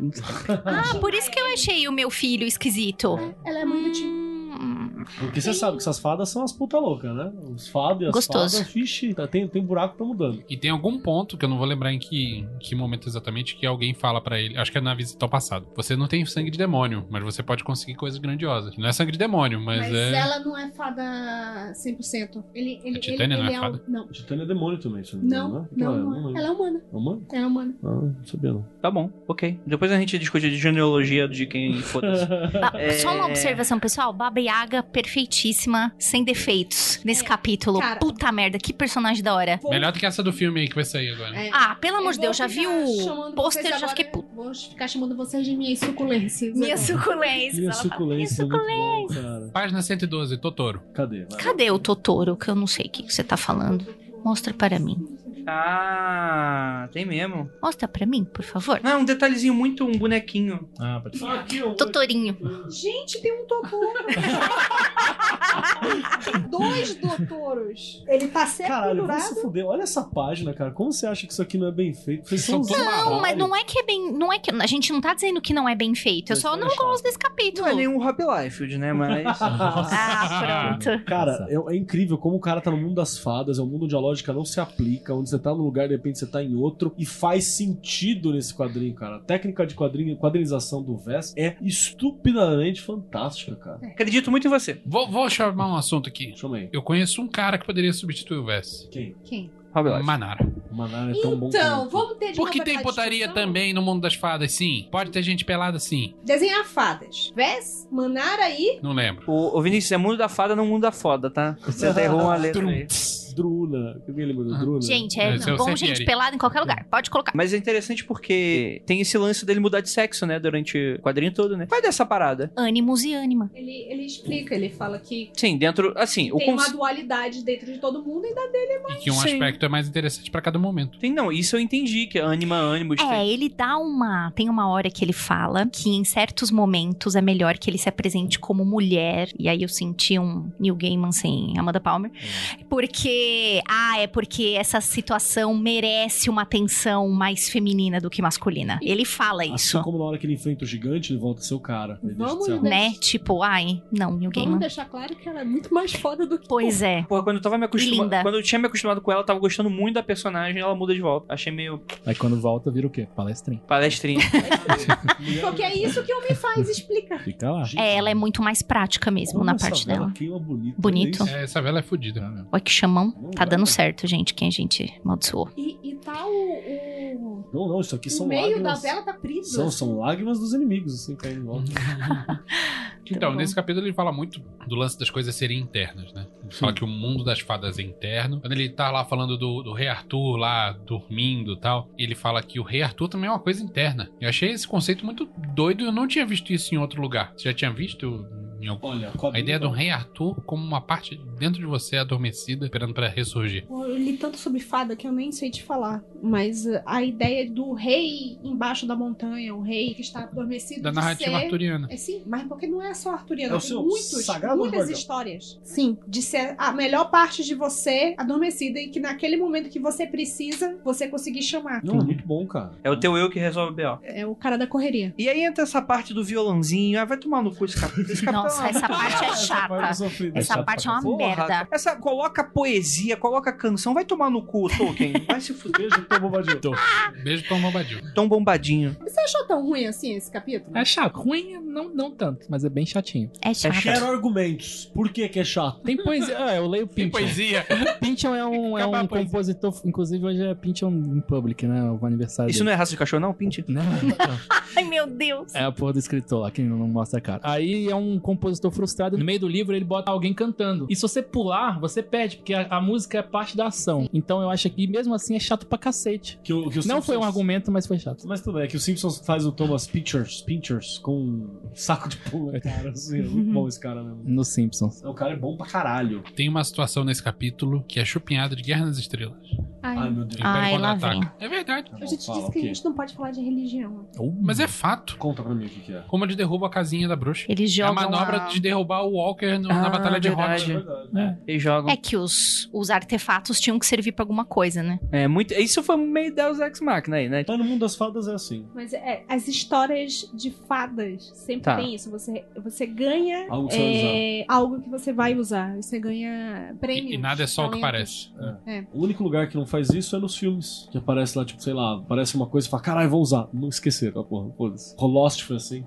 Speaker 2: Ah, por isso que eu achei o meu filho esquisito.
Speaker 9: Ela é a mãe do Tim.
Speaker 2: Hum,
Speaker 5: Porque você sabe que essas fadas são as puta loucas, né? Os fadas e as
Speaker 2: Gostoso.
Speaker 5: fadas. Vixe, tá- tem, tem buraco pra mudando.
Speaker 6: E tem algum ponto, que eu não vou lembrar em que, em que momento exatamente, que alguém fala pra ele, acho que é na visita ao passado. Você não tem sangue de demônio, mas você pode conseguir coisas grandiosas. Não é sangue de demônio, mas,
Speaker 9: Mas
Speaker 6: é.
Speaker 9: ela não é fada 100%. Ele, ele,
Speaker 6: A Titânia
Speaker 9: ele-
Speaker 6: não é
Speaker 9: ele um-
Speaker 6: fada?
Speaker 9: Não.
Speaker 5: Titânia é demônio também, se eu não me engano,
Speaker 9: Não,
Speaker 5: né? O que
Speaker 9: não,
Speaker 5: ela,
Speaker 9: não é. Ela é humana.
Speaker 5: é humana?
Speaker 9: Ela é humana.
Speaker 5: Ah, não sabia não.
Speaker 3: Tá bom, ok. Depois a gente discute de genealogia de quem foda-se.
Speaker 2: Ah,
Speaker 3: É.
Speaker 2: Só uma observação, pessoal. Baba Yaga, perfeitíssima, sem defeitos nesse capítulo.
Speaker 9: É. cara.
Speaker 2: Puta merda, que personagem da hora.
Speaker 6: Melhor do que essa do filme aí que vai sair agora.
Speaker 9: É.
Speaker 2: Ah, pelo
Speaker 9: Eu
Speaker 2: amor de
Speaker 9: vou
Speaker 2: Deus, já vi
Speaker 9: ficar
Speaker 2: o
Speaker 9: chamando
Speaker 2: pôster,
Speaker 9: vocês
Speaker 2: já fiquei
Speaker 9: agora-
Speaker 2: puta.
Speaker 9: Vou ficar chamando vocês de minhas suculências.
Speaker 2: Minha
Speaker 9: agora.
Speaker 2: suculência.
Speaker 5: E a
Speaker 2: ela fala,
Speaker 5: suculência, é
Speaker 2: minha
Speaker 5: muito bom, cara.
Speaker 6: Página 112, Totoro.
Speaker 5: Cadê? Vai.
Speaker 2: Cadê o Totoro? Que eu não sei o que que você tá falando. Mostra para mim.
Speaker 3: Ah, tem mesmo.
Speaker 2: Mostra para mim, por favor.
Speaker 3: Não, um detalhezinho muito, um bonequinho.
Speaker 5: Ah, pode falar. Aqui, ó.
Speaker 2: Totorinho.
Speaker 4: Gente, tem um Totoro. Dois Dotoros. Ele tá sempre
Speaker 5: Caralho, vai
Speaker 4: pendurado.
Speaker 5: se fuder. Olha essa página, cara. Como você acha que isso aqui não é bem feito? Vocês
Speaker 6: São
Speaker 5: são
Speaker 6: tudo
Speaker 2: Não, mas não é que é bem. Não é que, a gente não tá dizendo que não é bem feito. Eu
Speaker 5: Mas
Speaker 2: só
Speaker 5: tá
Speaker 2: não
Speaker 5: chato.
Speaker 2: gosto desse
Speaker 3: Não é
Speaker 2: capítulo.
Speaker 3: nenhum Rob Liefeld, né? Mas.
Speaker 2: Ah, pronto.
Speaker 5: Cara, é, é incrível como o cara tá no mundo das fadas, é um mundo onde a lógica não se aplica, onde você tá num lugar, de repente você tá em outro, e faz sentido nesse quadrinho, cara. A técnica de quadrinho, quadrinização do Vess é estupidamente fantástica, cara.
Speaker 3: Acredito muito em você.
Speaker 6: Vou, vou chamar um assunto aqui.
Speaker 5: Chama aí.
Speaker 6: Eu conheço um cara que poderia substituir o Vess.
Speaker 5: Quem?
Speaker 3: Rob Liefeld.
Speaker 6: Manara.
Speaker 5: O Manara é tão bom
Speaker 9: Então,
Speaker 5: quanto.
Speaker 9: vamos ter de
Speaker 6: Porque
Speaker 9: novo
Speaker 6: tem
Speaker 9: aquela
Speaker 6: potaria
Speaker 9: discussão?
Speaker 6: também no mundo das fadas, sim. Pode ter gente pelada, sim.
Speaker 9: Desenhar fadas. Vés, Manara e.
Speaker 6: Não lembro.
Speaker 3: O, o Vinícius, é mundo da fada, não mundo da foda, tá? Você até
Speaker 4: Uhum.
Speaker 3: errou uma letra aí.
Speaker 5: Druna. Alguém lembra do Druna?
Speaker 2: Gente, é
Speaker 6: Esse é o
Speaker 2: bom
Speaker 6: Serpieri.
Speaker 2: gente pelada em qualquer lugar. Pode colocar.
Speaker 3: Mas é interessante porque tem esse lance dele mudar de sexo, né? Durante o quadrinho todo, né? Vai dessa parada.
Speaker 2: Ânimos e ânima.
Speaker 9: Ele, ele explica, ele fala que
Speaker 3: Sim, dentro. Assim, o
Speaker 9: tem
Speaker 3: conce-
Speaker 9: uma dualidade dentro de todo mundo e da
Speaker 6: E que um
Speaker 3: Sim.
Speaker 6: aspecto é mais interessante pra cada momento.
Speaker 3: Tem, não, isso eu entendi, que anima, ânimos.
Speaker 2: É,
Speaker 3: tem-
Speaker 2: ele dá uma. Tem uma hora que ele fala que em certos momentos é melhor que ele se apresente como mulher. E aí eu senti um Neil Gaiman sem Amanda Palmer. Porque porque. Ah, é porque essa situação merece uma atenção mais feminina do que masculina. Ele fala
Speaker 5: Assim
Speaker 2: isso.
Speaker 5: como na hora que ele enfrenta o gigante, ele volta a ser o cara. Ele deixa de
Speaker 4: Vamos
Speaker 5: ser a
Speaker 4: como-
Speaker 2: Né? Tipo, ai, não, New
Speaker 4: Vamos
Speaker 2: Game.
Speaker 4: deixar claro que ela é muito mais foda do que
Speaker 2: Pois é.
Speaker 3: Porra, quando eu tava me acostumando.
Speaker 2: Linda.
Speaker 3: Quando eu tinha me acostumado com ela, eu tava gostando muito da personagem, ela muda de volta. Achei meio
Speaker 7: Aí quando volta, vira o quê? Palestrinha.
Speaker 3: palestrinha.
Speaker 4: Porque é isso que o homem faz, explica.
Speaker 7: Fica lá.
Speaker 2: É, ela é muito mais prática mesmo
Speaker 5: Como
Speaker 2: na
Speaker 5: é essa
Speaker 2: parte
Speaker 5: vela
Speaker 2: dela.
Speaker 5: Queima bonito.
Speaker 2: Bonito.
Speaker 5: olha isso.
Speaker 6: É, essa vela é fodida. né?
Speaker 2: Olha que chamão.
Speaker 5: Não
Speaker 2: Tá
Speaker 5: dá,
Speaker 2: dando
Speaker 5: cara.
Speaker 2: certo, gente, quem a gente amaldiçoou.
Speaker 4: E, e tá o. o...
Speaker 5: Não, não, isso aqui
Speaker 4: o
Speaker 5: são
Speaker 4: meio
Speaker 5: lágrimas.
Speaker 4: da vela tá preso.
Speaker 5: São, são lágrimas dos inimigos, assim, caindo em volta.
Speaker 6: Então,
Speaker 2: Tá bom.
Speaker 6: nesse capítulo ele fala muito do lance das coisas serem internas, né? Ele fala que o mundo das fadas é interno. Quando ele tá lá falando do, do rei Arthur lá dormindo e tal, ele fala que o rei Arthur também é uma coisa interna. Eu achei esse conceito muito doido, eu não tinha visto isso em outro lugar. Você já tinha visto em algum...
Speaker 5: Olha,
Speaker 6: A ideia
Speaker 5: tá
Speaker 6: do rei Arthur como uma parte dentro de você adormecida, esperando pra ressurgir.
Speaker 4: Pô, Eu li tanto sobre fada que eu nem sei te falar. Mas uh, a ideia do rei embaixo da montanha, o rei que está adormecido.
Speaker 6: Da
Speaker 4: de
Speaker 6: narrativa
Speaker 4: ser...
Speaker 6: arturiana.
Speaker 4: É sim, mas porque não é só arturiano,
Speaker 5: É o
Speaker 4: tem
Speaker 5: seu
Speaker 4: muitos,
Speaker 5: sagrado
Speaker 4: muitas
Speaker 5: guardião.
Speaker 4: histórias. Sim, de ser a melhor parte de você adormecida e que naquele momento que você precisa, você conseguir chamar.
Speaker 5: Não, é muito bom, cara.
Speaker 3: É o teu eu que resolve o B.O.
Speaker 4: É o cara da correria.
Speaker 3: E aí entra essa parte do violãozinho. Ah, vai tomar no cu esse capítulo. Esse capítulo é
Speaker 2: Nossa,
Speaker 3: uma
Speaker 2: essa parte é chata. Essa
Speaker 7: chato
Speaker 2: parte é
Speaker 7: pra
Speaker 2: uma
Speaker 3: Porra,
Speaker 2: merda.
Speaker 3: Essa, coloca poesia, coloca canção, vai tomar no cu, Tolkien. Vai se fuder.
Speaker 5: Beijo, tô bobadinho.
Speaker 6: Beijo Tom Bombadil.
Speaker 3: Tão bombadinho.
Speaker 4: Você achou tão ruim assim esse capítulo?
Speaker 7: É chato. Ruim, não, não tanto, mas é bem chatinho.
Speaker 2: É chato.
Speaker 5: Quero argumentos. Por que que é chato?
Speaker 7: Tem poesia. Ah, eu leio
Speaker 6: Tem
Speaker 7: Pynchon.
Speaker 6: poesia.
Speaker 7: Pynchon é um, é
Speaker 6: Acabar a
Speaker 7: um
Speaker 6: poesia.
Speaker 7: compositor. Inclusive, hoje é Pynchon in Public, né? O aniversário
Speaker 3: Isso não é raça de cachorro, não? Pinte.
Speaker 7: não é.
Speaker 2: Ai, meu Deus.
Speaker 7: É a porra do escritor lá, que não mostra a cara. Aí é um compositor frustrado. No meio do livro, ele bota alguém cantando. E se você pular, você perde, porque a, a música é parte da ação. Então eu acho que mesmo assim é chato pra cacete.
Speaker 5: Que o- que o
Speaker 7: Não foi um
Speaker 5: Simpsons-
Speaker 7: argumento, mas foi chato.
Speaker 5: Mas tudo bem, é que o Simpsons faz o Thomas Pinchers, Pinchers com um saco de pula, cara. Assim, é muito bom esse cara mesmo.
Speaker 7: No Simpsons.
Speaker 5: O cara é bom pra caralho.
Speaker 6: Tem uma situação nesse capítulo que é chupinhada de Guerra nas Estrelas.
Speaker 5: Ai, meu Deus.
Speaker 6: Império
Speaker 2: Ai, lá
Speaker 6: Contra-Ataca. É verdade.
Speaker 5: Tá bom,
Speaker 4: Eu já te
Speaker 5: Ah, fala,
Speaker 4: disse que
Speaker 5: ok.
Speaker 4: a gente não pode falar de religião.
Speaker 6: Mas é fato.
Speaker 5: Conta pra mim o que, que é.
Speaker 6: Como ele derruba a casinha da bruxa.
Speaker 2: Eles
Speaker 6: É a
Speaker 2: jogam
Speaker 6: manobra
Speaker 2: a-
Speaker 6: de derrubar o Walker no- na
Speaker 3: Ah,
Speaker 6: Batalha de
Speaker 3: verdade.
Speaker 6: Hoth.
Speaker 3: Eles jogam.
Speaker 2: É que os, os artefatos tinham que servir pra alguma coisa, né?
Speaker 3: É, muito... Isso foi meio Deus Ex Machina aí, né?
Speaker 5: Mas no mundo das fadas é assim.
Speaker 4: Mas é, as histórias de fadas sempre
Speaker 3: Tá.
Speaker 4: tem isso. Você, você ganha
Speaker 5: Algo que você vai
Speaker 4: é, algo que você vai usar. Você ganha prêmios.
Speaker 6: E, e nada é só o que
Speaker 4: talentos.
Speaker 6: parece.
Speaker 5: O único lugar que não faz isso é nos filmes. Que aparece lá, tipo, sei lá, aparece uma coisa e fala, caralho, vou usar. Não esquecer, tá porra. Foda-se. Holost foi assim.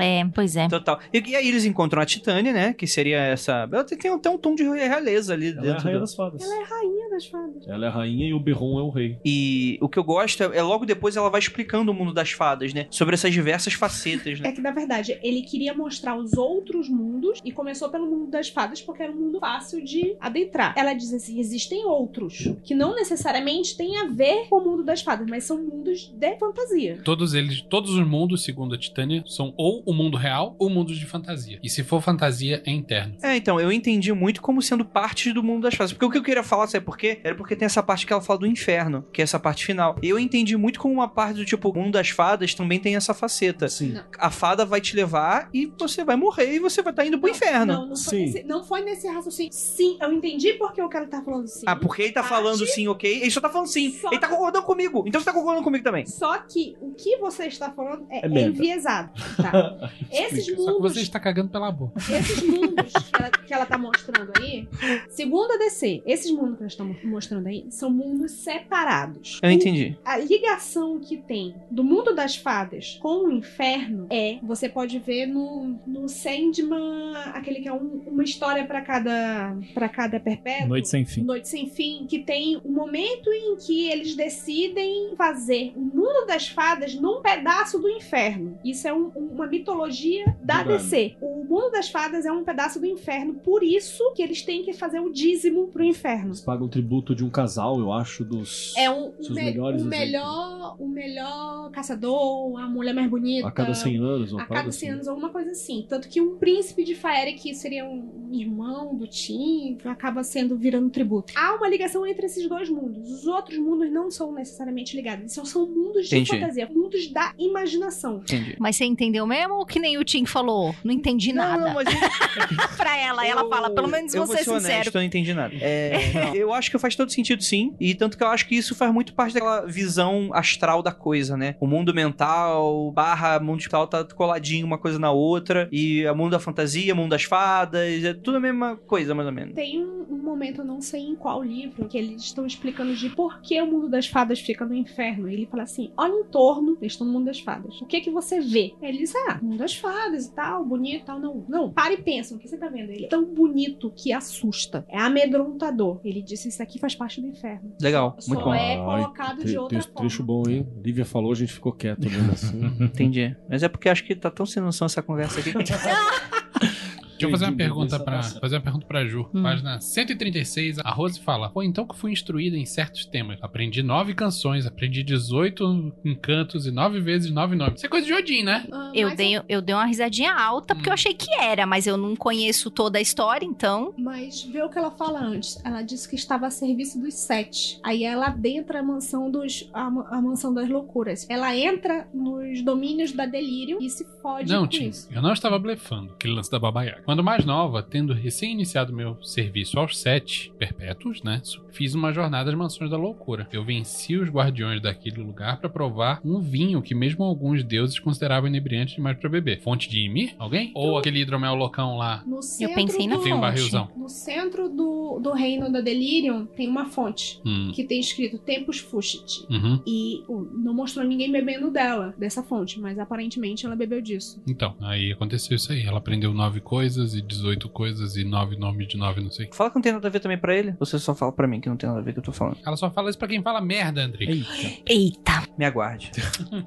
Speaker 2: É, pois é.
Speaker 3: Total. E, e aí eles encontram a Titânia, né? Que seria essa. Ela tem, tem até um tom de realeza ali
Speaker 5: Ela é a
Speaker 3: dentro.
Speaker 5: rainha
Speaker 3: do-
Speaker 5: das fadas.
Speaker 4: Ela é rainha das fadas.
Speaker 5: Ela é a rainha e o Berron é o rei.
Speaker 3: E o que eu gosto é, é logo depois ela vai explicando o mundo das fadas, né? Sobre essas diversas facetas, né?
Speaker 4: É que, na verdade, ele queria mostrar os outros mundos e começou pelo mundo das fadas porque era um mundo fácil de adentrar. Ela diz assim: existem outros que não necessariamente têm a ver com o mundo das fadas, mas são mundos de fantasia.
Speaker 6: Todos eles, todos os mundos, segundo a Titânia, são ou o mundo real ou mundos de fantasia. E se for fantasia, é interno.
Speaker 3: É, então, eu entendi muito como sendo parte do mundo das fadas. Porque o que eu queria falar, sabe por quê? Era porque tem essa parte que ela fala do inferno, que é essa parte final. Eu entendi muito como uma parte do tipo, o mundo das fadas também tem essa faceta.
Speaker 5: Sim.
Speaker 4: Não.
Speaker 3: A fada vai te levar e você vai morrer e você vai estar indo pro inferno.
Speaker 4: Não, não foi,
Speaker 5: Sim.
Speaker 4: nesse, não foi nesse raciocínio. Sim, eu entendi porque o cara tá falando sim.
Speaker 3: Ah, porque ele tá
Speaker 4: Parte.
Speaker 3: falando sim, ok? Ele só tá falando sim.
Speaker 4: Só-
Speaker 3: Ele tá concordando comigo. Então você tá concordando comigo também.
Speaker 4: Só que o que você está falando é,
Speaker 5: É merda.
Speaker 4: enviesado. tá? Esses
Speaker 6: Só que
Speaker 4: mundos,
Speaker 6: você está cagando pela boca.
Speaker 4: esses mundos que ela, que ela tá mostrando aí, segundo a DC, esses mundos que ela está mo- mostrando aí são mundos separados.
Speaker 3: Eu entendi.
Speaker 4: A ligação que tem do mundo das fadas com o inferno é, você pode ver no, no Sandman, aquele que é um- uma história pra cada para cada perpétuo.
Speaker 7: Noite Sem Fim.
Speaker 4: Noite Sem Fim, que tem o momento em que eles decidem fazer o mundo das fadas num pedaço do inferno. Isso é um- uma mitologia da
Speaker 5: Verdade.
Speaker 4: DC. O mundo das fadas é um pedaço do inferno, por isso que eles têm que fazer o dízimo pro inferno.
Speaker 5: Eles pagam tributo de um casal, eu acho, dos.
Speaker 4: É um, o,
Speaker 5: Seus
Speaker 4: me-
Speaker 5: melhores
Speaker 4: o
Speaker 5: exemplos.
Speaker 4: melhor, o melhor caçador, a mulher mais bonita.
Speaker 5: A cada 100 anos, uma
Speaker 4: então, A
Speaker 5: parada
Speaker 4: cada 100
Speaker 5: assim.
Speaker 4: anos, alguma coisa assim. Tanto que um príncipe de Faeric seria um, irmão do Tim, acaba sendo virando um tributo. Há uma ligação entre esses dois mundos. Os outros mundos não são necessariamente ligados. Eles são, são mundos de
Speaker 13: Entendi.
Speaker 4: fantasia, mundos da imaginação.
Speaker 13: Entendi.
Speaker 2: Mas você entendeu mesmo ou que nem o Tim falou? Não entendi nada.
Speaker 3: Não, mas eu-
Speaker 2: Pra ela, ela
Speaker 3: eu-
Speaker 2: fala, pelo menos
Speaker 3: eu
Speaker 2: vou ser
Speaker 3: honesto,
Speaker 2: sincero.
Speaker 3: Eu não entendi nada. É, não, eu acho que faz todo sentido, sim. E tanto que eu acho que isso faz muito parte daquela visão astral da coisa, né? O mundo mental, barra mundo espiritual tá coladinho uma coisa na outra. E o mundo da fantasia, mundo das fadas, é tudo a mesma coisa, mais ou menos.
Speaker 4: Tem um, um momento, eu não sei em qual livro, que eles estão explicando de por que o mundo das fadas fica no inferno. E ele fala assim: olha em torno, eles estão no mundo das fadas. O que que você vê? Ele diz: ah, mundo das fadas e tal, bonito e tal. Não, não, para e pensa, o que você tá vendo? Ele é tão bonito que assusta. É amedrontador. Ele disse: isso aqui faz parte do inferno.
Speaker 3: Legal,
Speaker 4: Só
Speaker 3: muito bom.
Speaker 4: é
Speaker 5: Ai,
Speaker 4: colocado de
Speaker 5: Tre-
Speaker 4: outra
Speaker 5: texto- trecho
Speaker 4: forma.
Speaker 5: bom, hein? Lívia falou, a gente ficou quieto mesmo assim.
Speaker 3: Entendi. Mas é porque acho que tá tão sem noção essa conversa aqui.
Speaker 6: Deixa eu fazer uma
Speaker 5: Entendi,
Speaker 6: pergunta
Speaker 5: essa
Speaker 6: pra,
Speaker 5: tá certa.
Speaker 6: fazer uma pergunta pra Ju.
Speaker 4: Hum.
Speaker 6: Página 136, a Rose fala: Pô, então que fui instruída em certos temas. Aprendi nove canções, aprendi 18 encantos e nove vezes nove nomes. Isso é coisa de Odin, né?
Speaker 4: Ah,
Speaker 2: Eu
Speaker 4: mas
Speaker 2: dei, eu dei uma risadinha alta porque eu
Speaker 6: Hum.
Speaker 2: achei que era, mas eu não conheço toda a história, então.
Speaker 4: Mas vê o que ela fala antes. Ela disse que estava a serviço dos sete. Aí ela adentra a mansão dos a, ma- a mansão das loucuras. Ela entra nos domínios da delírio e se fode
Speaker 6: Não,
Speaker 4: com
Speaker 6: Tim,
Speaker 4: isso.
Speaker 6: eu não estava blefando aquele lance da Baba Yaga. Quando mais nova, tendo recém-iniciado meu serviço aos sete perpétuos, né? su- Fiz uma jornada às mansões da loucura. Eu venci os guardiões daquele lugar para provar um vinho que mesmo alguns deuses consideravam inebriante demais para beber. Fonte de Ymir? Alguém? Ou aquele hidromel loucão lá
Speaker 4: No centro
Speaker 2: pensei na
Speaker 4: do-
Speaker 6: que tem um
Speaker 2: Fonte.
Speaker 6: barrilzão?
Speaker 4: No centro do, do reino da delírio tem uma fonte
Speaker 6: Hum.
Speaker 4: que tem escrito Tempus Fushit.
Speaker 6: Uhum.
Speaker 4: E uh, não mostrou ninguém bebendo dela, dessa fonte, mas aparentemente ela bebeu disso.
Speaker 6: Então, aí aconteceu isso aí. Ela aprendeu nove coisas e 18 coisas e nove nomes de nove, não sei o que.
Speaker 3: Fala que não tem nada a ver também pra ele. Você só fala pra mim que não tem nada a ver com o que eu tô falando.
Speaker 6: Ela só fala isso pra quem fala merda, André.
Speaker 7: Eita.
Speaker 2: Eita!
Speaker 3: Me aguarde.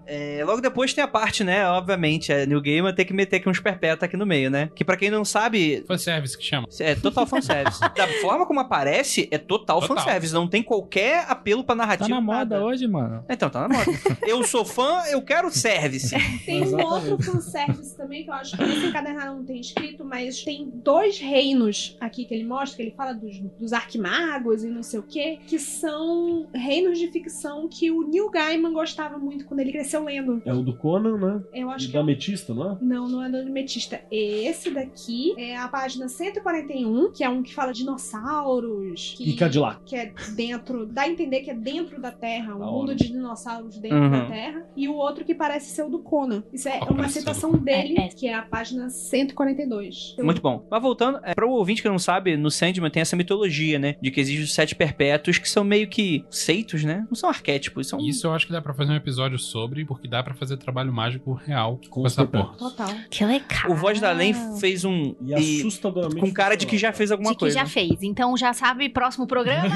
Speaker 3: É, logo depois tem a parte, né? Obviamente, a New Gamer tem que meter aqui uns perpétua aqui no meio, né? Que pra quem não sabe.
Speaker 6: Foi service que chama.
Speaker 3: É total fanservice. da forma como aparece, é total,
Speaker 6: Total.
Speaker 3: fanservice. Não tem qualquer apelo pra narrativa.
Speaker 7: Tá na moda
Speaker 3: nada.
Speaker 7: hoje, mano.
Speaker 3: Então, tá na moda. eu sou fã, eu quero service.
Speaker 4: Tem um outro fanservice também que eu acho que nesse encadernado não tem escrito, mas tem dois reinos aqui que ele mostra, que ele fala dos, dos arquimagos e não sei o quê, que são reinos de ficção que o Neil Gaiman gostava muito quando ele cresceu lendo.
Speaker 5: É o do Conan, né?
Speaker 4: Eu acho
Speaker 5: E
Speaker 4: que é
Speaker 5: da
Speaker 4: o-
Speaker 5: Metista, não é?
Speaker 4: Não, não é do Metista. Esse daqui é a página 141, que é um que fala dinossauros. Que...
Speaker 5: E Cadillac.
Speaker 4: que é dentro, dá a entender que é dentro da Terra, um
Speaker 5: Da
Speaker 4: mundo
Speaker 5: hora.
Speaker 4: de dinossauros dentro
Speaker 3: Uhum.
Speaker 4: da Terra, e o outro que parece ser o do Conan. Isso é
Speaker 6: Ah,
Speaker 4: uma
Speaker 6: parece ser o
Speaker 4: citação
Speaker 6: do
Speaker 4: dele,
Speaker 2: É, é.
Speaker 4: que é a página 142.
Speaker 3: Muito bom. Mas voltando, é, para o ouvinte que não sabe, no Sandman tem essa mitologia, né? De que existem os sete perpétuos, que são meio que seitos, né? Não são arquétipos,
Speaker 7: Então-
Speaker 3: são.
Speaker 6: Isso eu acho que dá pra fazer um episódio sobre, porque dá pra fazer trabalho mágico real com,
Speaker 5: Com os
Speaker 6: essa porra.
Speaker 4: Total.
Speaker 2: Que é legal!
Speaker 3: O Voz da Além fez um.
Speaker 5: E
Speaker 3: e-
Speaker 5: assustadoramente.
Speaker 3: com cara de que já fez alguma
Speaker 2: de que
Speaker 3: coisa.
Speaker 2: já fez. Então já sabe, próximo programa,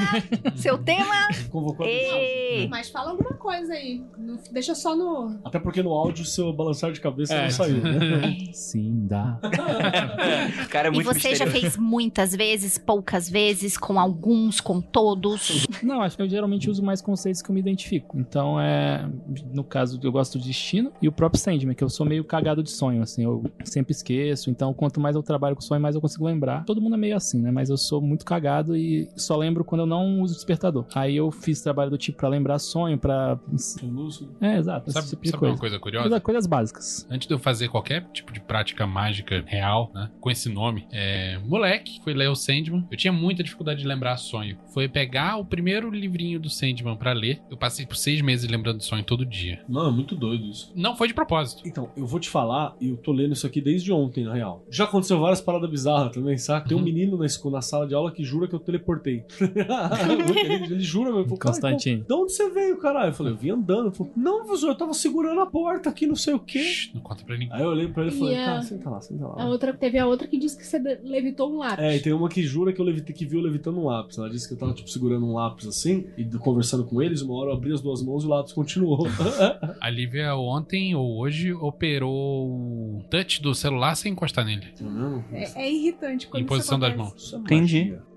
Speaker 2: seu tema.
Speaker 5: Convocou a atenção.
Speaker 2: Ê,
Speaker 4: Mas fala alguma coisa aí. Não- deixa só no.
Speaker 5: Até porque no áudio seu balançar de cabeça
Speaker 6: É.
Speaker 5: não saiu, né?
Speaker 7: Sim, dá.
Speaker 3: O cara é
Speaker 2: E
Speaker 3: muito
Speaker 2: você já
Speaker 3: misterioso.
Speaker 2: fez muitas vezes, poucas vezes, com alguns, com todos.
Speaker 7: Não, acho que eu geralmente uso mais conceitos que eu me identifico. Então é. No caso, eu gosto do destino e o próprio Sandman, que eu sou meio cagado de sonho, assim. Eu sempre esqueço. Então, quanto mais eu trabalho com sonho, mais eu consigo lembrar. Todo mundo é meio assim, né? Mas eu sou muito cagado e só lembro quando eu não uso despertador. Aí eu fiz trabalho do tipo pra lembrar sonho, pra. É, exato.
Speaker 6: Sabe,
Speaker 7: esse tipo de
Speaker 6: sabe
Speaker 7: coisa.
Speaker 6: uma coisa curiosa?
Speaker 7: Coisa- Coisas básicas.
Speaker 6: Antes de eu fazer qualquer tipo de prática mágica real, né? Com esse nome, é, moleque, fui ler o Sandman. Eu tinha muita dificuldade de lembrar sonho. Foi pegar o primeiro livrinho do Sandman pra ler. Eu passei por seis meses lembrando sonho todo dia.
Speaker 5: Não, é muito doido isso.
Speaker 6: Não foi de propósito.
Speaker 5: Então, eu vou te falar, e eu tô lendo isso aqui desde ontem, na real. Já aconteceu várias paradas bizarras também, saca? Tem um
Speaker 6: Uhum.
Speaker 5: menino na, esco- na sala de aula que jura que eu teleportei. ele, ele jura, meu. eu falo, "Cara,
Speaker 7: Constantino.
Speaker 5: então, De onde você veio, caralho? Eu falei, eu vim andando. Ele falou, não, professor, eu tava segurando a porta aqui, não sei o quê.
Speaker 6: Shhh, não conta pra ninguém.
Speaker 5: Aí eu olhei pra ele e falei,
Speaker 4: E a-
Speaker 5: cara, senta lá, senta
Speaker 4: A
Speaker 5: lá.
Speaker 4: outra, teve a outra que disse que você de- levitou um lápis.
Speaker 5: É, e tem uma que jura que, eu levitei, que viu eu levitando um lápis. Ela disse que eu tava, tipo, segurando um lápis assim, e conversando com eles, uma hora eu abri as duas mãos e o lápis continuou. É.
Speaker 3: Tá
Speaker 6: A Lívia ontem ou hoje operou o touch do celular sem encostar nele.
Speaker 5: Tá vendo?
Speaker 4: É, é irritante quando
Speaker 6: Em posição
Speaker 4: isso
Speaker 6: das
Speaker 4: acontece.
Speaker 6: mãos.
Speaker 5: Isso é
Speaker 3: Entendi.
Speaker 5: magia.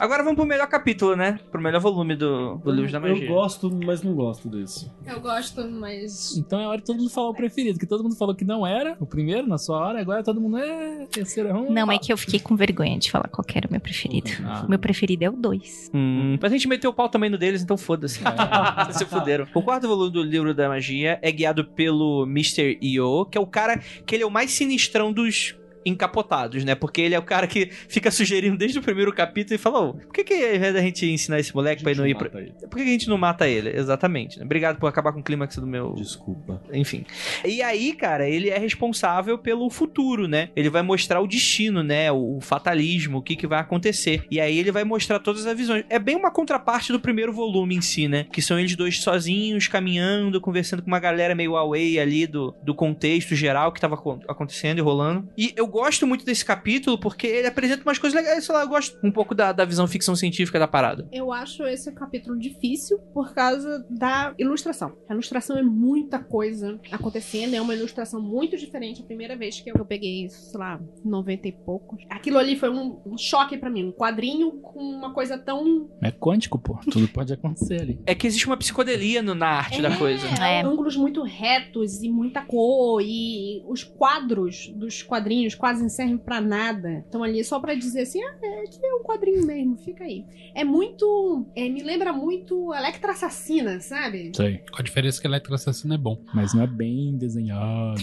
Speaker 3: Agora vamos pro melhor capítulo, né? Pro melhor volume do, do Livro da Magia.
Speaker 5: Eu gosto, mas não gosto desse.
Speaker 4: Eu gosto, mas.
Speaker 7: Então é hora de todo mundo falar o preferido, que todo mundo falou que não era o primeiro na sua hora, agora todo mundo é terceiro é um.
Speaker 2: Não, é que eu fiquei com vergonha de falar qual que era o meu preferido.
Speaker 7: Ah.
Speaker 2: O meu preferido é o 2.
Speaker 3: Hum, mas a gente meteu o pau também no deles, então foda-se.
Speaker 5: É.
Speaker 3: Vocês Se fuderam. O quarto volume do livro da magia é guiado pelo Mr. Io, que é o cara que ele é o mais sinistrão dos encapotados, né? Porque ele é o cara que fica sugerindo desde o primeiro capítulo e fala, ô, por que, que ao invés da gente ensinar esse moleque pra ele não ir pra...
Speaker 5: Mata ele.
Speaker 3: Por que, que a gente não mata ele? Exatamente. né? Obrigado por acabar com o clímax do meu...
Speaker 5: Desculpa.
Speaker 3: Enfim. E aí, cara, ele é responsável pelo futuro, né? Ele vai mostrar o destino, né? O fatalismo, o que, que vai acontecer. E aí ele vai mostrar todas as visões. É bem uma contraparte do primeiro volume em si, né? Que são eles dois sozinhos, caminhando, conversando com uma galera meio away ali do, do contexto geral que tava acon- acontecendo e rolando. E eu gosto muito desse capítulo porque ele apresenta umas coisas legais. Sei lá, eu gosto um pouco da, da visão ficção científica da parada.
Speaker 4: Eu acho esse capítulo difícil por causa da ilustração. A ilustração é muita coisa acontecendo, é uma ilustração muito diferente. A primeira vez que eu peguei, sei lá, 90 e poucos. Aquilo ali foi um, um choque pra mim. Um quadrinho com uma coisa tão.
Speaker 7: É quântico, pô. Tudo pode acontecer ali.
Speaker 3: É que existe uma psicodelia no- na arte da coisa.
Speaker 2: É.
Speaker 4: ângulos muito retos e muita cor e os quadros dos quadrinhos quase não servem pra nada. Estão ali só pra dizer assim, ah, é que é um quadrinho mesmo, fica aí. É muito, é, me lembra muito Electra Assassina, sabe?
Speaker 7: Sei.
Speaker 6: Com a diferença que Electra Assassina é bom.
Speaker 7: Mas não é bem desenhado,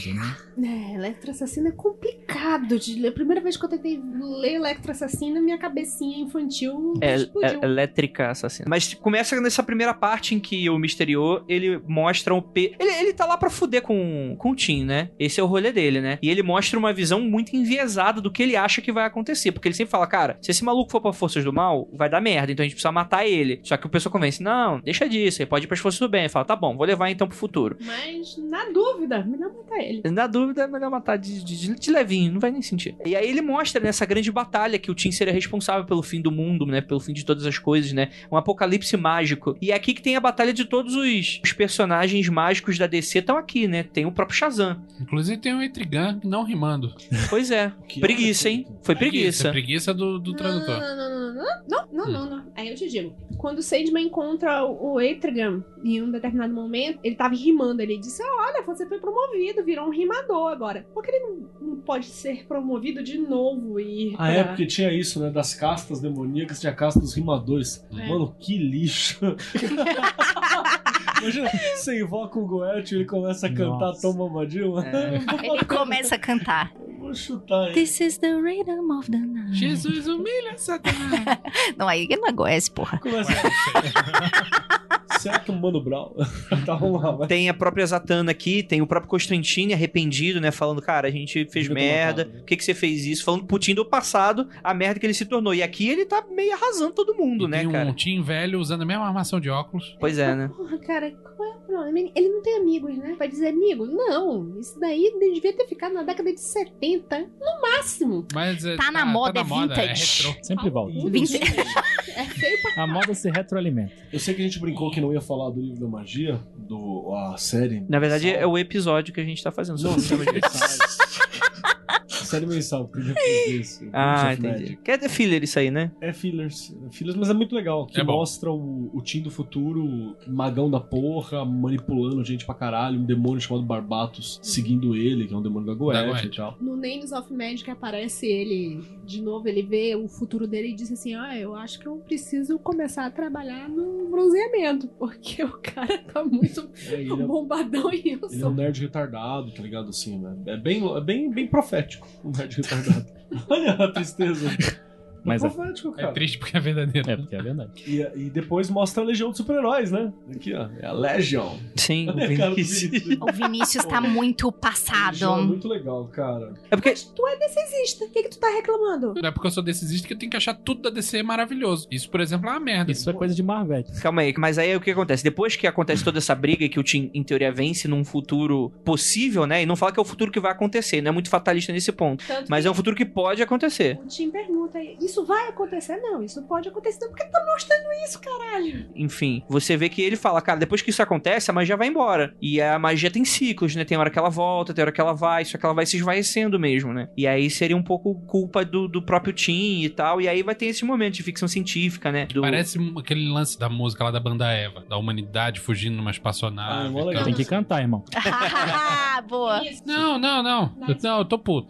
Speaker 7: né?
Speaker 4: É, Electra Assassina é complicado de ler. A primeira vez que eu tentei ler Electra Assassina, minha cabecinha infantil
Speaker 3: É,
Speaker 4: explodiu.
Speaker 3: é- elétrica assassina. Mas começa nessa primeira parte em que o Misterio, ele mostra um P. Ele, ele tá lá pra fuder com, com o Tim, né? Esse é o rolê dele, né? E ele mostra uma visão muito enviesada do que ele acha que vai acontecer. Porque ele sempre fala, cara, se esse maluco for pra Forças do Mal, vai dar merda, então a gente precisa matar ele. Só que o pessoal convence, não, deixa disso, ele pode ir pras Forças do Bem. Ele fala, tá bom, vou levar então pro futuro.
Speaker 4: Mas, na dúvida, melhor matar ele.
Speaker 3: Na dúvida, é melhor matar de, de- de levinho, não vai nem sentir. E aí ele mostra nessa grande batalha que o Tim seria responsável pelo fim do mundo, né? Pelo fim de todas as coisas, né? Um apocalipse mágico. E é aqui que tem a batalha de todos os, os personagens mágicos da DC estão aqui, né? Tem o próprio Shazam.
Speaker 6: Inclusive tem o Etrigan não rimando.
Speaker 3: Pois é.
Speaker 5: Que
Speaker 3: preguiça, hein?
Speaker 5: absurdo.
Speaker 3: Foi preguiça.
Speaker 6: Preguiça do,
Speaker 4: Ah.
Speaker 6: do Um tradutor.
Speaker 4: Não, não, não, não, não, não, não, não, não. Aí eu te digo. Quando o Sandman encontra o Etrigan em um determinado momento, ele tava rimando. Ele disse: Olha, você foi promovido, virou um rimador agora. Por que ele não- não pode ser promovido de novo e. ir
Speaker 5: Ah, é,
Speaker 4: pra-
Speaker 5: porque tinha isso, né? Das castas demoníacas, tinha a casta dos rimadores.
Speaker 4: É.
Speaker 5: Mano, que lixo. Imagina, você invoca o Goethe e ele começa a cantar
Speaker 7: Nossa.
Speaker 5: tão mamadinho.
Speaker 3: É.
Speaker 2: Ele começa a cantar.
Speaker 5: Eu vou chutar, hein?
Speaker 2: This is the rhythm of the night.
Speaker 6: Jesus humilha Satanás.
Speaker 2: Não, aí não é Goiás, porra.
Speaker 5: Começa Certo, Mano Brown. tá, vamos lá. vai.
Speaker 3: Tem a própria Zatanna aqui, tem o próprio Constantine arrependido, né? Falando, cara, a gente fez
Speaker 5: Devia ter
Speaker 3: merda,
Speaker 5: matado, né?
Speaker 3: por que, que você fez isso? Falando pro Tim do passado, a merda que ele se tornou. E aqui ele tá meio arrasando todo mundo,
Speaker 6: E
Speaker 3: né,
Speaker 6: tem
Speaker 3: cara?
Speaker 6: um Tim velho usando a mesma armação de óculos.
Speaker 3: Pois é, né?
Speaker 4: Porra, cara, qual é o problema? Ele- Ele não tem amigos, né? Vai dizer amigo? Não. Isso daí devia ter ficado na década de 70, no máximo.
Speaker 6: Mas é,
Speaker 2: Tá na moda, é vintage.
Speaker 6: retrô.
Speaker 7: Sempre volta.
Speaker 2: Vinte-
Speaker 4: É feio pra
Speaker 7: A moda se retroalimenta.
Speaker 5: Eu sei que a gente brincou que não ia falar do livro da magia, do, a série.
Speaker 3: Na verdade,
Speaker 5: mensal.
Speaker 3: é o episódio que a gente tá fazendo
Speaker 5: Não,
Speaker 3: sobre isso.
Speaker 5: série mensal. série mensal, porque depois desse. o
Speaker 3: Ah,
Speaker 5: Witch of
Speaker 3: entendi.
Speaker 5: Magic.
Speaker 3: Quer ter filler isso aí, né?
Speaker 5: É fillers, fillers, mas é muito legal. Que
Speaker 6: É bom.
Speaker 5: mostra o, o Tim do futuro, magão da porra, manipulando gente pra caralho, um demônio chamado Barbatos seguindo ele, que é um demônio da
Speaker 6: Da
Speaker 5: Goethe
Speaker 6: Goethe.
Speaker 5: e tal.
Speaker 4: No Names of Magic aparece ele de novo, ele vê o futuro dele e diz assim: Ah, eu acho que eu preciso começar a trabalhar no bronzeamento, porque o cara tá muito
Speaker 5: É, ele, é,
Speaker 4: bombadão e eu
Speaker 5: ele é um
Speaker 4: sou.
Speaker 5: nerd retardado, tá ligado? Assim, né? É bem, é bem, bem profético, um nerd retardado. Olha a tristeza.
Speaker 7: Mas
Speaker 5: é
Speaker 7: é.
Speaker 5: profético,
Speaker 6: É
Speaker 5: cara.
Speaker 6: triste porque é verdadeiro.
Speaker 7: É, porque é verdade.
Speaker 5: E, e depois mostra a Legião dos Super-Heróis, né? Aqui, ó. É a Legion.
Speaker 3: Sim, o
Speaker 5: Olha a cara do
Speaker 3: Vinícius.
Speaker 5: Vinícius.
Speaker 2: O Vinícius tá muito
Speaker 5: Legião é
Speaker 2: passado.
Speaker 5: muito legal, cara.
Speaker 3: É porque.
Speaker 4: Tu é decisista, o que, que tu tá reclamando?
Speaker 6: Não é porque eu sou decisista que eu tenho que achar tudo da DC maravilhoso. Isso, por exemplo, é uma merda.
Speaker 7: Isso é coisa de Marvete.
Speaker 3: Calma aí, mas aí é o que acontece? Depois que acontece toda essa briga e que o Tim, em teoria, vence num futuro possível, né? E não fala que é o futuro que vai acontecer, não é muito fatalista nesse ponto.
Speaker 4: Tanto
Speaker 3: Mas
Speaker 4: que
Speaker 3: é um futuro que pode acontecer.
Speaker 4: o Tim pergunta: Isso Isso vai acontecer? Não, isso pode acontecer. Então por que tá mostrando isso, cara?
Speaker 3: Enfim, você vê que ele fala, cara, depois que isso acontece, a magia vai embora. E a magia tem ciclos, né? Tem hora que ela volta, tem hora que ela vai, só que ela vai se esvaecendo mesmo, né? E aí seria um pouco culpa do, do próprio Tim e tal. E aí vai ter esse momento de ficção científica, né? Do...
Speaker 6: Parece um- aquele lance da música lá da banda Eva, da humanidade fugindo numa espaçonave.
Speaker 5: Ah,
Speaker 6: e
Speaker 5: mó
Speaker 6: tal.
Speaker 5: legal.
Speaker 7: Tem que cantar, irmão.
Speaker 2: Boa.
Speaker 6: Não, não, não. Eu- Não, eu tô puto.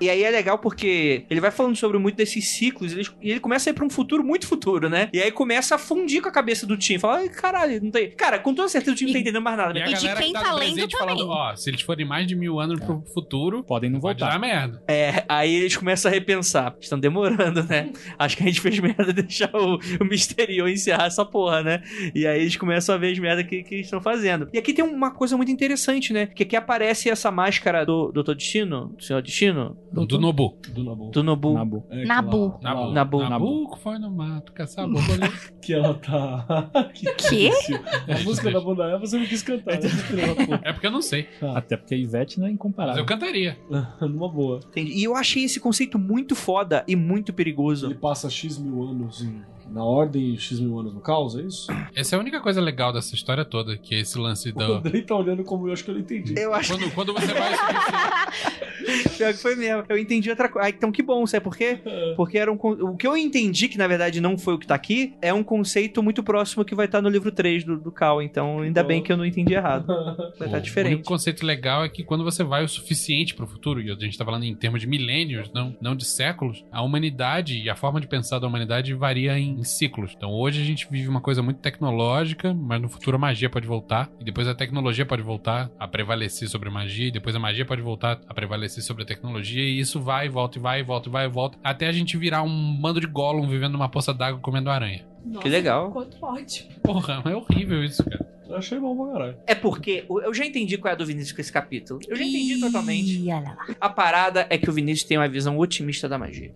Speaker 3: E aí é legal porque ele vai falando sobre muito desses ciclos ele- e ele começa a ir pra um futuro muito futuro, né? E aí começa a fundir com a cabeça do Tim. Fala, "Ai, caralho, não tem. Cara, com toda certeza o Tim não tá entendendo mais nada,
Speaker 6: E
Speaker 3: né?
Speaker 6: a
Speaker 2: de
Speaker 6: galera
Speaker 2: quem
Speaker 6: que tá,
Speaker 2: tá
Speaker 6: no
Speaker 2: lendo
Speaker 6: presente
Speaker 2: também.
Speaker 6: falando, ó, se eles forem mais de mil anos pro futuro,
Speaker 7: Podem não
Speaker 6: vai
Speaker 7: voltar.
Speaker 6: dar merda.
Speaker 3: É, aí eles começam a repensar. Estão demorando, né? Acho que a gente fez merda de deixar o, o Misterio encerrar essa porra, né? E aí eles começam a ver as merda que, que estão fazendo. E aqui tem uma coisa muito interessante, né? Que aqui aparece essa máscara do Doutor Destino, do Senhor Destino,
Speaker 6: Do, Nobu.
Speaker 5: Do Nabu.
Speaker 3: do Nobu.
Speaker 7: Nabu.
Speaker 5: É, que
Speaker 2: Nabu.
Speaker 6: Nabu.
Speaker 5: ela- ela-
Speaker 3: Nabu.
Speaker 6: Nabuco foi no mato, caçar borboleta.
Speaker 5: Que ela tá. que
Speaker 2: Quê?
Speaker 5: difícil. A música da banda Eva você não quis cantar, né? Filha da puta.
Speaker 6: É porque eu não sei.
Speaker 7: Até porque a Ivete não é
Speaker 6: Mas
Speaker 7: incomparável.
Speaker 6: eu cantaria.
Speaker 5: Numa boa.
Speaker 3: Entendi. E eu achei esse conceito muito foda e muito
Speaker 5: Ele
Speaker 3: perigoso.
Speaker 5: passa X mil anos em- na ordem e X mil anos no caos, é isso?
Speaker 6: Essa é a única coisa legal dessa história toda, que é esse lance
Speaker 5: O
Speaker 6: do.
Speaker 5: Andrei tá olhando como eu acho que eu não entendi.
Speaker 3: Eu acho
Speaker 6: Quando, quando você vai. suficiente-
Speaker 3: pior é que foi mesmo. Eu entendi outra coisa. Ah, então que bom, sabe por quê? Porque era um. con- O que eu entendi, que na verdade não foi o que tá aqui, é um conceito muito próximo que vai estar no livro 3 do, do Cal. Então, ainda bem que eu não entendi errado. Vai estar
Speaker 6: O único
Speaker 3: diferente.
Speaker 6: conceito legal é que quando você vai o suficiente pro futuro, e a gente tá falando em termos de milênios, não, não de séculos, a humanidade e a forma de pensar da humanidade varia em, em ciclos. Então hoje a gente vive uma coisa muito tecnológica, mas no futuro a magia pode voltar, e depois a tecnologia pode voltar a prevalecer sobre a magia, e depois a magia pode voltar a prevalecer sobre a tecnologia, e isso vai, e volta, e vai, e volta, e vai, e volta, até a gente virar um bando de Gollum vivendo numa poça d'água comendo aranha.
Speaker 4: Nossa,
Speaker 3: Que legal.
Speaker 4: Quanto ódio.
Speaker 6: Porra, é horrível isso, cara.
Speaker 5: Eu achei bom pra caralho.
Speaker 3: É porque o- eu já entendi qual é a do Vinícius com esse capítulo. Eu já entendi totalmente.
Speaker 2: Ih, olha lá.
Speaker 3: A parada é que o Vinícius tem uma visão otimista da magia.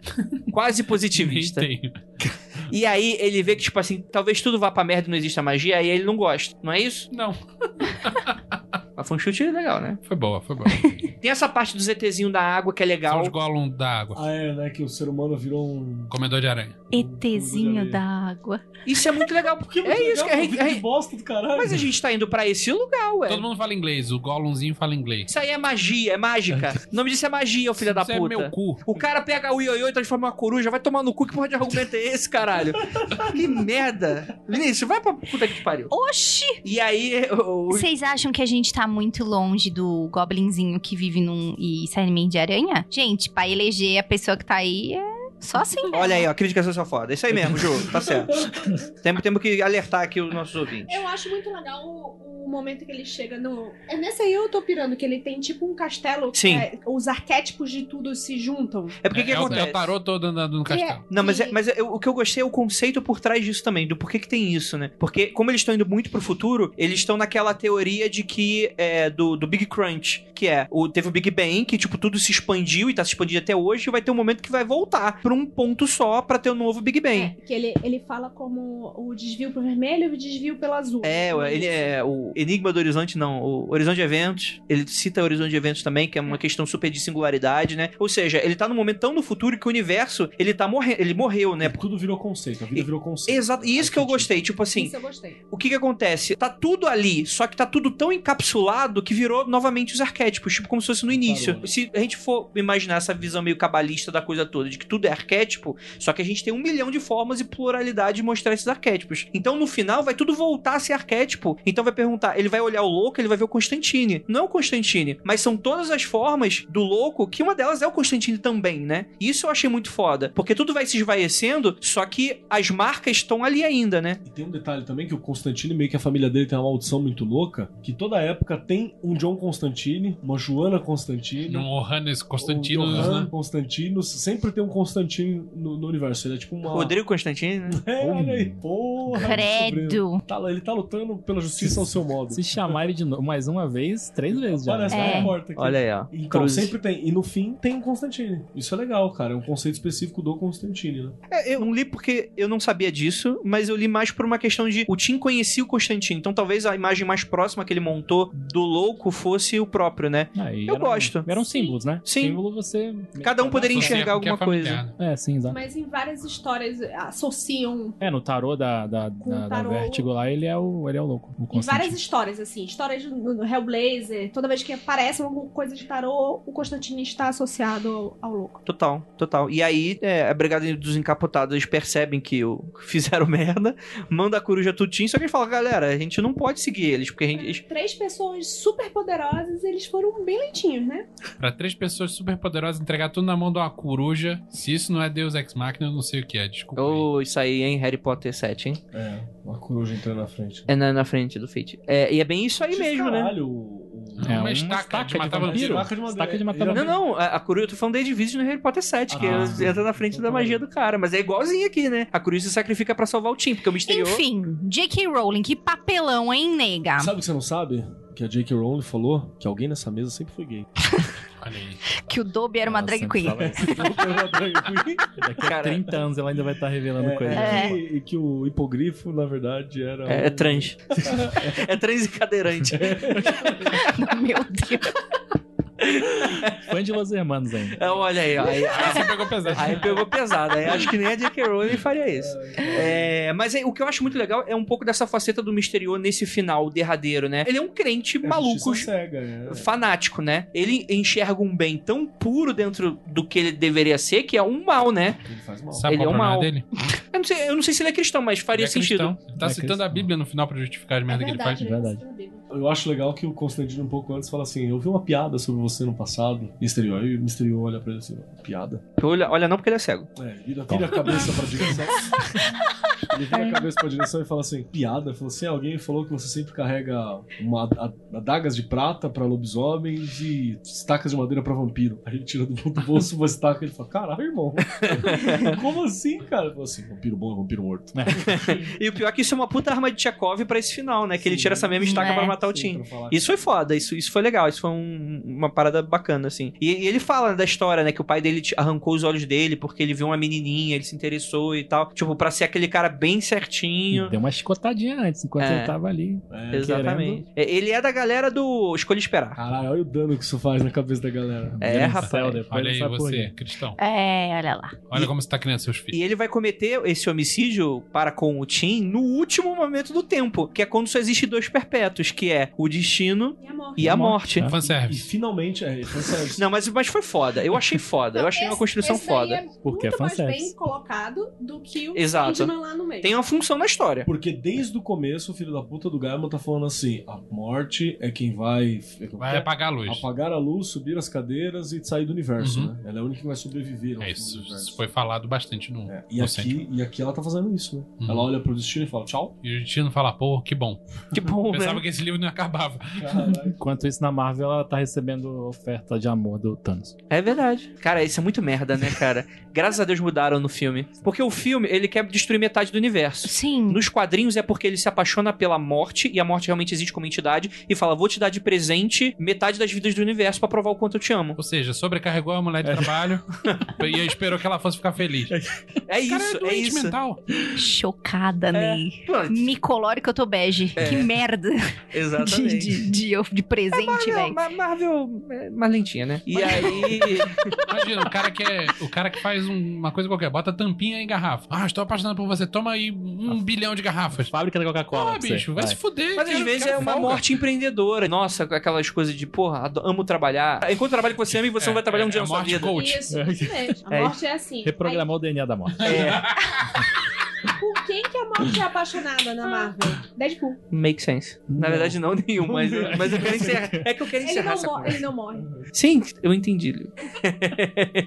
Speaker 3: Quase positivista.
Speaker 6: Nem tem.
Speaker 3: E aí ele vê que, tipo assim, talvez tudo vá pra merda e não exista magia, aí ele não gosta. Não é isso?
Speaker 6: Não,
Speaker 3: Mas foi um chute legal, né?
Speaker 6: foi boa, foi boa.
Speaker 3: Tem essa parte do ZTzinho da água que é
Speaker 6: São
Speaker 3: legal.
Speaker 6: os Gollum da água.
Speaker 5: Ah, é, né? Que o ser humano virou um.
Speaker 6: Comedor de aranha.
Speaker 2: ETzinho da água.
Speaker 3: Isso é muito legal, porque é isso que a gente. a
Speaker 5: é.
Speaker 3: gente-
Speaker 5: bosta do caralho.
Speaker 3: Mas a gente tá indo pra esse lugar, ué.
Speaker 6: Todo mundo fala inglês, o Gollumzinho fala inglês.
Speaker 3: Isso aí é magia, é mágica. O nome disso é magia, ô filho da
Speaker 6: Isso
Speaker 3: puta.
Speaker 6: é meu cu.
Speaker 3: O cara pega o ioiô e transforma uma coruja, vai tomar no cu, que porra de argumento é esse, caralho? que merda. Vinícius, vai pra puta que te pariu.
Speaker 2: Oxi!
Speaker 3: E aí, o... o-
Speaker 2: Vocês acham que a gente tá muito longe do goblinzinho que vive num. e se alimenta de aranha? Gente, pra eleger a pessoa que tá aí é só assim.
Speaker 3: Olha aí, ó, crítica social foda. Isso aí mesmo, Ju, tá certo. temos, temos que alertar aqui os nossos ouvintes.
Speaker 4: Eu acho muito legal o, o momento que ele chega no. É nessa aí eu tô pirando, que ele tem tipo um castelo. que
Speaker 3: Sim.
Speaker 4: é- os arquétipos de tudo se juntam.
Speaker 3: É porque
Speaker 6: é,
Speaker 3: que
Speaker 6: é o-
Speaker 3: acontece?
Speaker 6: é o tarô todo andando no castelo.
Speaker 3: Não, mas, é-
Speaker 4: E-
Speaker 3: mas eu- o que eu gostei é o conceito por trás disso também, do porquê que tem isso, né? Porque, como eles estão indo muito pro futuro, eles estão naquela teoria de que. É, do, do Big Crunch, que é. O, teve o Big Bang, que, tipo, tudo se expandiu e tá se expandindo até hoje, e vai ter um momento que vai voltar pra um ponto só pra ter um novo Big
Speaker 4: É,
Speaker 3: Bang.
Speaker 4: que ele, ele fala como o desvio pro vermelho e o desvio pelo azul.
Speaker 3: É, o- ele é o Enigma do Horizonte, não, o Horizonte de Eventos. Ele cita o Horizonte de Eventos também, que é uma questão super de singularidade, né? Ou seja, ele tá num momento tão no futuro que o universo, ele tá morrendo, ele morreu, né?
Speaker 5: Tudo virou conceito, a vida
Speaker 3: E-
Speaker 5: virou conceito.
Speaker 3: Exato, e isso que eu gostei, tipo assim,
Speaker 4: Isso eu gostei.
Speaker 3: o que que acontece? Tá tudo ali, só que tá tudo tão encapsulado que virou novamente os arquétipos, tipo como se fosse no início.
Speaker 5: Parou, né?
Speaker 3: Se a gente for imaginar essa visão meio cabalista da coisa toda, de que tudo é arquétipo, só que a gente tem um milhão de formas e pluralidade de mostrar esses arquétipos. Então no final vai tudo voltar a ser arquétipo. Então vai perguntar, ele vai olhar o louco, ele vai ver o Constantine. Não é o Constantine, mas são todas as formas do louco, que uma delas é o Constantine também, né? Isso eu achei muito foda, porque tudo vai se esvaecendo, só que as marcas estão ali ainda, né?
Speaker 5: E tem um detalhe também que o Constantine, meio que a família dele tem uma maldição muito louca, que toda época tem um John Constantine, uma Joana Constantine,
Speaker 6: Não, o Hannes Constantino.
Speaker 5: um Johan
Speaker 6: né?
Speaker 5: Constantino, sempre tem um Constantine no, no universo. Ele é tipo uma...
Speaker 3: Rodrigo Constantine, né?
Speaker 5: É, olha aí, porra, descobriu.
Speaker 2: Credo.
Speaker 5: Tá, ele tá lutando pela justiça ao seu modo.
Speaker 7: Se chamar ele de novo mais uma vez, três vezes já. né?
Speaker 5: Olha, essa
Speaker 2: É.
Speaker 5: é a porta aqui.
Speaker 3: Olha aí, ó.
Speaker 5: Então,
Speaker 3: Cruz.
Speaker 5: sempre tem. E no fim, tem o Constantine. Isso é legal, cara. É um conceito específico do Constantine, né?
Speaker 3: É, eu não li porque eu não sabia disso, mas eu li mais por uma questão de o Tim conhecia o Constantino, então talvez a imagem mais próxima que ele montou do louco fosse o próprio, né?
Speaker 7: Aí
Speaker 3: Eu
Speaker 7: eram-
Speaker 3: gosto.
Speaker 7: Eram símbolos, né?
Speaker 3: Sim.
Speaker 7: Símbolo você. tá
Speaker 3: Cada um poderia
Speaker 6: Associa
Speaker 3: enxergar
Speaker 6: com o que é
Speaker 3: alguma coisa.
Speaker 6: familiar, né?
Speaker 7: É, sim,
Speaker 3: Tá.
Speaker 7: exato.
Speaker 4: Mas em várias histórias associam.
Speaker 7: É, no tarô da, da,
Speaker 4: Com
Speaker 7: da, da
Speaker 4: tarô.
Speaker 7: Vertigo lá, ele é o, ele é o louco. O
Speaker 4: Em
Speaker 7: Constantine.
Speaker 4: várias histórias, assim. Histórias no no Hellblazer. Toda vez que aparece alguma coisa de tarô, o Constantino está associado ao, ao louco.
Speaker 3: Total, total. E aí, é, a Brigada dos Encapotados eles percebem que o- que fizeram merda, manda a coruja tutim, só que eles falam, galera, a gente não pode seguir eles, porque a gente.
Speaker 4: Três pessoas super poderosas, eles foram bem lentinhos, né?
Speaker 6: Pra três pessoas super poderosas entregar tudo na mão de uma coruja. Se isso não é Deus Ex Machina, eu não sei o que é. Desculpa. aí.
Speaker 3: Ô, isso aí, hein, Harry Potter 7, hein?
Speaker 5: É, uma coruja entrando na frente.
Speaker 3: É na, na frente do feitiço. É, e é bem isso aí mesmo, né?
Speaker 5: Caralho, o- o-
Speaker 6: É uma
Speaker 7: uma
Speaker 6: estaca
Speaker 7: estaca
Speaker 6: de
Speaker 7: de
Speaker 6: matar
Speaker 7: vampiro.
Speaker 6: vampiro.
Speaker 5: um Estaca de madeira.
Speaker 7: Estaca de matar
Speaker 3: Não, não, a, a coruja, eu tô falando da Division no Harry Potter 7, que
Speaker 5: Ah.
Speaker 3: entra na frente da magia do cara, mas é igualzinho aqui, né? A coruja se sacrifica pra salvar o Tim, porque o misterioso.
Speaker 2: Enfim, J.K. Rowling, que papelão, hein,
Speaker 3: Ah.
Speaker 2: nega?
Speaker 5: Sabe o que você não sabe? Que a J.K. Rowling falou que alguém nessa mesa sempre foi gay.
Speaker 6: Olha aí.
Speaker 2: Que o Dobby era uma
Speaker 7: Ela
Speaker 2: drag
Speaker 7: sempre
Speaker 2: queen.
Speaker 7: fala isso.
Speaker 5: um
Speaker 7: Daqui a
Speaker 3: Cara.
Speaker 7: 30 anos ela ainda vai estar revelando coisa.
Speaker 5: É, e que- E que o hipogrifo, na verdade, era.
Speaker 3: É, é
Speaker 5: um-
Speaker 3: trans. é trans e cadeirante.
Speaker 2: Meu Deus.
Speaker 7: Fã de Los Hermanos ainda.
Speaker 3: É, Olha aí, ó. Aí,
Speaker 6: Aí você pegou pesado.
Speaker 3: aí pegou pesado. Aí acho que nem a J.K. Rowling faria isso. É, mas aí, o que eu acho muito legal é um pouco dessa faceta do misterioso nesse final derradeiro, né? Ele é um crente
Speaker 5: é
Speaker 3: maluco.
Speaker 5: justiça Cega, é.
Speaker 3: Fanático, né? Ele enxerga um bem tão puro dentro do que ele deveria ser que é um mal, né?
Speaker 5: Ele faz mal.
Speaker 6: Sabe
Speaker 3: Ele
Speaker 6: qual é
Speaker 3: é um
Speaker 6: o problema
Speaker 3: mal.
Speaker 6: dele?
Speaker 3: Eu não, sei, eu não sei se ele é cristão, mas faria
Speaker 6: ele é
Speaker 3: sentido.
Speaker 6: cristão. Ele tá
Speaker 7: É
Speaker 6: citando a
Speaker 7: cristão.
Speaker 6: Bíblia no final pra justificar as
Speaker 4: É
Speaker 6: merda que ele faz.
Speaker 7: de verdade.
Speaker 4: né?
Speaker 5: Eu acho legal que o Constantino, um pouco antes, fala assim: Eu vi uma piada sobre você no passado, Misterio. Aí o Misterio olha pra ele assim: Piada?
Speaker 3: Olha, olha, não porque ele é cego.
Speaker 5: É, vira, vira a cabeça pra direção. Ele vira a cabeça pra direção e fala assim: Piada? Falou assim: Alguém falou que você sempre carrega uma, a- adagas de prata pra lobisomens e estacas de madeira pra vampiro. Aí ele tira do, do bolso uma estaca e ele fala: Caralho, irmão. Como assim, cara? Ele falou assim: Vampiro bom é vampiro morto.
Speaker 3: Né? E o pior é que isso é uma puta arma de Tchekov pra esse final, né? Que ele
Speaker 5: Sim.
Speaker 3: tira essa mesma estaca
Speaker 2: É.
Speaker 3: pra matar o Tim. Isso é foi foda, isso, isso foi legal, isso foi um- uma parada bacana, assim. E, e ele fala da história, né? Que o pai dele te- arrancou os olhos dele porque ele viu uma menininha, ele se interessou e tal. Tipo, pra ser aquele cara bem certinho.
Speaker 7: E deu uma chicotadinha antes, enquanto
Speaker 3: É.
Speaker 7: ele tava ali.
Speaker 5: É.
Speaker 3: Exatamente. É, Ele é da galera do Escolha Esperar.
Speaker 5: Caralho, olha o dano que isso faz na cabeça da galera.
Speaker 3: É,
Speaker 7: Vendo no
Speaker 3: rapaz.
Speaker 7: céu, depois
Speaker 6: Olha
Speaker 7: não
Speaker 6: aí
Speaker 7: sabe por
Speaker 6: você,
Speaker 7: quê.
Speaker 6: cristão.
Speaker 2: É, olha lá.
Speaker 6: Olha como você tá criando seus filhos.
Speaker 3: E ele vai cometer esse homicídio para com o Tim no último momento do tempo, que é quando só existe dois perpétuos, que é o destino
Speaker 4: E a morte.
Speaker 3: e a morte.
Speaker 7: né?
Speaker 5: E
Speaker 6: Fanservice.
Speaker 5: finalmente, é, fanservice.
Speaker 3: Não, mas, mas foi foda. Eu achei foda. Eu achei uma construção foda.
Speaker 7: Porque é
Speaker 4: muito mais
Speaker 7: fanservice.
Speaker 4: bem colocado do que o
Speaker 3: Exato.
Speaker 4: Sandman lá
Speaker 2: é
Speaker 4: no meio.
Speaker 3: Tem um uma função na história.
Speaker 5: Porque desde o começo, o filho da puta do Gaiman tá falando assim: a morte é quem vai. é quem
Speaker 6: Vai
Speaker 5: quer
Speaker 6: apagar a luz.
Speaker 5: apagar a luz, subir as cadeiras e sair do universo,
Speaker 6: Uhum.
Speaker 5: né? Ela é a única que vai sobreviver. ao
Speaker 6: É
Speaker 5: fim
Speaker 6: isso.
Speaker 5: do universo.
Speaker 6: Isso foi falado bastante no.
Speaker 5: É, e,
Speaker 6: no
Speaker 5: aqui, e aqui ela tá fazendo isso, né?
Speaker 6: Uhum.
Speaker 5: Ela olha pro destino e fala: tchau.
Speaker 6: E o Destino fala, pô, que bom.
Speaker 3: Que bom,
Speaker 6: Pensava
Speaker 3: né?
Speaker 6: que esse livro não acabava.
Speaker 5: Caralho.
Speaker 7: Enquanto isso, na Marvel, ela tá recebendo oferta de amor do Thanos.
Speaker 3: É verdade. Cara, isso é muito merda, né, cara? Graças a Deus mudaram no filme. Porque o filme, ele quer destruir metade do universo.
Speaker 2: Sim.
Speaker 3: Nos quadrinhos é porque ele se apaixona pela morte, e a morte realmente existe como entidade, e fala: vou te dar de presente metade das vidas do universo pra provar o quanto eu te amo.
Speaker 6: Ou seja, sobrecarregou a mulher de trabalho e esperou que ela fosse ficar feliz.
Speaker 3: É
Speaker 6: Cara,
Speaker 3: isso,
Speaker 6: é
Speaker 3: é,
Speaker 6: doente
Speaker 3: isso.
Speaker 6: mental.
Speaker 3: É.
Speaker 2: Chocada, Ney.
Speaker 3: Mano,
Speaker 2: Me colore que eu tô bege. Que merda de,
Speaker 3: É. Exatamente. É
Speaker 2: de, de, eu- de presente,
Speaker 3: Marvel,
Speaker 2: velho.
Speaker 3: Ma- Marvel é mais lentinha, né? E aí.
Speaker 6: Imagina, o cara que, é, o cara que faz um- uma coisa qualquer, bota tampinha em garrafa. Ah, estou apaixonado por você, toma aí
Speaker 3: Ah.
Speaker 6: um bilhão de garrafas.
Speaker 7: Fábrica da Coca-Cola.
Speaker 6: Ah,
Speaker 7: pra você.
Speaker 6: bicho, vai,
Speaker 7: Vai.
Speaker 6: se fuder.
Speaker 3: Mas às
Speaker 6: quero-
Speaker 3: vezes
Speaker 6: quero
Speaker 3: é uma
Speaker 6: folga.
Speaker 3: morte empreendedora. Nossa, aquelas coisas de, porra, ado- amo trabalhar. Enquanto trabalho que você ama e você
Speaker 6: É,
Speaker 3: não vai trabalhar um
Speaker 6: é,
Speaker 3: dia
Speaker 6: é
Speaker 3: na
Speaker 6: a
Speaker 3: sua
Speaker 6: morte
Speaker 3: vida.
Speaker 6: gold.
Speaker 4: Isso, isso mesmo. A
Speaker 3: É.
Speaker 4: morte é assim.
Speaker 7: Reprogramou o DNA da morte.
Speaker 3: É,
Speaker 4: Aí, por quem que a morte é apaixonada
Speaker 3: Ah.
Speaker 4: na Marvel? Deadpool.
Speaker 3: make sense. Na verdade, não nenhum, mas, mas eu quero encerrar. É que eu quero
Speaker 4: Ele
Speaker 3: encerrar
Speaker 4: não,
Speaker 3: essa
Speaker 4: mor-
Speaker 3: conversa.
Speaker 4: ele não morre.
Speaker 3: Sim, eu entendi. Lio.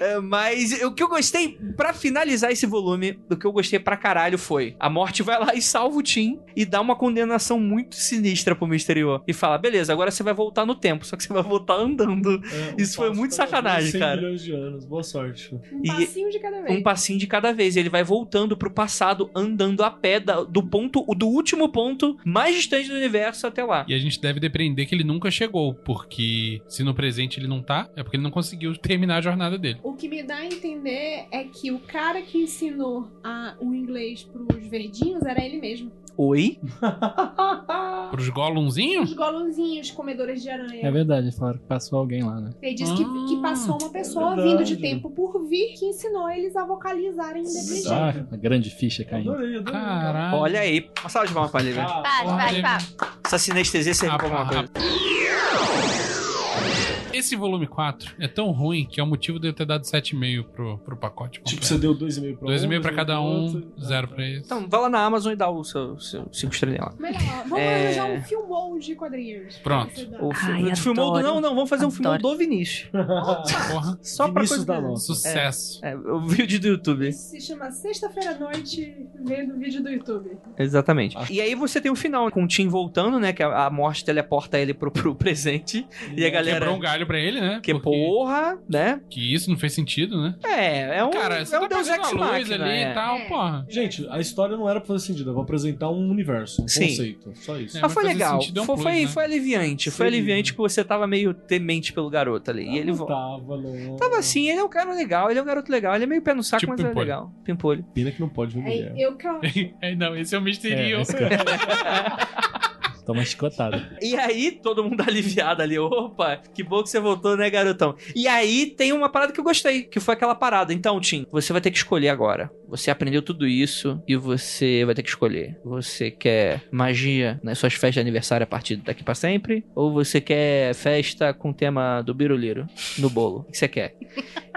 Speaker 3: É, mas o que eu gostei, pra finalizar esse volume, o que eu gostei pra caralho foi: a morte vai lá e salva o Tim e dá uma condenação muito sinistra pro Misterio. E fala: beleza, agora você vai voltar no tempo, só que você vai voltar andando.
Speaker 5: É,
Speaker 3: Isso foi
Speaker 5: passo
Speaker 3: muito
Speaker 5: cada vez,
Speaker 3: sacanagem,
Speaker 5: 100
Speaker 3: cara.
Speaker 5: milhões de anos. Boa sorte.
Speaker 4: Um
Speaker 3: E-
Speaker 4: passinho de cada vez.
Speaker 3: Um passinho de cada vez, e ele vai voltando pro passado, andando a pé da- do ponto, do último ponto mais distante do universo até lá.
Speaker 6: E a gente deve depreender que ele nunca chegou, porque se no presente ele não tá, é porque ele não conseguiu terminar a jornada dele.
Speaker 4: O que me dá a entender é que o cara que ensinou a- o inglês pros verdinhos era ele mesmo.
Speaker 3: Oi?
Speaker 6: Pros Gollumzinhos?
Speaker 4: Os golonzinhos, comedores de aranha.
Speaker 7: É verdade, falaram que passou alguém lá, né?
Speaker 4: Ele disse que,
Speaker 6: Ah,
Speaker 4: que passou uma pessoa
Speaker 5: verdade.
Speaker 4: vindo de tempo por vir que ensinou eles a vocalizarem em
Speaker 5: Sim.
Speaker 4: DPG.
Speaker 7: Ah, a grande ficha caindo.
Speaker 5: Adorei,
Speaker 3: Hum,
Speaker 5: adorei.
Speaker 6: Caralho.
Speaker 3: Olha aí. Uma salva de palmas pra ele, velho.
Speaker 5: Ah,
Speaker 2: Vai, vai, vai.
Speaker 3: Essa sinestesia serve pra alguma coisa.
Speaker 6: Esse volume 4 é tão ruim que é o motivo de eu ter dado 7,5 pro, pro pacote.
Speaker 5: tipo,
Speaker 6: completo.
Speaker 5: você deu 2,5 pra um,
Speaker 6: 2,5 pra
Speaker 5: dois
Speaker 6: cada um,
Speaker 5: outro. né?
Speaker 6: 0 pra esse.
Speaker 3: Então, vai lá na Amazon e dá o seu 5 estrelinhas lá.
Speaker 4: Melhor, vamos
Speaker 3: É.
Speaker 4: arranjar um filmou de quadrinhos.
Speaker 6: Pronto.
Speaker 4: Você dá.
Speaker 3: O fi-
Speaker 2: Ai,
Speaker 3: o filmou do,
Speaker 2: adoro.
Speaker 3: não, não, vamos fazer um filmou
Speaker 2: Adoro.
Speaker 3: do Vinícius.
Speaker 6: Porra,
Speaker 3: Só
Speaker 5: Vinícius
Speaker 3: pra
Speaker 5: da
Speaker 3: coisa.
Speaker 5: Nossa.
Speaker 6: sucesso.
Speaker 3: É, o vídeo do YouTube.
Speaker 4: Isso se chama Sexta-feira à Noite, veio do vídeo do YouTube.
Speaker 3: Exatamente. E aí você tem o final, com o Tim voltando, né? Que a, a morte teleporta ele pro, pro presente. E a galera.
Speaker 6: Quebrou um galho pra ele, né?
Speaker 3: Que
Speaker 6: Porque-
Speaker 3: porra, né?
Speaker 6: que isso não fez sentido, né?
Speaker 3: É, é um.
Speaker 6: Cara, você
Speaker 3: é
Speaker 6: tá
Speaker 3: um Deus
Speaker 6: passando a
Speaker 3: Ex
Speaker 6: luz
Speaker 3: Machina,
Speaker 6: ali
Speaker 3: é.
Speaker 6: e tal,
Speaker 4: É.
Speaker 6: porra.
Speaker 5: Gente, a história não era pra fazer sentido, era pra apresentar um universo, um
Speaker 3: Sim.
Speaker 5: conceito. Só isso.
Speaker 6: É,
Speaker 3: Mas
Speaker 6: mas
Speaker 3: foi
Speaker 6: fazer
Speaker 3: legal.
Speaker 6: sentido é um
Speaker 3: foi,
Speaker 6: plus,
Speaker 3: foi,
Speaker 6: né?
Speaker 3: foi aliviante. Foi
Speaker 5: Sim.
Speaker 3: aliviante que você tava meio temente pelo garoto ali.
Speaker 6: Ah,
Speaker 3: e ele
Speaker 5: não
Speaker 3: vo-
Speaker 6: tá
Speaker 5: tava, não.
Speaker 3: Tava assim, ele é um cara legal, ele é um garoto legal, ele é meio pé no saco,
Speaker 6: Tipo
Speaker 3: mas é
Speaker 6: Pimpolho.
Speaker 3: legal. Pimpolho.
Speaker 5: Pena que não pode ver mulher.
Speaker 4: Aí, eu que eu-
Speaker 6: É, não, esse é o misterio.
Speaker 7: É, esse cara- Toma chicotada.
Speaker 3: E aí, todo mundo aliviado ali. Opa, que bom que você voltou, né, garotão? E aí tem uma parada que eu gostei, que foi aquela parada. Então, Tim, você vai ter que escolher agora. Você aprendeu tudo isso e você vai ter que escolher. Você quer magia nas suas festas de aniversário a partir daqui pra sempre? Ou você quer festa com o tema do biruliro no bolo? O que você quer?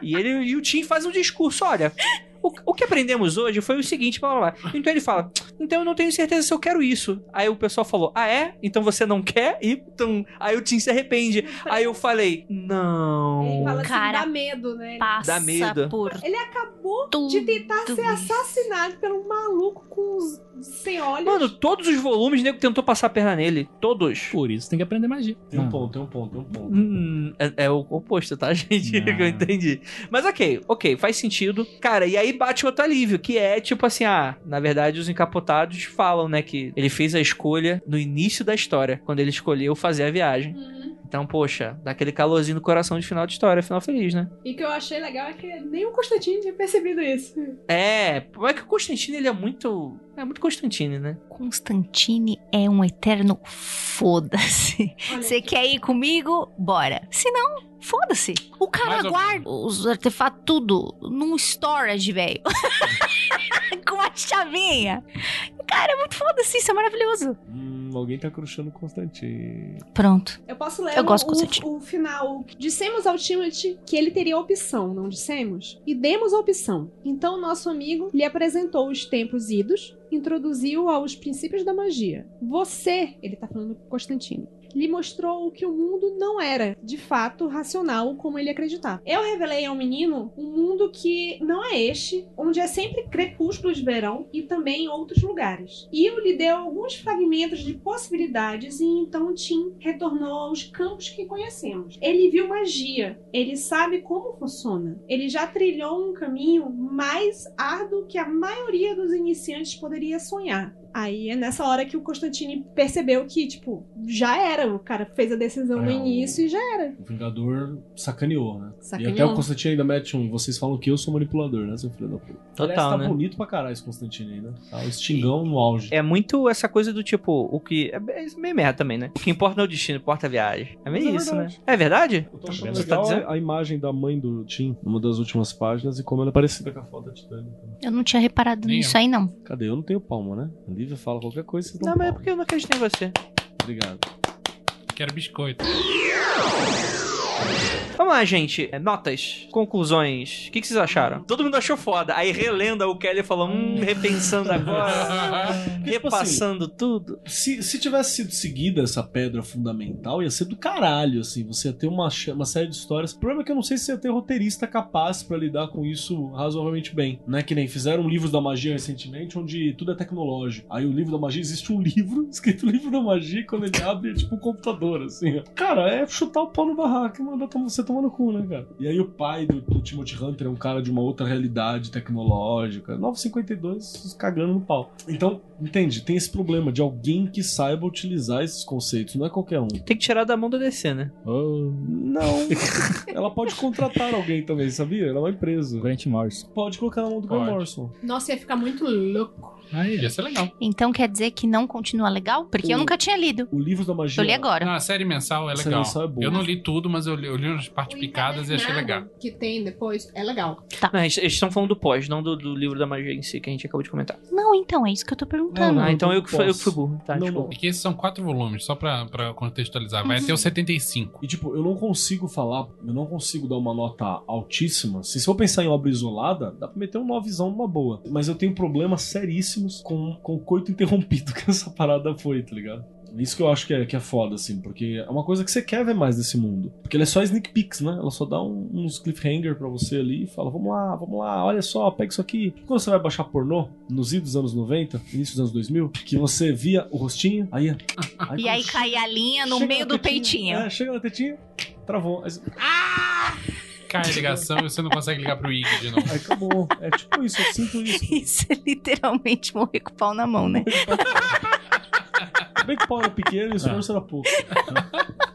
Speaker 3: E ele e o Tim faz um discurso, olha. O, o que aprendemos hoje foi o seguinte, blá, blá, blá. Então ele fala, então eu não tenho certeza se eu quero isso. Aí o pessoal falou, ah é? Então você não quer? E tum. Aí o Tim se arrepende. Aí eu falei,
Speaker 4: Ele
Speaker 3: não.
Speaker 4: fala assim,
Speaker 2: Cara.
Speaker 4: dá medo, né? Ele-
Speaker 2: Passa
Speaker 3: Dá medo.
Speaker 2: por
Speaker 4: Ele acabou
Speaker 2: tudo.
Speaker 4: de tentar ser
Speaker 2: isso.
Speaker 4: assassinado pelo maluco com os sem olhos.
Speaker 3: Mano, todos os volumes, o nego tentou passar a perna nele. Todos.
Speaker 7: Por isso tem que aprender magia.
Speaker 5: Tem um
Speaker 7: Ah,
Speaker 5: ponto, tem um ponto, tem um ponto.
Speaker 3: Hum, é, é o oposto, tá, gente?
Speaker 7: Não.
Speaker 3: que eu entendi. Mas ok, ok, faz sentido. Cara, e aí bate outro alívio, que é tipo assim: ah, na verdade, os encapotados falam, né, que ele fez a escolha no início da história, quando ele escolheu fazer a viagem.
Speaker 4: Uhum.
Speaker 3: Então, poxa, dá aquele calorzinho no coração de final de história, final feliz, né?
Speaker 4: E o que eu achei legal é que nem o Constantino tinha percebido isso.
Speaker 3: É, é que o Constantino, ele é muito. É muito Constantine, né?
Speaker 2: Constantine é um eterno foda-se.
Speaker 4: Olha,
Speaker 2: Você quer ir comigo? Bora. Se não, foda-se. O cara
Speaker 6: Mais ou
Speaker 2: guarda os artefatos tudo num storage, velho. Com a chavinha. Cara, é muito foda-se, isso é maravilhoso.
Speaker 5: Hum, alguém tá crushando o Constantino.
Speaker 2: Pronto.
Speaker 4: Eu posso ler
Speaker 2: Eu
Speaker 4: o,
Speaker 2: gosto do
Speaker 4: o-
Speaker 2: Constantino.
Speaker 4: o final. Dissemos ao Timothy que ele teria a opção, não dissemos? E demos a opção. Então nosso amigo lhe apresentou os tempos idos, introduziu aos princípios da magia. Você, ele tá falando com Constantine, lhe mostrou o que o mundo não era, de fato, racional como ele acreditava. Eu revelei ao menino um mundo que não é este, onde é sempre crepúsculo de verão e também em outros lugares. E eu lhe dei alguns fragmentos de possibilidades e então Tim retornou aos campos que conhecemos. Ele viu magia, ele sabe como funciona. Ele já trilhou um caminho mais árduo que a maioria dos iniciantes poderia sonhar. Aí é nessa hora que o Constantine percebeu que, tipo, já era. O cara fez a decisão no
Speaker 5: É, o-
Speaker 4: início e já
Speaker 5: O Vingador sacaneou, né?
Speaker 4: Sacaneou.
Speaker 5: E até o Constantino ainda mete um. Vocês falam que eu sou manipulador, né, seu filho da puta?
Speaker 3: é
Speaker 5: Aliás, tá bonito pra caralho esse Constantino aí, né? Tá o Stingão no auge.
Speaker 3: né? É muito essa coisa do tipo, o que. É meio merda também, né? O que importa não é o destino, importa a viagem. É meio
Speaker 5: Mas é
Speaker 3: isso, né?
Speaker 5: verdade.
Speaker 3: É verdade?
Speaker 5: Eu tô achando
Speaker 7: Você
Speaker 3: tá
Speaker 5: legal
Speaker 3: dizendo?
Speaker 5: a, a imagem da mãe do Tim numa das últimas páginas e como ela é parecida com a foto da Titânia.
Speaker 2: Eu não tinha reparado
Speaker 6: Nem
Speaker 2: nisso
Speaker 6: eu.
Speaker 2: aí, não.
Speaker 5: Cadê? Eu não tenho palma, né? A Lívia fala qualquer coisa, vocês dão
Speaker 3: Não, mas é
Speaker 5: palma.
Speaker 3: porque eu não acredito em você.
Speaker 5: Obrigado.
Speaker 6: Quero biscoito.
Speaker 3: Vamos lá, gente. É, Notas, conclusões. O que, que vocês acharam? Todo mundo achou foda. Aí relenda o Kelly falou, hum, repensando agora,
Speaker 6: Ah,
Speaker 5: Porque, tipo assim,
Speaker 3: repassando tudo.
Speaker 5: se, se tivesse sido seguida essa pedra fundamental, ia ser do caralho, assim. Você ia ter uma, cha- uma série de histórias. O problema é que eu não sei se ia ter roteirista capaz pra lidar com isso razoavelmente bem. Né? Que nem fizeram livros da magia recentemente, onde tudo é tecnológico. Aí o livro da magia, existe um livro, escrito livro da magia, e quando ele abre é tipo um computador, assim. ó. Cara, é chutar o pau no barraco, manda tom- você tomar no cu, né, cara? E aí o pai do, do Timothy Hunter é um cara de uma outra realidade tecnológica. 952 cagando no pau. Então, entende? Tem esse problema de alguém que saiba utilizar esses conceitos. Não é qualquer um.
Speaker 3: Tem que tirar da mão da DC, né?
Speaker 7: Oh,
Speaker 5: Não. Ela pode contratar alguém também, sabia? Ela é uma empresa.
Speaker 7: Grant Morrison.
Speaker 5: Pode colocar na mão do Grant
Speaker 6: Pode.
Speaker 5: Morrison.
Speaker 9: Nossa, ia ficar muito louco.
Speaker 6: Aí, ia ser legal.
Speaker 2: Então quer dizer que não continua legal? Porque eu
Speaker 5: O-
Speaker 2: nunca tinha lido.
Speaker 5: O livro da magia.
Speaker 2: Eu li agora.
Speaker 6: Não, a série mensal é
Speaker 5: Série
Speaker 6: legal.
Speaker 5: mensal é boa.
Speaker 6: Eu não li tudo, mas eu li, eu li umas partes
Speaker 9: O
Speaker 6: picadas e achei legal.
Speaker 9: encadernado Que tem depois, é legal.
Speaker 3: Não, eles eles estão falando do pós, não do, do livro da magia em si, que a gente acabou de comentar.
Speaker 2: Não, então, é isso que eu tô perguntando.
Speaker 5: Não,
Speaker 3: ah, então
Speaker 5: não
Speaker 3: eu que, fui, eu
Speaker 5: posso.
Speaker 3: que fui burro, tá?
Speaker 5: Não,
Speaker 3: desculpa.
Speaker 6: É que esses são quatro volumes, só pra, pra contextualizar. Vai até o 75.
Speaker 5: E tipo, eu não consigo falar, eu não consigo dar uma nota altíssima. Se, se eu pensar em obra isolada, dá pra meter um novizão numa boa. Mas eu tenho problemas seríssimos com, com o coito interrompido que essa parada foi, tá ligado? Isso que eu acho que é, que é foda, assim, porque é uma coisa que você quer ver mais desse mundo. Porque ele é só sneak peeks, né? Ela só dá um- uns cliffhanger pra você ali e fala: vamos lá, vamos lá, olha só, pega isso aqui. Quando você vai baixar pornô, nos idos dos anos 90, início dos anos 2000, que você via o rostinho, aí.
Speaker 2: E aí caía a linha no
Speaker 5: Chega
Speaker 2: meio
Speaker 5: na
Speaker 2: do
Speaker 5: tetinha.
Speaker 2: peitinho.
Speaker 5: É, chega na tetinha, travou. Aí, você-
Speaker 6: Cai a ligação e você não consegue ligar pro Ig de novo.
Speaker 5: aí acabou. É tipo isso, eu sinto isso.
Speaker 2: Isso é literalmente morrer com o pau na mão, né?
Speaker 5: Bem que o pau era pequeno e o
Speaker 6: Ah.
Speaker 5: esforço era pouco.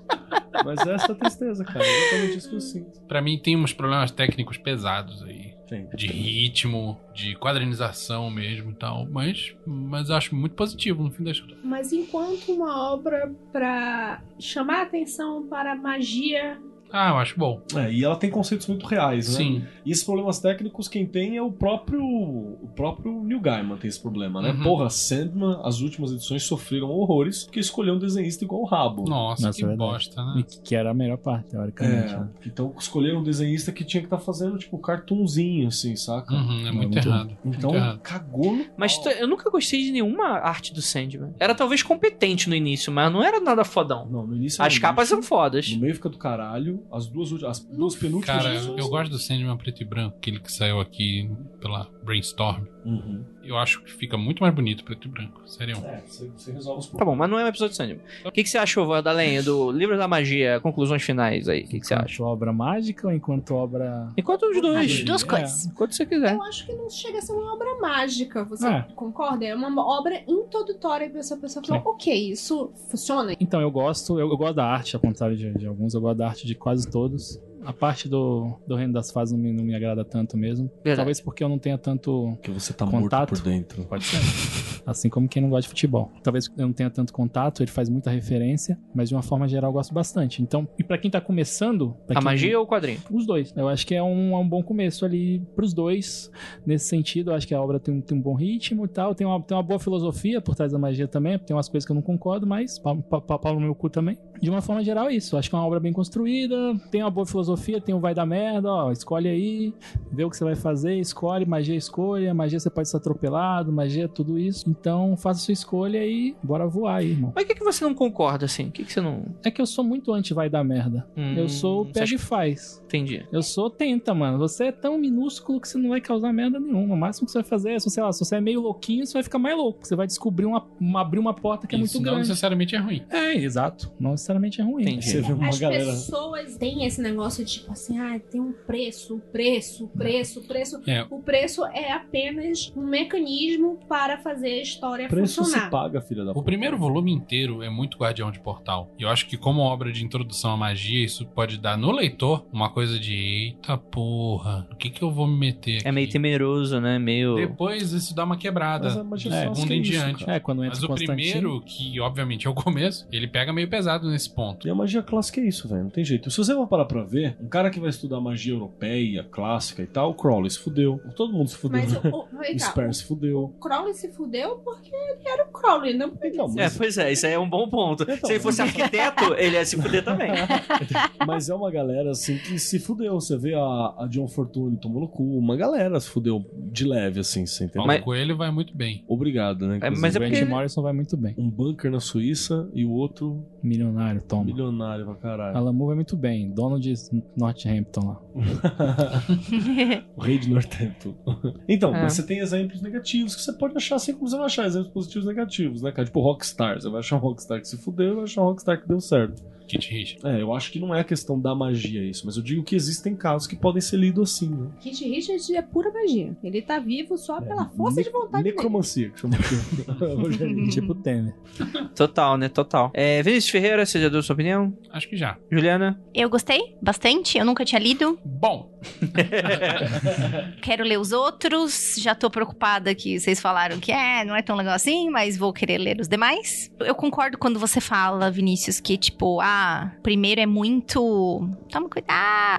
Speaker 5: Mas essa é a tristeza, cara. É exatamente isso que eu sinto.
Speaker 6: Pra mim tem uns problemas técnicos pesados aí.
Speaker 5: Tem.
Speaker 6: De ritmo, de quadrinização mesmo e tal. Mas, mas acho muito positivo no fim das contas.
Speaker 9: Mas enquanto uma obra pra chamar atenção para a magia,
Speaker 6: Ah, eu acho bom.
Speaker 5: É, e ela tem conceitos muito reais, né?
Speaker 6: Sim.
Speaker 5: E esses problemas técnicos, quem tem é o próprio. O próprio Neil Gaiman tem esse problema, né?
Speaker 6: Uhum.
Speaker 5: Porra, Sandman, as últimas edições sofreram horrores porque escolheu um desenhista igual o rabo.
Speaker 6: Nossa,
Speaker 7: Nossa,
Speaker 6: que
Speaker 7: verdade.
Speaker 6: bosta, né?
Speaker 7: E Que era a melhor parte, teoricamente. né?
Speaker 5: É, então escolheram um desenhista que tinha que estar fazendo, tipo, cartunzinho, assim, saca?
Speaker 6: Uhum, é muito
Speaker 7: muito-
Speaker 6: errado.
Speaker 5: Então,
Speaker 6: Muito tá errado.
Speaker 5: cagou no
Speaker 3: Mas
Speaker 5: pau.
Speaker 3: t- eu nunca gostei de nenhuma arte do Sandman. Era talvez competente no início, mas não era nada fodão.
Speaker 5: Ah, Não, no início.
Speaker 3: As
Speaker 5: realmente,
Speaker 3: capas são fodas.
Speaker 5: No meio fica do caralho. As duas, ulti- as duas penúltimas.
Speaker 6: Cara, eu gosto do Sandman preto e branco, aquele que saiu aqui pela Brainstorm.
Speaker 5: Uhum.
Speaker 6: Eu acho que fica muito mais bonito preto e branco. Sério.
Speaker 5: É, você, você resolve os
Speaker 3: Tá
Speaker 5: problemas.
Speaker 3: bom, mas não é um episódio de Sandman. O que, que você achou, Vandalenha, do Livro da Magia, conclusões finais aí? O que, que você acha?
Speaker 7: Enquanto obra mágica ou enquanto obra.
Speaker 3: Enquanto os
Speaker 2: As
Speaker 3: dois.
Speaker 2: duas
Speaker 7: É.
Speaker 2: coisas.
Speaker 3: Enquanto você quiser.
Speaker 9: eu acho que não chega a ser uma obra mágica. Você
Speaker 7: É.
Speaker 9: concorda? É uma obra introdutória pra essa pessoa falar,
Speaker 7: Sim.
Speaker 9: ok, isso funciona.
Speaker 7: Então, eu gosto, eu, eu gosto da arte, ao contrário de, de alguns, eu gosto da arte de quase todos. A parte do, do Reino das Fases não me, não me agrada tanto mesmo.
Speaker 3: Verdade.
Speaker 7: Talvez porque eu não tenha tanto
Speaker 5: Porque você tá
Speaker 7: Contato.
Speaker 5: morto por dentro.
Speaker 7: Pode ser. Assim como quem não gosta de futebol. Talvez eu não tenha tanto contato, ele faz muita referência, mas de uma forma geral eu gosto bastante. Então, e pra quem tá começando.
Speaker 3: A
Speaker 7: pra quem-
Speaker 3: magia ou o quadrinho?
Speaker 7: Os dois. Eu acho que é um, é um bom começo ali pros dois. Nesse sentido, eu acho que a obra tem um, tem um bom ritmo e tal. Tem uma, tem uma boa filosofia por trás da magia também. Tem umas coisas que eu não concordo, mas pau, pau, pau- pau no meu cu também. De uma forma geral, é isso. Eu acho que é uma obra bem construída. Tem uma boa filosofia, tem um vai dar merda, ó. Escolhe aí, vê o que você vai fazer, escolhe. Magia é escolha, magia você pode ser atropelado, magia é tudo isso. Então, faça a sua escolha e bora voar aí, irmão.
Speaker 3: Mas o que, que você não concorda, assim? O que, que você não.
Speaker 7: É que eu sou muito anti vai dar merda.
Speaker 3: Hum,
Speaker 7: eu sou o
Speaker 3: você
Speaker 7: pega
Speaker 3: acha-
Speaker 7: e faz.
Speaker 3: Entendi.
Speaker 7: Eu sou tenta, mano. Você é tão minúsculo que você não vai causar merda nenhuma. O máximo que você vai fazer é, se, sei lá, se você é meio louquinho, você vai ficar mais louco. Você vai descobrir uma, uma- abrir uma porta que é
Speaker 6: Isso
Speaker 7: muito
Speaker 6: não
Speaker 7: grande.
Speaker 6: necessariamente é ruim.
Speaker 7: É, exato. Não necessariamente é ruim.
Speaker 3: Entendi.
Speaker 5: Você vê uma
Speaker 9: As
Speaker 5: galera.
Speaker 9: pessoas têm esse negócio de, tipo assim, ah, tem um preço, o preço, o preço, o preço.
Speaker 6: É.
Speaker 9: O preço é apenas um mecanismo para fazer a história
Speaker 5: Preço se
Speaker 9: funcionar.
Speaker 5: paga, filha da
Speaker 6: O
Speaker 5: puta.
Speaker 6: primeiro volume inteiro é muito Guardião de Portal. E eu acho que, como obra de introdução à magia, isso pode dar no leitor uma coisa de: eita porra, o que, que eu vou me meter aqui?
Speaker 3: É meio temeroso, né? Meio.
Speaker 6: Depois isso dá uma quebrada.
Speaker 5: Mas a magia
Speaker 7: É,
Speaker 5: só
Speaker 6: mundo
Speaker 5: que
Speaker 6: em
Speaker 5: isso,
Speaker 6: diante.
Speaker 5: cara.
Speaker 7: É, quando entra
Speaker 6: Mas
Speaker 7: o
Speaker 6: o
Speaker 7: Constantino.
Speaker 6: primeiro, que obviamente é o começo, ele pega meio pesado nesse ponto.
Speaker 5: E a magia clássica é isso, velho. Não tem jeito. Se você for parar pra ver, um cara que vai estudar magia europeia, clássica e tal, o Crowley se fudeu. Todo mundo se fudeu.
Speaker 9: Mas o,
Speaker 5: né?
Speaker 9: o, vem
Speaker 5: O
Speaker 9: cá,
Speaker 5: Sperry se fudeu.
Speaker 9: o Crowley se fudeu porque ele era o Crowley, né? não porque
Speaker 5: Então,
Speaker 3: É,
Speaker 5: mas,
Speaker 3: pois é, isso aí é um bom ponto.
Speaker 5: Então,
Speaker 3: Se ele fosse arquiteto, ele ia se fuder também.
Speaker 5: mas é uma galera assim que se fudeu. Você vê a, a John Fortune tomando cu. Uma galera se fudeu de leve, assim, você entendeu?
Speaker 6: Paulo
Speaker 3: Mas-
Speaker 6: Coelho vai muito bem.
Speaker 5: Obrigado, né?
Speaker 3: É, mas
Speaker 5: inclusive.
Speaker 7: Mas
Speaker 3: é
Speaker 7: o Grant
Speaker 3: porque-
Speaker 7: Morrison vai muito bem.
Speaker 5: Um bunker na Suíça e o outro
Speaker 7: Milionário, toma.
Speaker 5: milionário pra caralho.
Speaker 7: Alan Moore vai muito bem. Dono de Northampton lá.
Speaker 5: o rei de Northampton. Então,
Speaker 3: É.
Speaker 5: mas você tem exemplos negativos que você pode achar, assim como você vai achar exemplos positivos e negativos, né, cara? Tipo Rockstar. Você vai achar um Rockstar que se fudeu e vai achar um Rockstar que deu certo.
Speaker 6: Kit Richard.
Speaker 5: É, eu acho que não é a questão da magia isso, mas eu digo que existem casos que podem ser lidos assim, né?
Speaker 4: Kit Richards é pura magia. Ele tá vivo
Speaker 5: É,
Speaker 4: só pela força de
Speaker 5: Ne-
Speaker 4: vontade dele.
Speaker 5: Necromancia, que chama aqui. Hoje é lido.
Speaker 7: Tipo
Speaker 2: Hum.
Speaker 7: Temer.
Speaker 3: Total, né? Total. É, Vinícius Ferreira, você já deu sua opinião?
Speaker 6: Acho que já.
Speaker 3: Juliana?
Speaker 2: Eu gostei bastante, eu nunca tinha lido.
Speaker 6: Bom,
Speaker 2: Quero ler os outros, já tô preocupada que vocês falaram que é, não é tão legal assim, mas vou querer ler os demais. Eu concordo quando você fala, Vinícius, que tipo, ah, primeiro é muito. Toma Ah,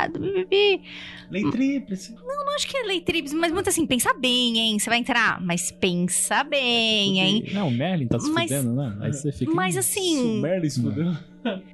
Speaker 2: cuidado, bibi.
Speaker 6: Hum.
Speaker 13: Lei tríplice.
Speaker 2: Não acho que é lei tribs, mas muito assim, pensa bem, hein? Você vai entrar, mas pensa bem, hein?
Speaker 7: Não, o Merlin tá se
Speaker 2: Mas-
Speaker 7: fudendo, né? Aí você
Speaker 6: um
Speaker 7: fica. um
Speaker 2: Mas
Speaker 5: O
Speaker 2: assim,
Speaker 5: Merlin se
Speaker 6: Hum.
Speaker 5: fudeu.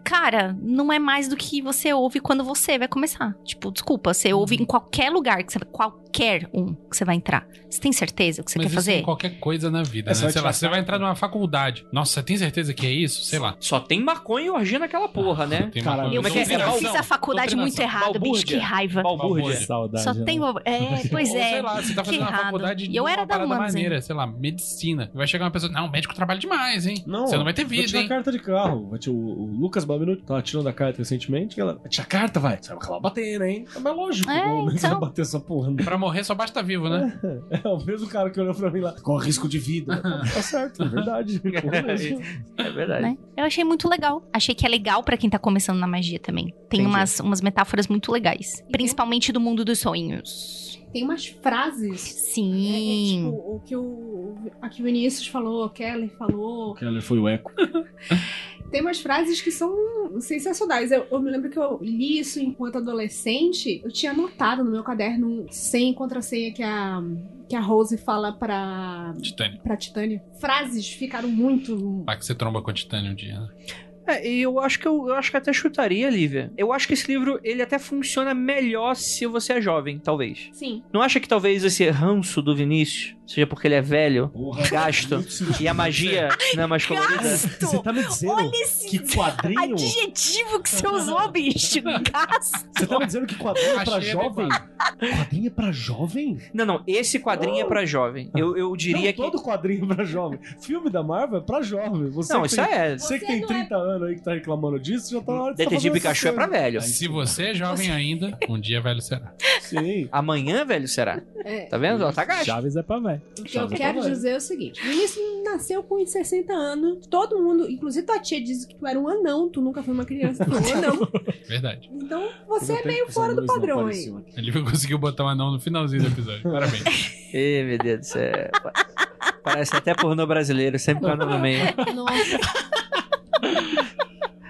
Speaker 2: cara, não é mais do que você ouve quando você vai começar. Tipo, desculpa, você ouve
Speaker 6: Uhum.
Speaker 2: em qualquer lugar que você qualquer um que você vai entrar. Você tem certeza que você
Speaker 6: mas
Speaker 2: quer
Speaker 6: isso
Speaker 2: fazer?
Speaker 6: é qualquer coisa na vida,
Speaker 5: É, você
Speaker 6: né?
Speaker 5: vai
Speaker 6: Sei lá,
Speaker 5: tirar
Speaker 6: você vai entrar numa faculdade. Nossa, você tem certeza que é isso? Sei lá.
Speaker 3: Só tem maconha e orgia naquela porra, né?
Speaker 6: Tem
Speaker 7: Caralho,
Speaker 6: uma
Speaker 2: Eu
Speaker 3: Mas
Speaker 2: fiz,
Speaker 3: é
Speaker 2: eu
Speaker 3: Balbu-
Speaker 2: fiz a faculdade
Speaker 6: doutrinação.
Speaker 2: muito errado, bicho, que
Speaker 3: Balbúrdia.
Speaker 2: raiva.
Speaker 5: é.
Speaker 3: Balbúrdia.
Speaker 7: Saudade.
Speaker 2: Só
Speaker 7: né?
Speaker 2: tem. bobo- É, pois
Speaker 6: Ou,
Speaker 2: é.
Speaker 6: Sei lá, você tá
Speaker 2: que
Speaker 6: fazendo uma
Speaker 2: errado.
Speaker 6: faculdade de
Speaker 2: Eu
Speaker 6: uma
Speaker 2: era da
Speaker 6: parada
Speaker 2: humanas
Speaker 6: maneira, sei lá, medicina. Vai chegar uma pessoa, não, o médico trabalha demais, hein?
Speaker 5: Não,
Speaker 6: você não vai ter
Speaker 5: vou
Speaker 6: vida,
Speaker 5: tirar
Speaker 6: hein?
Speaker 5: carta de carro. Vai tirar O, o Lucas Babinuto tava tirando a carta recentemente. E ela, vai tirar a carta, vai. Você vai acabar batendo, hein? É mais lógico.
Speaker 2: É,
Speaker 5: pelo menos
Speaker 2: então.
Speaker 5: vai bater essa porra. né?
Speaker 6: Pra morrer só basta vivo, né?
Speaker 5: É o mesmo cara que olhou pra mim lá. Com risco de vida. tá certo, é verdade. Porra, mesmo.
Speaker 3: É verdade.
Speaker 2: né? Eu achei muito legal. Achei que é legal pra quem tá começando na magia também. Tem
Speaker 3: Entendi.
Speaker 2: umas, umas metáforas muito legais. Principalmente do mundo dos sonhos.
Speaker 4: Tem umas frases. né, é
Speaker 2: Sim.
Speaker 4: tipo, o que o, a que o Vinícius falou, o Keller falou.
Speaker 5: O Keller foi o eco.
Speaker 4: Tem umas frases que são sensacionais. Eu, eu me lembro que eu li isso enquanto adolescente. Eu tinha anotado no meu caderno um sem contrassenha que a, que a Rose fala pra,
Speaker 5: É.
Speaker 6: Titânio.
Speaker 4: pra Titânia. Frases ficaram muito.
Speaker 6: Vai que você tromba com a Titânio um dia, né?
Speaker 3: É, e eu acho que eu, eu acho que até chutaria, Lívia. Eu acho que esse livro ele até funciona melhor se você é jovem, talvez.
Speaker 4: Sim.
Speaker 3: Não acha que talvez esse ranço do Vinícius seja porque ele é velho,
Speaker 5: Porra.
Speaker 3: gasto e a magia não é mais colorida?
Speaker 5: Você
Speaker 2: Gasto!
Speaker 5: tá me dizendo
Speaker 2: Olha esse
Speaker 5: que quadrinho...
Speaker 2: adjetivo que você usou, bicho. Gasto!
Speaker 5: Você tá me dizendo que quadrinho é pra
Speaker 6: Achei
Speaker 5: jovem? Quadrinho é pra jovem?
Speaker 3: Não, não. Esse quadrinho é pra jovem. Eu, eu diria
Speaker 5: não,
Speaker 3: que
Speaker 5: todo quadrinho é pra jovem. Filme da Marvel é pra jovem. Você
Speaker 3: não,
Speaker 5: que
Speaker 3: isso
Speaker 5: tem...
Speaker 3: é.
Speaker 5: Você que
Speaker 4: Você
Speaker 5: tem
Speaker 4: não é-
Speaker 5: 30 anos aí que tá reclamando disso, já tá na hora de tá
Speaker 3: Detetive
Speaker 5: fazendo essas
Speaker 3: Pikachu é pra
Speaker 5: coisas.
Speaker 3: velho.
Speaker 6: Se você é jovem ainda, um dia velho será.
Speaker 5: Sim.
Speaker 3: Amanhã, velho, será?
Speaker 4: É.
Speaker 3: Tá vendo? Ela tá gasta.
Speaker 7: Chaves é pra velho.
Speaker 4: O que eu quero dizer é o seguinte: Vinícius nasceu com 60 anos. Todo mundo, inclusive tua tia, diz que tu era um anão. Tu nunca foi uma criança, tu é um anão.
Speaker 6: Verdade.
Speaker 4: Então você é
Speaker 5: Ainda tem
Speaker 4: meio
Speaker 5: que
Speaker 4: fora do
Speaker 5: essa luz não
Speaker 4: padrão aí.
Speaker 5: apareceu aqui.
Speaker 6: Ele conseguiu botar um anão no finalzinho do episódio. Parabéns.
Speaker 3: Ih, meu Deus do céu. Parece até pornô brasileiro, sempre com o no meio.
Speaker 4: Nossa,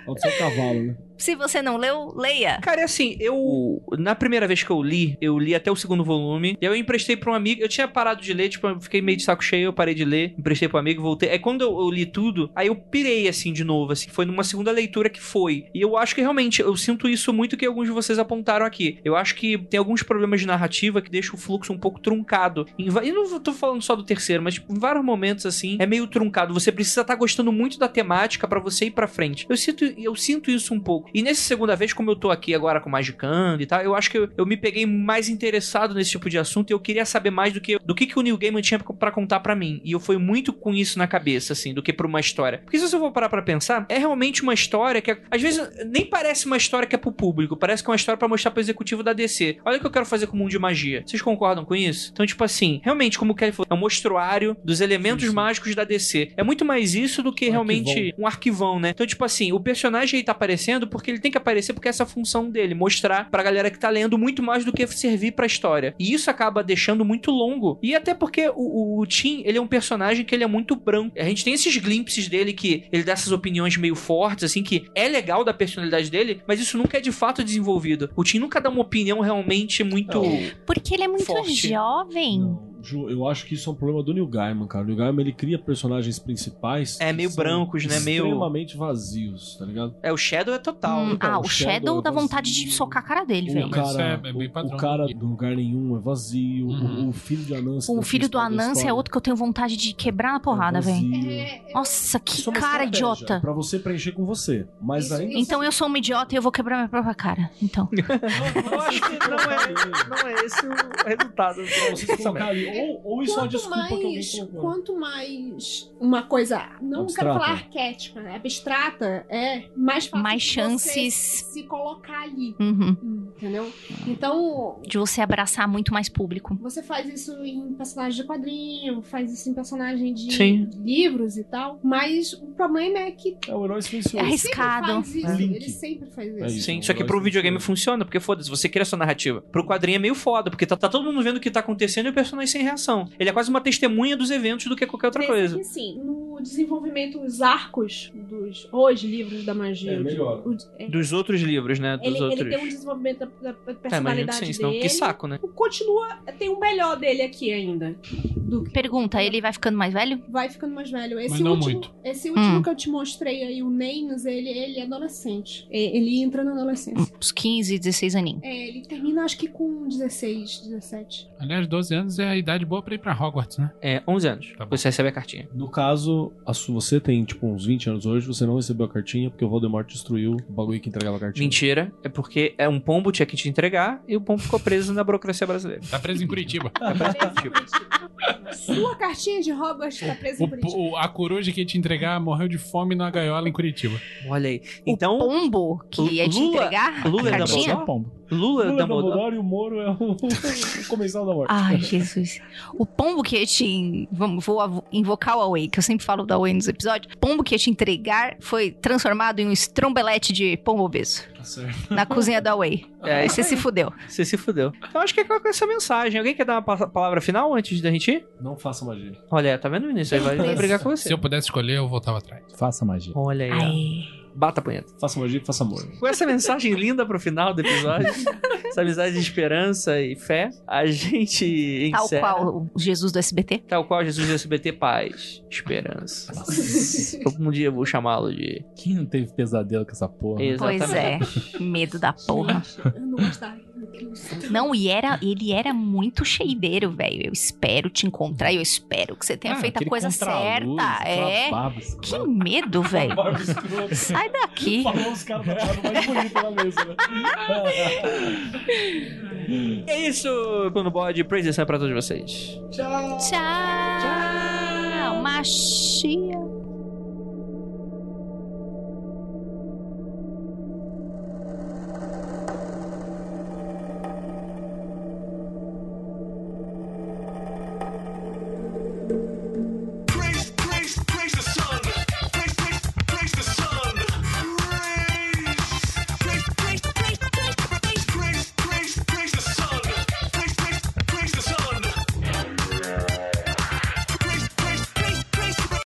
Speaker 5: Pode ser um cavalo, né?
Speaker 2: tipo, Se você não leu, leia.
Speaker 3: Cara, é assim, eu. Na primeira vez que eu li, eu li até o segundo volume. E aí eu emprestei pra um amigo. Eu tinha parado de ler, tipo, eu fiquei meio de saco cheio, eu parei de ler, emprestei pra um amigo, voltei. Aí quando eu, eu li tudo, aí eu pirei assim de novo, assim. Foi numa segunda leitura que foi. E eu acho que realmente, eu sinto isso muito que alguns de vocês apontaram aqui. Eu acho que tem alguns problemas de narrativa que deixa o fluxo um pouco truncado. Em va- E não tô falando só do terceiro, mas tipo, em vários momentos assim, é meio truncado. Você precisa estar gostando muito da temática pra você ir pra frente. Eu sinto, eu sinto isso um pouco. E nessa segunda vez, como eu tô aqui agora com Magicando e tal, eu acho que eu, eu me peguei mais interessado nesse tipo de assunto e eu queria saber mais do que do que, que o Neil Gaiman tinha pra contar pra mim. E eu fui muito com isso na cabeça, assim, do que pra uma história. Porque se você for parar pra pensar, é realmente uma história que é, às vezes nem parece uma história que é pro público, parece que é uma história pra mostrar pro executivo da DC. Olha o que eu quero fazer com o mundo de magia. Vocês concordam com isso? Então, tipo assim, realmente, como o Kelly falou, é um mostruário dos elementos mágicos da DC. É muito mais isso do que
Speaker 5: Um
Speaker 3: realmente
Speaker 5: arquivão.
Speaker 3: um arquivão, né? Então, tipo assim, o personagem aí tá aparecendo porque ele tem que aparecer porque essa é a função dele, mostrar pra galera que tá lendo muito mais do que servir pra história. E isso acaba deixando muito longo. E até porque o, o, o Tim, ele é um personagem que ele é muito branco. A gente tem esses glimpses dele que ele dá essas opiniões meio fortes, assim, que é legal da personalidade dele, mas isso nunca é de fato desenvolvido. O Tim nunca dá uma opinião realmente muito...
Speaker 2: Porque ele é muito
Speaker 3: Forte.
Speaker 2: jovem.
Speaker 5: Não, Ju, eu acho que isso é um problema do Neil Gaiman, cara. O Neil Gaiman ele cria personagens principais.
Speaker 3: É,
Speaker 5: que
Speaker 3: meio
Speaker 5: são
Speaker 3: brancos, né? Meio-
Speaker 5: Extremamente vazios, tá ligado?
Speaker 3: É, o Shadow é total.
Speaker 2: Hum,
Speaker 5: então,
Speaker 2: ah,
Speaker 5: o
Speaker 2: o
Speaker 5: Shadow
Speaker 2: Shadow
Speaker 5: é
Speaker 2: dá
Speaker 5: vazio.
Speaker 2: vontade de socar a cara dele,
Speaker 5: O
Speaker 2: velho.
Speaker 6: Mas isso é-
Speaker 5: cara,
Speaker 6: é
Speaker 5: o-
Speaker 6: bem padrão.
Speaker 5: o cara do lugar nenhum é vazio. o-
Speaker 6: Uhum.
Speaker 5: O, filho de Anansi.
Speaker 2: O
Speaker 5: da
Speaker 2: filho do
Speaker 5: principal da
Speaker 2: Anansi é
Speaker 5: história
Speaker 2: outro que eu tenho vontade de quebrar na porrada,
Speaker 5: é
Speaker 2: velho.
Speaker 5: vazio.
Speaker 4: é,
Speaker 2: Nossa, que
Speaker 5: Isso é uma
Speaker 2: cara
Speaker 5: estratégia
Speaker 2: idiota.
Speaker 5: Pra você preencher com você. Mas
Speaker 4: Isso-
Speaker 5: ainda.
Speaker 2: Então eu sou uma idiota e eu vou quebrar minha própria cara. Então.
Speaker 3: Eu acho que não é, não é esse o resultado.
Speaker 5: Pra você colocar ali, Ou, ou isso é uma
Speaker 4: Quanto
Speaker 5: desculpa que alguém
Speaker 4: mais,
Speaker 5: colocou.
Speaker 4: quanto mais uma coisa, não
Speaker 5: Abstrata.
Speaker 4: quero falar arquétipa, né? abstrata, é mais fácil
Speaker 2: Mais
Speaker 4: de
Speaker 2: chances.
Speaker 4: você se colocar ali,
Speaker 2: Uhum.
Speaker 4: entendeu? Então,
Speaker 2: De você abraçar muito mais público.
Speaker 4: você faz isso em personagem de quadrinho, faz isso em personagem de
Speaker 3: Sim.
Speaker 4: livros e tal, mas o problema é que
Speaker 5: É o herói silencioso.
Speaker 2: É arriscado.
Speaker 4: faz isso,
Speaker 5: Link.
Speaker 4: ele sempre faz
Speaker 5: É
Speaker 4: isso.
Speaker 5: isso.
Speaker 3: Sim, só que pro videogame funciona, porque foda-se, você cria sua narrativa. Pro quadrinho é meio foda, porque tá, tá todo mundo vendo o que tá acontecendo e o personagem sem reação. Ele é quase uma testemunha dos eventos do que qualquer outra
Speaker 14: Desde
Speaker 3: coisa.
Speaker 14: que
Speaker 4: Assim, no desenvolvimento, os arcos dos os livros da magia,
Speaker 5: É, melhor.
Speaker 4: o- é,
Speaker 3: Dos outros livros, né? Dos
Speaker 4: ele, ele
Speaker 3: outros.
Speaker 4: tem um desenvolvimento da, da
Speaker 3: é, imagino que
Speaker 4: personalidade
Speaker 3: sim, senão
Speaker 4: dele.
Speaker 3: que saco, né?
Speaker 4: Continua, tem o melhor dele aqui ainda. Do que
Speaker 2: Pergunta, ele vai ficando mais velho?
Speaker 4: vai ficando mais velho. Esse
Speaker 6: Mas não
Speaker 4: último,
Speaker 6: muito.
Speaker 4: Esse último
Speaker 2: Hum.
Speaker 4: que eu te mostrei aí, o Names, ele, ele é adolescente. E- Ele entra na adolescência.
Speaker 2: Hum, Uns 15, 16 aninhos.
Speaker 4: É, ele termina acho que com 16, 17.
Speaker 6: Aliás, 12 anos é a idade boa pra ir pra Hogwarts, né?
Speaker 3: É, 11 anos.
Speaker 6: Tá bom.
Speaker 3: você recebe a cartinha.
Speaker 5: No caso, a su- você tem, tipo, uns 20 anos hoje, você não recebeu a cartinha porque o Voldemort destruiu o bagulho que entregava a cartinha.
Speaker 3: Mentira, é porque é um pombo tinha que te entregar e o pombo ficou preso na burocracia brasileira.
Speaker 6: Tá preso em Curitiba.
Speaker 4: Sua cartinha de Hogwarts tá presa
Speaker 6: O-
Speaker 4: em Curitiba.
Speaker 6: o- a coruja que ia te entregar morreu de fome na gaiola em Curitiba.
Speaker 3: Olha aí. Então,
Speaker 2: Pombo, que ia te
Speaker 3: Lula-
Speaker 2: entregar
Speaker 3: Lula
Speaker 2: a
Speaker 3: é da
Speaker 2: cartinha?
Speaker 3: Bolsonaro?
Speaker 7: Só pombo.
Speaker 3: Lula,
Speaker 5: Lula é
Speaker 3: Dumbledore.
Speaker 5: Dumbledore e o Moro é o, o comensal da morte.
Speaker 2: Ai, Jesus. O pombo que ia te. in- Vamos, vou avo- invocar o Away, que eu sempre falo do Away nos episódios. Pombo que ia te entregar foi transformado em um estrombelete de pombo obeso
Speaker 5: Tá certo.
Speaker 2: na cozinha da Away.
Speaker 3: É,
Speaker 2: Aí você se fudeu.
Speaker 3: Você se fudeu. Eu acho que é com essa mensagem. Alguém quer dar uma pa- palavra final antes da gente ir?
Speaker 5: Não faça magia.
Speaker 3: Olha, tá vendo, Vinícius? Ele vai brigar com
Speaker 6: Se
Speaker 3: você.
Speaker 6: eu pudesse escolher, eu voltava atrás.
Speaker 7: Faça magia.
Speaker 3: Olha aí. ó.
Speaker 2: Ai.
Speaker 3: Bata a punheta.
Speaker 5: Faça magia e faça amor.
Speaker 3: Com essa mensagem linda pro final do episódio, essa amizade de esperança e fé, a gente
Speaker 2: Tal
Speaker 3: encerra.
Speaker 2: qual o Jesus do SBT.
Speaker 3: Tal qual Jesus do SBT, paz, esperança. Um dia eu vou chamá-lo de.
Speaker 7: Quem não teve pesadelo com essa porra?
Speaker 3: Exatamente.
Speaker 2: Pois é. Medo da porra.
Speaker 4: Eu não gostava.
Speaker 2: Não, e era, ele era muito cheideiro, velho. Eu espero te encontrar e eu espero que você tenha
Speaker 7: Ah,
Speaker 2: feito a
Speaker 7: aquele
Speaker 2: coisa
Speaker 7: contraluz,
Speaker 2: certa.
Speaker 7: aquela
Speaker 2: é.
Speaker 7: barba escura.
Speaker 2: Que medo, velho.
Speaker 5: Barba escrota.
Speaker 2: Sai daqui.
Speaker 5: Falou os caras da barba mais bonita na mesa, né?
Speaker 3: É isso, Plano Bode. Praise the Sun pra todos vocês.
Speaker 2: Tchau. Tchau. Machia.